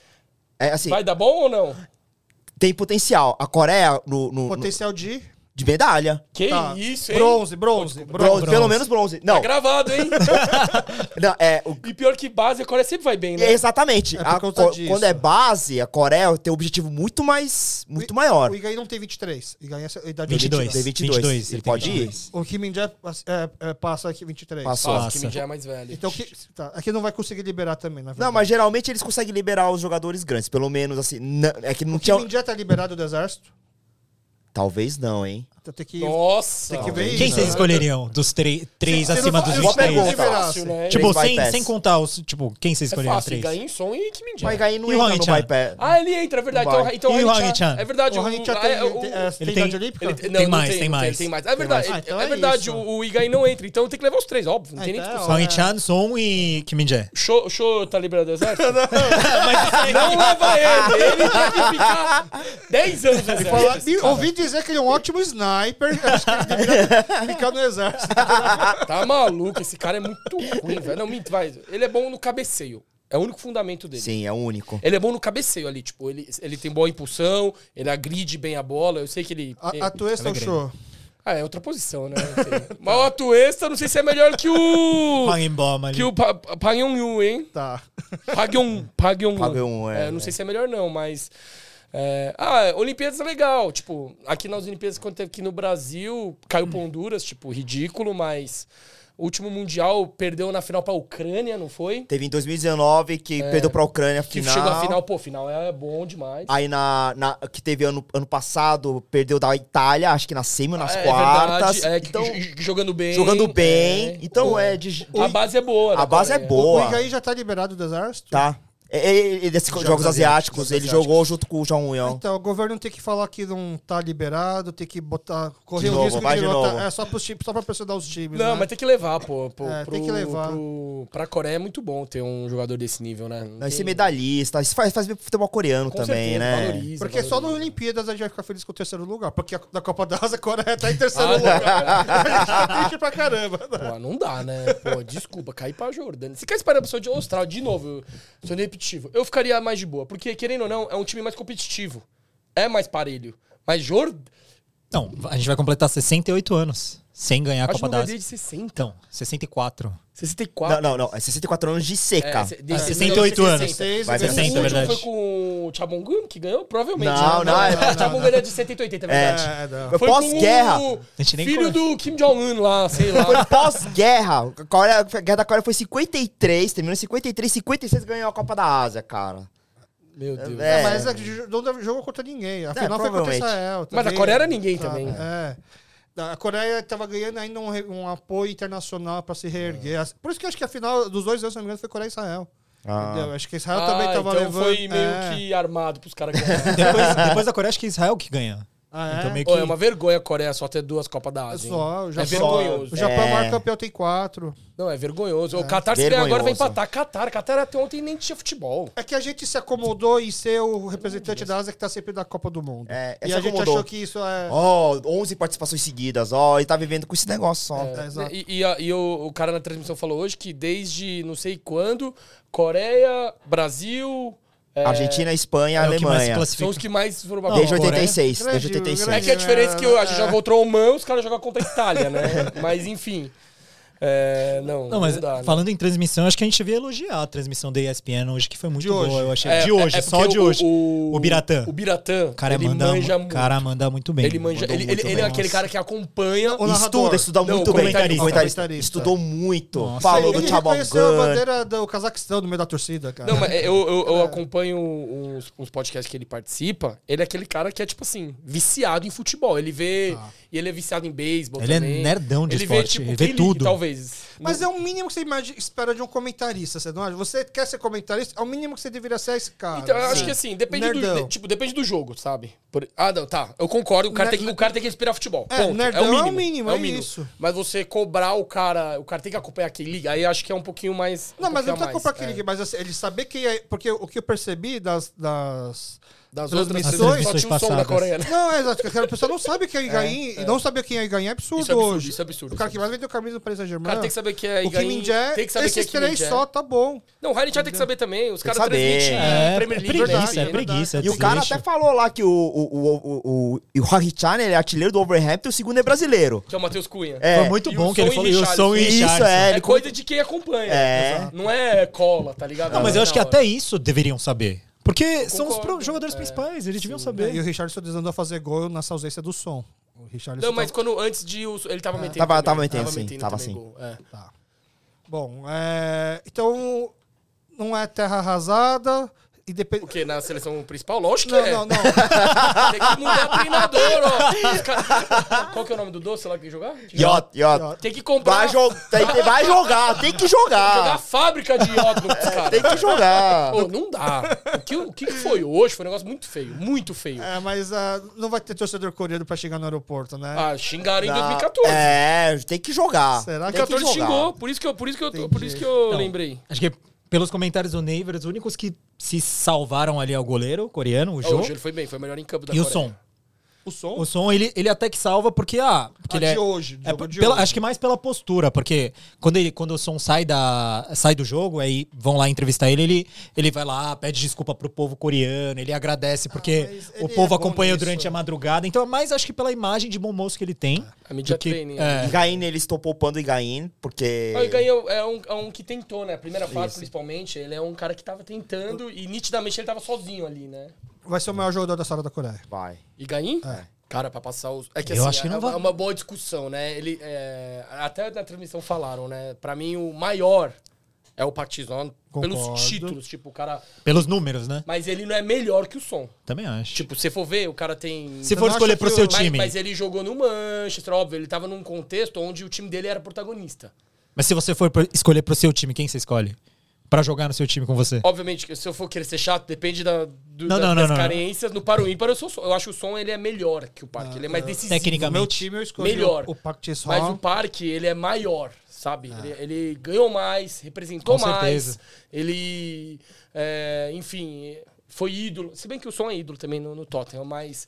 S4: É assim,
S3: Vai dar bom ou não?
S4: tem potencial. A Coreia no, no- no-
S1: Potencial de
S4: de medalha.
S3: Que
S1: Tá.
S3: isso, hein?
S1: bronze, bronze,
S4: Bronze,
S1: bronze.
S4: Pelo menos bronze. Não,
S3: Tá gravado, hein?
S4: não, é, o-
S3: e pior que base, a Coreia sempre vai bem, né?
S1: É
S4: exatamente.
S1: por
S4: A
S1: causa
S4: co-
S1: disso.
S4: quando é base, a Coreia tem um objetivo muito mais, muito maior.
S1: O Igaí não tem 23. O Igaí é idade
S7: 22.
S4: Tem
S1: 22.
S4: 22.
S7: 22,
S4: ele
S7: ele tem
S4: pode
S7: 22.
S4: ir.
S1: O Kim Min-jae é, é, passa aqui 23.
S4: Passou.
S3: Passa, que
S7: Passa.
S3: já é mais velho.
S1: Então que, tá, aqui não vai conseguir liberar também, na verdade.
S4: Não, mas geralmente eles conseguem liberar os jogadores grandes. Pelo menos assim. na- é que não
S1: O Kim
S4: tinha.
S1: Min-jae tá liberado do exército?
S4: Talvez não, hein?
S1: Então tem que...
S3: Nossa!
S1: Tem que ver isso.
S7: Quem vocês
S1: né?
S7: escolheriam dos tre- três
S1: Se- se
S7: acima
S1: não-
S7: dos
S1: eu vou
S7: 23?
S4: perguntar.
S3: É fácil,
S1: assim.
S3: né?
S7: Tipo,
S4: Três
S7: sem,
S4: bypass.
S7: sem contar os. Tipo, quem
S3: é
S7: vocês escolheriam os
S3: fácil.
S7: três?
S3: Ganha em som e que
S4: Mas
S3: mendiga.
S4: Gaí não
S7: É. E o
S4: entra no
S7: Hang-chan?
S4: bypass.
S3: Ah, ele entra, é verdade. Então,
S4: Vai.
S3: então
S7: E o
S3: Hang-chan-
S7: Hang-chan?
S3: É verdade.
S1: O Hanit já
S3: ah,
S1: tem,
S3: é, o-
S1: tem, é, tem
S7: ele
S1: idade
S7: tem-
S1: olímpica?
S3: Ele,
S1: Então
S3: não,
S7: Tem
S3: não
S7: mais,
S3: tem,
S7: tem
S3: não
S7: mais.
S3: Tem, mais. É verdade,
S1: mais. Ah, então
S3: é,
S1: é
S3: verdade.
S1: isso.
S3: O, o Igaí não entra, então tem que levar os três, óbvio. Não
S1: Ah,
S3: tem nem
S1: então
S3: discussão.
S7: Song Chan, Son e Kim Min-jae.
S3: Show, show tá liberado do exército? não leva ele! Ele tem que ficar 10 anos no exército.
S1: Falar- me- ouvi dizer que ele é um ótimo sniper. Acho que ele deveria ficar no exército.
S3: Tá maluco, esse cara é muito ruim, velho. Não, minto, vai. Ele é bom no cabeceio. É o único fundamento dele.
S4: Sim, é o único.
S3: Ele é bom no cabeceio ali, tipo, ele, ele tem boa impulsão, ele agride bem a bola. Eu sei que ele. é-
S1: A, a Tuesta é o show.
S3: Ah, é outra posição, né? Não sei. Mas o Atuesta, não sei se é melhor que o.
S7: Hang Bom ali.
S3: que o Pa- Pagyong Yu, hein?
S1: Tá.
S3: Pagyong. Pagyong.
S4: Pagyong, é,
S3: um, é, Não
S4: é.
S3: sei se é melhor, não, mas. é, Ah, Olimpíadas é legal. Tipo, aqui nas Olimpíadas, quando teve aqui no Brasil, caiu pra Honduras, tipo, ridículo, mas. O último Mundial perdeu na final pra Ucrânia, não foi?
S4: Teve em 2019 que perdeu pra Ucrânia a
S3: É. Que
S4: final. Ah,
S3: chegou a final, pô, final é bom demais.
S4: Aí na, na- que teve ano, ano passado, perdeu da Itália, acho que na semi ou nas
S3: É
S4: quartas.
S3: verdade, é, que-
S4: então,
S3: j- jogando bem.
S4: jogando bem.
S3: é.
S4: então é de.
S3: A base é boa.
S4: A
S3: da
S4: base é
S3: Coreia.
S1: O
S4: boa.
S1: Igaí já tá liberado do exército?
S4: Tá. É, é, é desses jogos, asiáticos, ele jogou junto com o João União.
S1: Então, o governo tem que falar que não tá liberado, tem que botar. Correr
S4: De
S1: o
S4: novo,
S1: risco
S4: vai
S1: de
S4: de
S1: nota.
S4: novo.
S1: É só, pros, times- só pra pressionar os times.
S3: Não,
S1: né?
S3: mas tem que levar, pô. pô
S1: É, tem que levar.
S3: Pro, pra Coreia é muito bom ter um jogador desse nível, né?
S4: Não, Esse medalhista, isso faz, faz bem pro futebol coreano também, né?
S1: Porque só nas Olimpíadas a gente vai ficar feliz com o terceiro lugar. Porque a- na Copa da Asa, a Coreia tá em terceiro
S3: Ah,
S1: lugar. a gente tá triste pra caramba.
S3: Pô, não dá, né? Pô, desculpa, cair pra Jordânia. Se cair para a pessoa de Austrália, de novo, eu- sendo repetitivo, eu ficaria mais de boa. Porque, querendo ou não, é um time mais competitivo. É mais parelho. Mas Jordânia.
S7: Não, a gente vai completar 68 anos sem ganhar a
S3: Acho
S7: Copa
S3: que
S7: da
S3: não é
S7: Ásia.
S3: de 60.
S7: Então, 64.
S3: 64.
S4: Não, não, não. É 64 anos de seca.
S3: É, de-
S7: 68 anos.
S1: 16,
S4: Vai,
S1: ganhou
S7: 60,
S3: o
S7: é
S3: último
S7: verdade.
S3: foi com o Chabongun que ganhou? Provavelmente. né?
S4: Não, não, é-
S3: O Chabongun era de 70 80, é verdade.
S1: É, não.
S3: Foi
S4: Pós-guerra.
S3: com o
S7: A gente nem
S3: filho
S7: conhece.
S3: do Kim Jong-un lá, sei lá.
S4: Foi pós-guerra. A, Coreia- a guerra da Coreia foi 53, terminou em 53, 56 ganhou a Copa da Ásia, cara.
S3: Meu Deus.
S4: É.
S1: Mas é que jo- não jogou contra ninguém. A final foi contra
S4: provavelmente.
S1: Israel.
S3: Mas a
S1: também.
S3: Coreia era ninguém
S1: Tá,
S3: também.
S1: É. Da- A Coreia tava ganhando ainda um, re- um apoio internacional pra se reerguer.
S4: É.
S1: As- Por isso que eu acho que a final dos dois anos, se não me engano, foi Coreia e Israel. Entendeu? Acho que Israel também
S3: Ah,
S1: tava
S3: então
S1: levando.
S3: foi meio
S1: é.
S3: que armado pros caras ganharem.
S7: Depois, depois da Coreia, acho que é Israel que ganha.
S1: Ah, é?
S7: Então meio que.
S3: Pô, é uma vergonha a Coreia só ter duas Copas da Ásia. hein?
S1: Só, o
S3: é
S1: Japão-
S3: vergonhoso.
S1: O Japão é o maior
S4: É.
S1: campeão, tem quatro.
S3: Não, é vergonhoso. O Qatar se ganhar agora vai
S4: Vergonhoso.
S3: empatar. Qatar, Qatar até ontem nem tinha futebol.
S1: É que a gente se acomodou em ser o representante da Ásia que tá sempre na Copa do Mundo.
S4: É,
S1: e
S4: se
S1: a gente
S4: acomodou.
S1: achou que isso é.
S4: Ó, 11 participações seguidas, ó, e tá vivendo com esse negócio só.
S1: É, exato.
S3: E, e a- e o, o cara na transmissão falou hoje que desde não sei quando, Coreia, Brasil,
S4: Argentina, Espanha,
S7: é o que mais se
S4: Alemanha.
S7: classifica.
S3: São os que mais foram pra
S4: Desde
S3: Copa, né?
S4: 86,
S1: Grande,
S4: desde
S3: É
S4: 86.
S3: que a diferença é que a gente joga contra o Oman, os caras jogam contra a Itália, né? Mas enfim. É, não,
S7: Não, mas
S3: dá, né?
S7: falando em transmissão, acho que a gente veio elogiar a transmissão da ESPN hoje, que foi muito
S1: De
S7: boa,
S1: hoje.
S7: eu achei.
S3: É,
S7: de hoje,
S3: é
S7: só
S3: porque
S7: de
S3: o-
S7: hoje.
S3: O,
S7: O Biratã.
S3: O Biratã,
S7: O cara
S3: ele
S7: manda,
S3: manja
S7: o
S3: muito.
S7: cara manda muito bem.
S3: ele manja,
S7: Mandou
S3: ele,
S7: muito
S3: ele- ele
S7: bem.
S3: é aquele cara que acompanha.
S1: O narrador.
S4: Estuda, estudou
S3: Não,
S4: muito bem.
S3: comentarista.
S4: Comentarista.
S1: Comentarista.
S4: Estudou muito.
S7: Nossa.
S4: Falou
S1: ele
S4: do Chabal
S1: reconheceu a
S4: Gun.
S1: bandeira do Cazaquistão no meio da torcida, cara.
S3: Não, mas é, eu, eu,
S1: É.
S3: eu acompanho uns, uns podcasts que ele participa. Ele é aquele cara que é, tipo assim, viciado em futebol. Ele vê.
S1: Ah.
S3: E ele é viciado em beisebol.
S7: Ele é
S3: também.
S7: nerdão de
S3: ele
S7: esporte,
S3: Vê, tipo,
S7: ele vê
S3: K-League,
S7: tudo.
S3: Talvez.
S1: Mas é o mínimo que você imagi- espera de um comentarista, você não acha? Você quer ser comentarista? É o mínimo que você deveria ser esse cara.
S3: Então, eu acho que assim, depende do,
S1: é Nerdão.
S3: de- tipo, depende do jogo, sabe? Por- ah, não, tá. Eu concordo, o cara, tem que, o cara tem que respirar futebol.
S1: É,
S3: Ponto.
S1: nerdão
S3: é o mínimo.
S1: mínimo,
S3: é o
S1: é
S3: mínimo.
S1: isso.
S3: Mas você cobrar o cara, o cara tem que acompanhar aquele liga, aí acho que é um pouquinho mais.
S1: Não,
S3: um
S1: mas não
S3: pouquinho a
S1: tá
S3: mais,
S1: culpa aquele,
S3: é.
S1: que- mas assim, ele saber quem é. Porque o que eu percebi das. das...
S3: das
S1: Transmissões-
S3: outras
S7: As
S3: só tinha um som
S7: transmissões
S3: da
S7: passadas.
S3: Coreia, né?
S1: Não, é exato. porque A pessoa não sabe quem é Igaim e não saber quem é Igaim é absurdo,
S3: Isso é absurdo,
S1: hoje.
S3: isso é absurdo,
S1: O cara
S3: isso é
S1: que mais vendeu camisa do Paris
S3: O
S1: Saint-Germain.
S3: cara tem que saber que é
S1: O Kim
S3: Igaim,
S1: Min-jae,
S3: tem que saber
S1: esses
S3: que é Kim
S1: três
S3: Min-jae.
S1: só, tá bom.
S3: Não, o Heineken já tem que saber também. Os
S4: Tem que
S3: caras
S4: saber.
S3: transmitem
S7: É,
S3: Premier League.
S7: preguiça,
S1: né?
S7: é preguiça. é
S4: E o cara
S7: desleixo.
S4: até falou lá que o, o, o, o, o, o Higuaín, ele é artilheiro do Overhampton, o segundo é brasileiro.
S3: Que é o Matheus Cunha.
S4: É.
S7: Foi muito
S3: E o
S7: bom que ele
S3: som
S7: falou.
S3: e
S7: E o
S3: Richarlison.
S7: som e
S4: Isso,
S7: Richarlison.
S4: é.
S3: É coisa de quem acompanha.
S4: É.
S3: Exato. Não é cola, tá ligado?
S7: Não, mas eu acho que
S3: Na hora.
S7: até isso deveriam saber. Porque são os
S3: Concordo, é.
S7: pro- jogadores principais, eles deviam
S1: E o
S7: saber.
S1: Richardson desandou a fazer gol nessa ausência do som. O tá Richardson.
S3: Não,
S7: tá.
S3: mas quando antes de o- ele
S7: É.
S3: tava metendo.
S4: Tava-
S3: também.
S4: tava metendo, sim, tava
S3: também
S4: sim.
S3: gol, é.
S1: Tá. Bom, é, então não é terra arrasada e depende.
S3: O quê? Na seleção principal? Lógico que
S1: Não,
S3: é.
S1: não, não.
S3: Tem que mudar treinador, ó. Os cara- Qual que é o nome do doce lá que ia jogar?
S4: Iota, iota.
S1: Iota.
S3: Tem que comprar.
S4: Vai, jo tem que- vai jogar, tem que
S3: Jogar a
S4: jogar.
S3: fábrica de iódromo pros caras.
S4: Tem que jogar.
S3: Pô, não dá. O que, o que foi hoje foi um negócio muito feio. Muito feio.
S1: É, mas ah, não vai ter torcedor coreano pra chegar no aeroporto, né?
S3: Ah, xingaram em
S4: Não,
S3: 2014.
S4: É, tem que jogar.
S1: Será que
S4: tem
S3: 2014
S4: que jogar.
S3: xingou. Por isso que eu, por isso que eu, por isso que eu
S7: Não.
S3: lembrei.
S7: Acho que é pelos comentários do Neiver, os únicos que se salvaram ali é o goleiro coreano, o
S1: É
S3: Ah,
S7: Jô.
S3: Hoje ele foi bem, foi o melhor em campo da
S7: E o
S3: Coreia.
S7: som.
S1: O som?
S7: O som ele, ele até que salva porque ah,
S1: Ah,
S7: porque ele
S1: de
S7: é,
S1: hoje,
S7: é
S1: jogo de
S7: pela-
S1: hoje.
S7: acho que mais pela postura, porque quando ele quando o som sai da sai do jogo, aí vão lá entrevistar ele, ele ele vai lá, pede desculpa pro povo coreano, ele agradece porque
S1: Ah, mas
S7: o
S1: ele
S7: povo
S1: é bom
S7: acompanhou
S1: nisso.
S7: durante a madrugada. Então, é mais acho que pela imagem de bom moço que ele tem.
S3: A mídia
S7: do que-
S3: training,
S7: é.
S4: Higuaín, eles estão poupando o Higuaín, porque...
S3: Ah, o Igan é um- é um, é um que tentou, né? A primeira fase, principalmente, ele é um cara que tava tentando e nitidamente ele tava sozinho ali, né?
S1: Vai ser o maior jogador da história da Coreia.
S4: Vai.
S3: Igaim? Cara, pra passar os. É que
S7: É. Eu
S3: assim,
S7: acho que
S3: é,
S7: não
S3: é
S7: vai-
S3: uma boa discussão, né? Ele. é, Até na transmissão falaram, né? Pra mim, o maior é o Partizan
S1: Concordo.
S3: pelos títulos, tipo, o cara.
S7: Pelos números, né?
S3: Mas ele não é melhor que o som.
S7: Também acho.
S3: Tipo, se você for ver, o cara tem.
S7: Se for
S1: não
S7: escolher
S1: acha
S7: pro
S1: que
S7: seu
S1: o-
S3: mas,
S7: time. Mas,
S3: mas ele jogou no Manchester, óbvio, ele tava num contexto onde o time dele era protagonista.
S7: se você for pro- escolher pro seu time, quem você escolhe? Pra jogar no seu time com você?
S3: Obviamente, que se eu for querer ser chato, depende da, do-
S7: Não,
S3: da-
S7: não, não,
S3: das
S7: não.
S3: carências. No para o ímpar, eu, sou, eu acho que o som ele é melhor que o parque. ele é mais decisivo.
S1: No meu
S7: Tecnicamente.
S1: time eu escolhi
S3: Melhor.
S1: o, o Park Ji-sung.
S3: Mas o parque, ele é maior, sabe? Ele, ele ganhou mais, representou
S7: Ah. Com
S3: mais.
S7: certeza.
S3: Ele, é, enfim, foi ídolo. Se bem que o som é ídolo também no, no Tottenham, mas...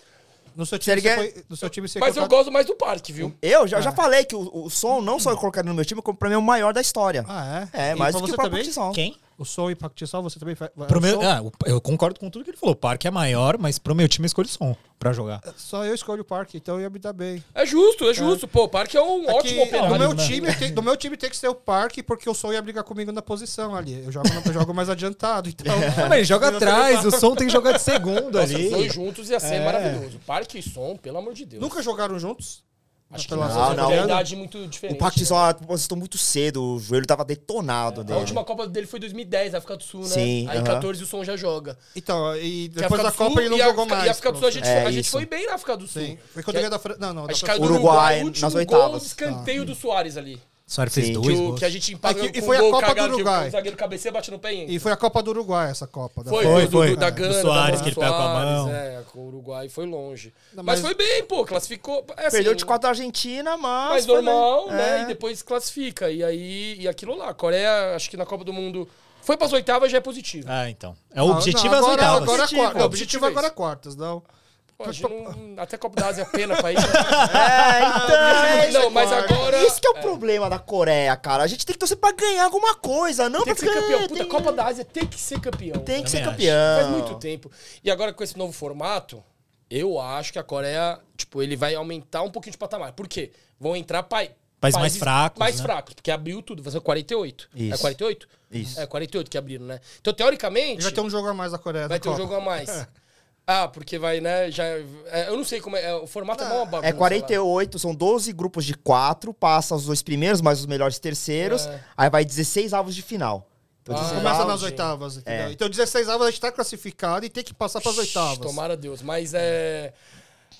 S1: No seu time,
S4: Sergei-
S1: você foi, no seu time você
S3: Mas
S1: foi
S3: eu
S1: pra-
S3: gosto mais do parque, viu?
S4: Eu já,
S1: É.
S4: já falei que o, o som não só eu colocaria no meu time, como pra mim é o maior da história.
S1: Ah, é?
S4: É,
S1: E
S4: mais
S1: pra
S4: do que
S1: você
S4: o próprio
S1: também?
S4: Partizan.
S7: Quem?
S1: O som e o Park Ji-sung, você também vai... vai-
S7: Pro
S1: o
S7: meu,
S1: Son-
S7: ah, o- eu concordo com tudo que ele falou. O parque é maior, mas pro meu time eu escolho som pra jogar.
S1: Só eu escolho o parque, então eu ia me dar bem.
S3: É justo, é justo. Pô, o parque é um
S1: É
S3: ótimo
S1: que
S3: operário.
S1: do meu
S7: né?
S1: time tem, do meu time tem que ser o parque porque o som ia brigar comigo na posição ali eu jogo, eu jogo mais adiantado então
S7: Não, mas ele joga
S1: Eu
S7: atrás, o
S1: jogo-
S7: som tem que jogar de segundo
S3: Nossa, os dois
S7: ali.
S3: juntos ia ser maravilhoso. Parque e som, pelo amor de Deus.
S1: nunca jogaram juntos
S3: Acho que
S1: Pela
S3: não,
S4: razão,
S3: não,
S4: não.
S3: É uma idade muito
S4: O
S3: diferente. né? É.
S4: Partizan apostou muito cedo, o joelho tava detonado
S3: A
S4: dele.
S3: última Copa dele foi 2010, a África do Sul, né?
S4: Sim,
S3: Aí em
S4: aham.
S3: 14 o som já joga.
S1: então e
S3: Que a
S1: depois
S3: África
S1: da
S3: do
S1: Copa
S3: Sul
S1: ele não
S3: e a
S1: jogou
S3: África-
S1: mais
S3: E a África do Sul a gente,
S4: É
S3: a gente
S4: isso.
S3: foi bem na África do Sul.
S1: Sim. Foi quando
S3: Que-
S1: eu ganhei da França. Não, não. Da
S3: Acho que
S1: Fran-
S3: caiu do
S4: Uruguai,
S3: Uruguai, o
S4: nas
S3: último gol
S4: oitavas.
S3: do escanteio do Soares ali.
S7: Suárez fez
S4: Sim.
S7: dois
S3: Que, o-
S7: gols.
S3: que a gente empata
S1: É que- e
S3: com
S1: foi
S3: um
S1: a
S3: gol
S1: Copa do
S3: cagado, que o-
S1: Uruguai.
S3: o zagueiro cabeceia e bate no pé. e entra.
S1: E foi a Copa do Uruguai essa Copa. da
S3: Foi,
S1: França.
S3: foi,
S7: Foi,
S3: do,
S7: foi.
S3: do- da
S7: É, do
S3: Gana,
S7: Soares,
S3: da-
S7: que ele pega com a
S3: Soares,
S7: mão.
S3: É, com o Uruguai foi longe.
S1: Não,
S3: mas...
S1: mas-
S3: foi bem, pô, classificou. é assim,
S4: Perdeu de 4 da Argentina, mas...
S3: Mais
S4: foi bem.
S3: normal,
S4: É.
S3: né? E depois classifica. E aí, e aquilo lá. A Coreia, acho que na Copa do Mundo. Foi pras oitavas, já é positivo.
S7: Ah, então. É o
S1: Não,
S7: objetivo
S1: não,
S7: é as
S1: agora,
S7: oitavas.
S1: Agora, é
S3: Objetivo,
S1: quarta- não, o objetivo
S3: objetivo é
S1: agora é
S3: isso.
S1: quartas, não.
S3: Pô, a gente não- até a Copa da Ásia é pena pra ir.
S4: É, então, é
S3: não, Pô, mas agora.
S4: Isso que é o problema da Coreia, cara. A gente tem que torcer pra ganhar alguma coisa, não
S3: Tem
S4: pra
S3: que ser
S4: ficar- eh,
S3: campeão. Puta,
S4: tem-
S3: Copa da Ásia tem que ser campeão.
S4: Tem que
S7: Também
S4: ser
S7: acho.
S4: campeão.
S3: Faz muito tempo. E agora com esse novo formato, eu acho que a Coreia, tipo, ele vai aumentar um pouquinho de patamar. Por quê? Vão entrar pai,
S7: Países mais fracos,
S3: Mais
S7: né?
S3: fracos, porque abriu tudo, vai ser 48. É
S4: Isso.
S3: 48?
S4: Isso.
S3: É 48 que abriram, né? Então, teoricamente,
S1: Vai ter um jogo a mais da Coreia. na
S3: um
S1: Copa.
S3: jogo a mais. Ah, porque vai, né? Já, é, eu não sei como é. é, O formato é mó bagunça.
S4: É
S3: lá.
S4: 48, são 12 grupos de 4, passa os dois primeiros, mais os melhores terceiros, aí vai 16 avos de final. Então,
S3: É. Ah,
S4: 16
S1: Começa
S4: avos-
S1: nas oitavas, entendeu?
S3: É.
S1: Então, 16 avos a gente tá classificado e tem que passar pras oitavas.
S3: Tomara Deus. Mas é.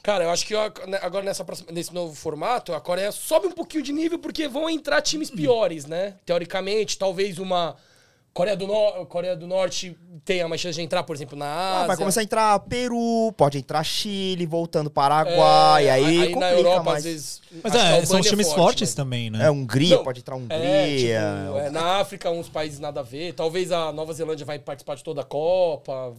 S3: Cara, eu acho que ó, né, agora nessa próxima- nesse novo formato, a Coreia sobe um pouquinho de nível porque vão entrar times piores, né? Teoricamente, talvez uma. Coreia do, Nor- Coreia do Norte tenha mais chance de entrar, por exemplo, na Ásia.
S4: Ah, vai começar a entrar Peru, pode entrar Chile, voltando Paraguai,
S3: É,
S4: aí,
S3: na
S4: complica
S3: Europa,
S4: mais.
S3: às vezes. acho
S7: Mas
S3: que a
S7: é, são
S3: Albânia é
S7: times
S3: forte,
S7: fortes
S3: mas-
S7: também, né?
S4: É, Hungria,
S3: Não,
S4: pode entrar Hungria.
S3: É, tipo, é, na África, uns países nada a ver. Talvez a Nova Zelândia vai participar de toda a Copa.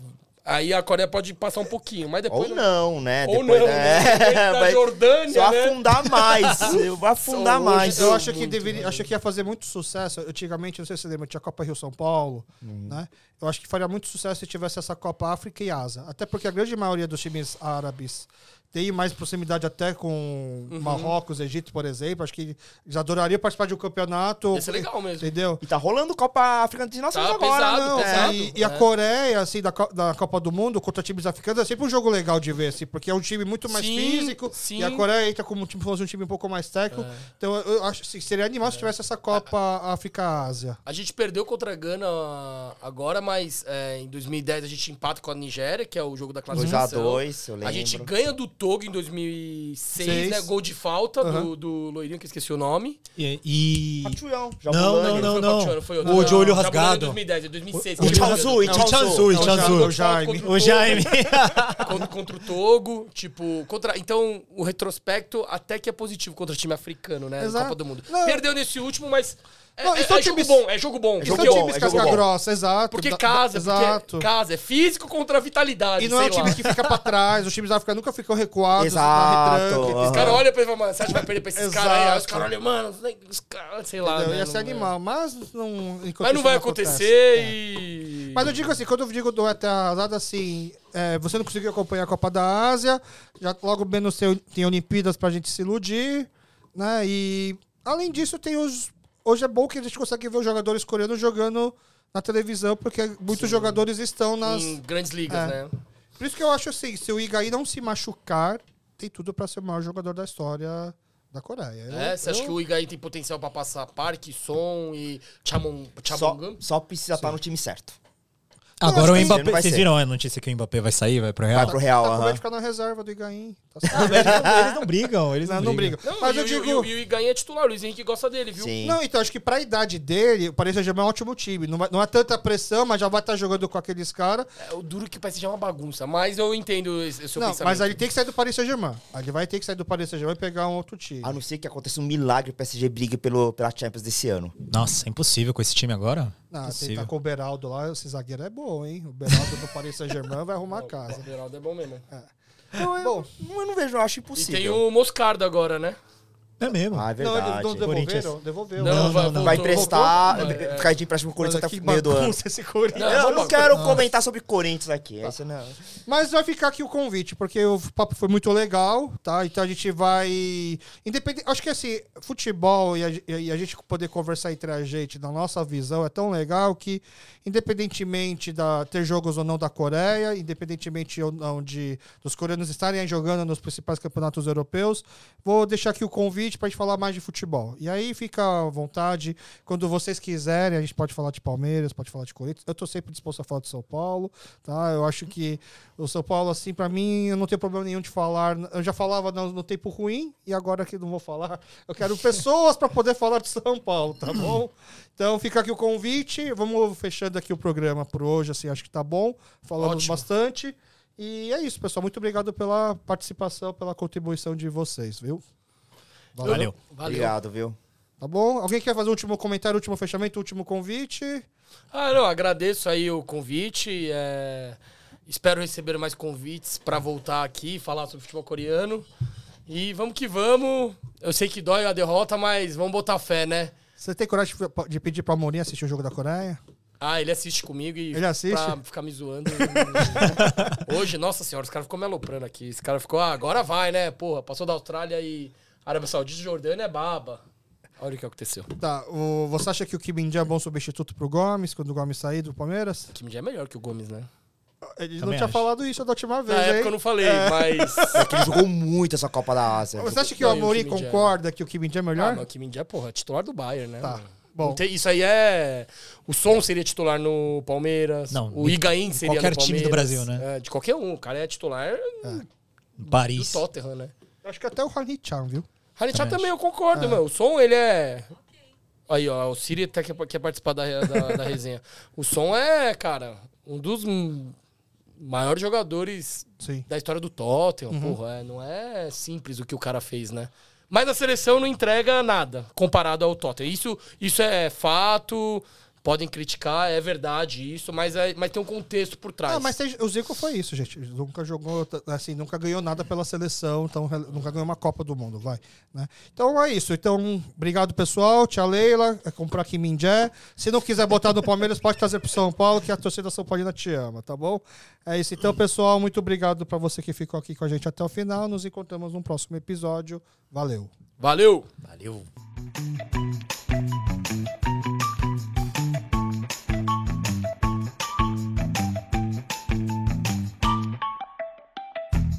S3: Aí a Coreia pode passar um pouquinho, mas depois.
S4: Ou não, né?
S3: Ou não, né? Depois da
S4: vai
S3: Jordânia,
S4: Só
S3: né?
S4: afundar mais. Vai afundar
S3: Hoje
S4: mais.
S1: Eu acho que
S3: muito, né,
S1: deveria,
S3: mano.
S1: acho que ia fazer muito sucesso. Antigamente, não sei se você lembra, tinha a Copa Rio São Paulo,
S3: Uhum.
S1: né? Eu acho que faria muito sucesso se tivesse essa Copa África e Asa. Até porque a grande maioria dos times árabes tem mais proximidade até com
S3: Uhum.
S1: Marrocos, Egito, por exemplo. Acho que eles adorariam participar de um campeonato.
S3: Ia ser legal mesmo.
S1: Entendeu?
S4: E tá rolando Copa África de Nações
S3: Tá
S4: agora.
S3: pesado,
S4: não,
S1: Ah, Não,
S4: é.
S3: pesado.
S1: e, e a
S3: é.
S1: Coreia, assim, da, Co- da Copa do Mundo, contra times africanos, é sempre um jogo legal de ver, assim, porque é um time muito mais
S3: Sim,
S1: físico.
S3: sim. É.
S1: E a Coreia entra como tipo, se fosse um time um pouco mais técnico. Então, eu, eu acho assim, seria animal se tivesse essa Copa África-Ásia.
S3: A gente perdeu contra a Gana agora, mas é, em 2010 a gente empata com a Nigéria, que é o jogo da classificação.
S4: 2x2, eu lembro.
S3: A gente ganha do Togo em 2006,
S1: Seis.
S3: né? Gol de falta do,
S1: Uhum.
S3: do loirinho, que eu esqueci o nome.
S7: E- E.
S4: Pachuião,
S7: Não,
S4: Jabulani.
S7: não, não,
S3: foi o Pachuano,
S7: não.
S3: foi outro.
S7: O de olho
S3: Não, Jabulani
S7: rasgado.
S3: em 2010, é 2006.
S7: O
S3: que a gente
S7: Jaime.
S3: perdeu.
S4: Azul,
S7: Não,
S4: Tchanzu,
S7: Tchanzu,
S1: Não,
S7: Tchanzu.
S1: o Jaime.
S7: O Jaime.
S3: contra, contra o Togo, tipo, contra, então o retrospecto até que é positivo contra time africano, né, na
S1: Exato.
S3: Copa do Mundo.
S1: Não.
S3: Perdeu nesse último, mas é,
S1: Não,
S3: é-
S1: e são
S3: é jogo
S1: times-
S3: bom, é jogo bom.
S4: jogo
S1: Jogo
S3: porque,
S1: são
S4: bom,
S1: times
S4: é jogo
S1: casca
S4: bom.
S1: grossa, exato.
S3: porque
S1: Da-
S3: casa,
S1: Exato.
S3: porque casa, é físico contra vitalidade,
S1: E não é um
S3: sei lá.
S1: time que fica pra trás, os times da África nunca ficam recuados,
S4: Exato,
S1: na retranca.
S4: aham.
S3: Os caras olham pra ele e falam, mano, você acha que vai perder pra esses
S1: Exato.
S3: caras aí? Aí os caras olham, mano, os caras, sei lá.
S1: entendeu?
S3: né,
S1: Ia ser
S3: não-
S1: animal, mas não.
S3: Mas
S1: enquanto
S3: não
S1: isso
S3: vai
S1: acontece.
S3: acontecer
S1: É.
S3: e...
S1: Mas eu digo assim, quando eu digo do até arrasado, assim, é, você não conseguiu acompanhar a Copa da Ásia, já logo menos tem, tem Olimpíadas pra gente se iludir, né? E além disso, tem os. Hoje é bom que a gente consegue ver os jogadores coreanos jogando na televisão, porque muitos jogadores estão nas.
S3: Em grandes ligas,
S1: É.
S3: né?
S1: Por isso que eu acho assim, se o Igaí não se machucar, tem tudo pra ser o maior jogador da história da Coreia. né? Tá Eu-
S3: É, você acha
S1: eu-
S3: que o Igaí tem potencial pra passar Parque, Som e Chamon,
S4: Só,
S3: Chamongam?
S4: só precisa estar no time certo. acho
S7: Agora o
S4: que
S7: Mbappé.
S4: não vai
S7: Vocês
S4: ser.
S7: viram a notícia que o Mbappé vai sair, vai pro Real?
S4: Vai pro Real,
S1: Tá com medo
S4: aham.
S1: de ficar na reserva do Igaí. Tá certo.
S7: Eles não brigam, eles
S1: não, não briga.
S3: Não,
S1: Mas
S3: e,
S1: eu
S3: o-
S1: digo.
S3: e o- e o Igaim é titular, o Luiz Henrique gosta dele, viu?
S4: Sim.
S1: Não, então acho que pra idade dele, o Paris Saint-Germain é um ótimo time. Não, vai- não é tanta pressão, mas já vai estar jogando com aqueles caras.
S3: É, o duro que parece já é uma bagunça, mas eu entendo esse, esse seu
S1: Não,
S3: pensamento.
S1: mas aí ele tem que sair do Paris Saint-Germain. Aí ele vai ter que sair do Paris Saint-Germain e pegar um outro time.
S4: A não ser que aconteça um milagre e o PSG brigue pelo, pela Champions desse ano.
S7: Nossa, é impossível com esse time agora?
S1: Não, tem que
S7: Impossível.
S1: tá com o Beraldo lá, esse zagueiro é bom, hein? O Beraldo do Paris Saint-Germain vai arrumar a
S3: O
S1: casa.
S3: Beraldo é bom mesmo.
S1: Bom,
S4: Não, Eu não vejo, eu acho
S3: E tem
S4: impossível.
S3: o Moscardo agora, né?
S7: É mesmo.
S4: Ah, é
S1: não,
S4: verdade.
S1: eles não devolveram?
S7: Corinthians.
S1: Devolveu.
S3: Não,
S1: né?
S3: vai-
S7: não, não.
S4: Vai
S3: voltou,
S4: emprestar,
S3: voltou? É.
S4: ficar de empréstimo com o Corinthians
S1: Mano,
S4: até
S1: que
S4: o meio do ano.
S1: bagunça esse Corinthians.
S3: Não,
S4: Eu
S3: vamos Tá.
S4: não
S3: pra-
S4: quero comentar sobre Corinthians aqui. Esse não.
S1: Mas vai ficar aqui o convite, porque o papo foi muito legal, tá? Então a gente vai. Independente. Acho que assim, futebol e a, e a gente poder conversar entre a gente na nossa visão é tão legal que, independentemente da ter jogos ou não da Coreia, independentemente ou não de dos coreanos estarem aí jogando nos principais campeonatos europeus, vou deixar aqui o convite pra gente falar mais de futebol. E aí fica à vontade, quando vocês quiserem, a gente pode falar de Palmeiras, pode falar de Corinthians. Eu tô sempre disposto a falar de São Paulo, tá? Eu acho que o São Paulo, assim, pra mim, eu não tenho problema nenhum de falar. Eu já falava no, no tempo ruim e agora que não vou falar. Eu quero pessoas pra poder falar de São Paulo, tá bom? Então fica aqui o convite. Vamos fechando aqui o programa por hoje, assim, acho que tá bom. Falamos
S3: Ótimo.
S1: bastante. E é isso, pessoal. Muito obrigado pela participação, pela contribuição de vocês, viu?
S7: Valeu.
S3: Valeu.
S4: Obrigado, viu?
S1: Tá bom? Alguém quer fazer o último comentário, último fechamento, último convite?
S3: Ah, não, agradeço aí o convite. é, Espero receber mais convites pra voltar aqui e falar sobre futebol coreano. E vamos que vamos. Eu sei que dói a derrota, mas vamos botar fé, né?
S1: Você tem coragem de- de pedir pra Mourinho assistir o jogo da Coreia?
S3: Ah, ele assiste comigo e.
S1: Ele assiste?
S3: Pra ficar me zoando. Hoje, nossa senhora, os caras ficou me aloprando aqui. Esse cara ficou, ah, agora vai, né? Porra, passou da Austrália e. Arábia Saudita e Jordânia é baba. Olha o que aconteceu.
S1: Tá, o- você acha que o Kim Min-jae é bom substituto pro Gomes, quando o Gomes sair do Palmeiras?
S3: O Kim Jong é melhor que o Gomes, né?
S1: Ele não
S7: Também
S1: tinha
S7: acho.
S1: falado isso da última
S3: Na
S1: vez,
S3: época
S1: hein?
S3: eu não falei,
S1: É.
S3: mas.
S4: Porque ele jogou muito essa Copa da Ásia.
S1: Você acha que o né?
S3: Não, e o
S1: Amorim
S3: Kim Min-jae?
S1: concorda que o Kim Min-jae é
S3: Ah,
S1: melhor?
S3: mas o Kim Jong porra, é titular do Bayern, né?
S1: Tá,
S3: mano?
S1: bom.
S3: Não tem- isso aí é. O Son seria titular no Palmeiras.
S7: Não,
S3: o
S7: de-
S3: Higuaín seria
S7: qualquer
S3: no
S7: time
S3: Palmeiras.
S7: do Brasil, né?
S3: É, de qualquer um. O cara é titular
S1: Ah.
S3: do
S7: Paris.
S3: Tottenham, né?
S1: Acho que até o Rani Chan, viu?
S3: Hanichá também, eu concordo, meu. O som, ele é. Aí, ó, o Siri até quer, quer participar da, re- da, da resenha. O som é, cara, um dos hum, maiores jogadores
S1: Sim.
S3: da história do Tottenham. Porra, é, não é simples o que o cara fez, né? Mas a seleção não entrega nada comparado ao Tottenham. Isso, isso é fato, podem criticar, é verdade isso, mas, é- mas tem um contexto por trás.
S1: Ah, mas tem- o Zico foi isso, gente. Nunca jogou, t- assim, nunca ganhou nada pela seleção, então re- nunca ganhou uma Copa do Mundo, vai. né? Então é isso. Então, obrigado, pessoal. Tia Leila, é comprar aqui Mindé. Se não quiser botar no Palmeiras, pode trazer pro São Paulo, que a torcida São Paulina te ama, tá bom? É isso. Então, pessoal, muito obrigado pra você que ficou aqui com a gente até o final. Nos encontramos no próximo episódio. Valeu.
S3: Valeu!
S4: Valeu.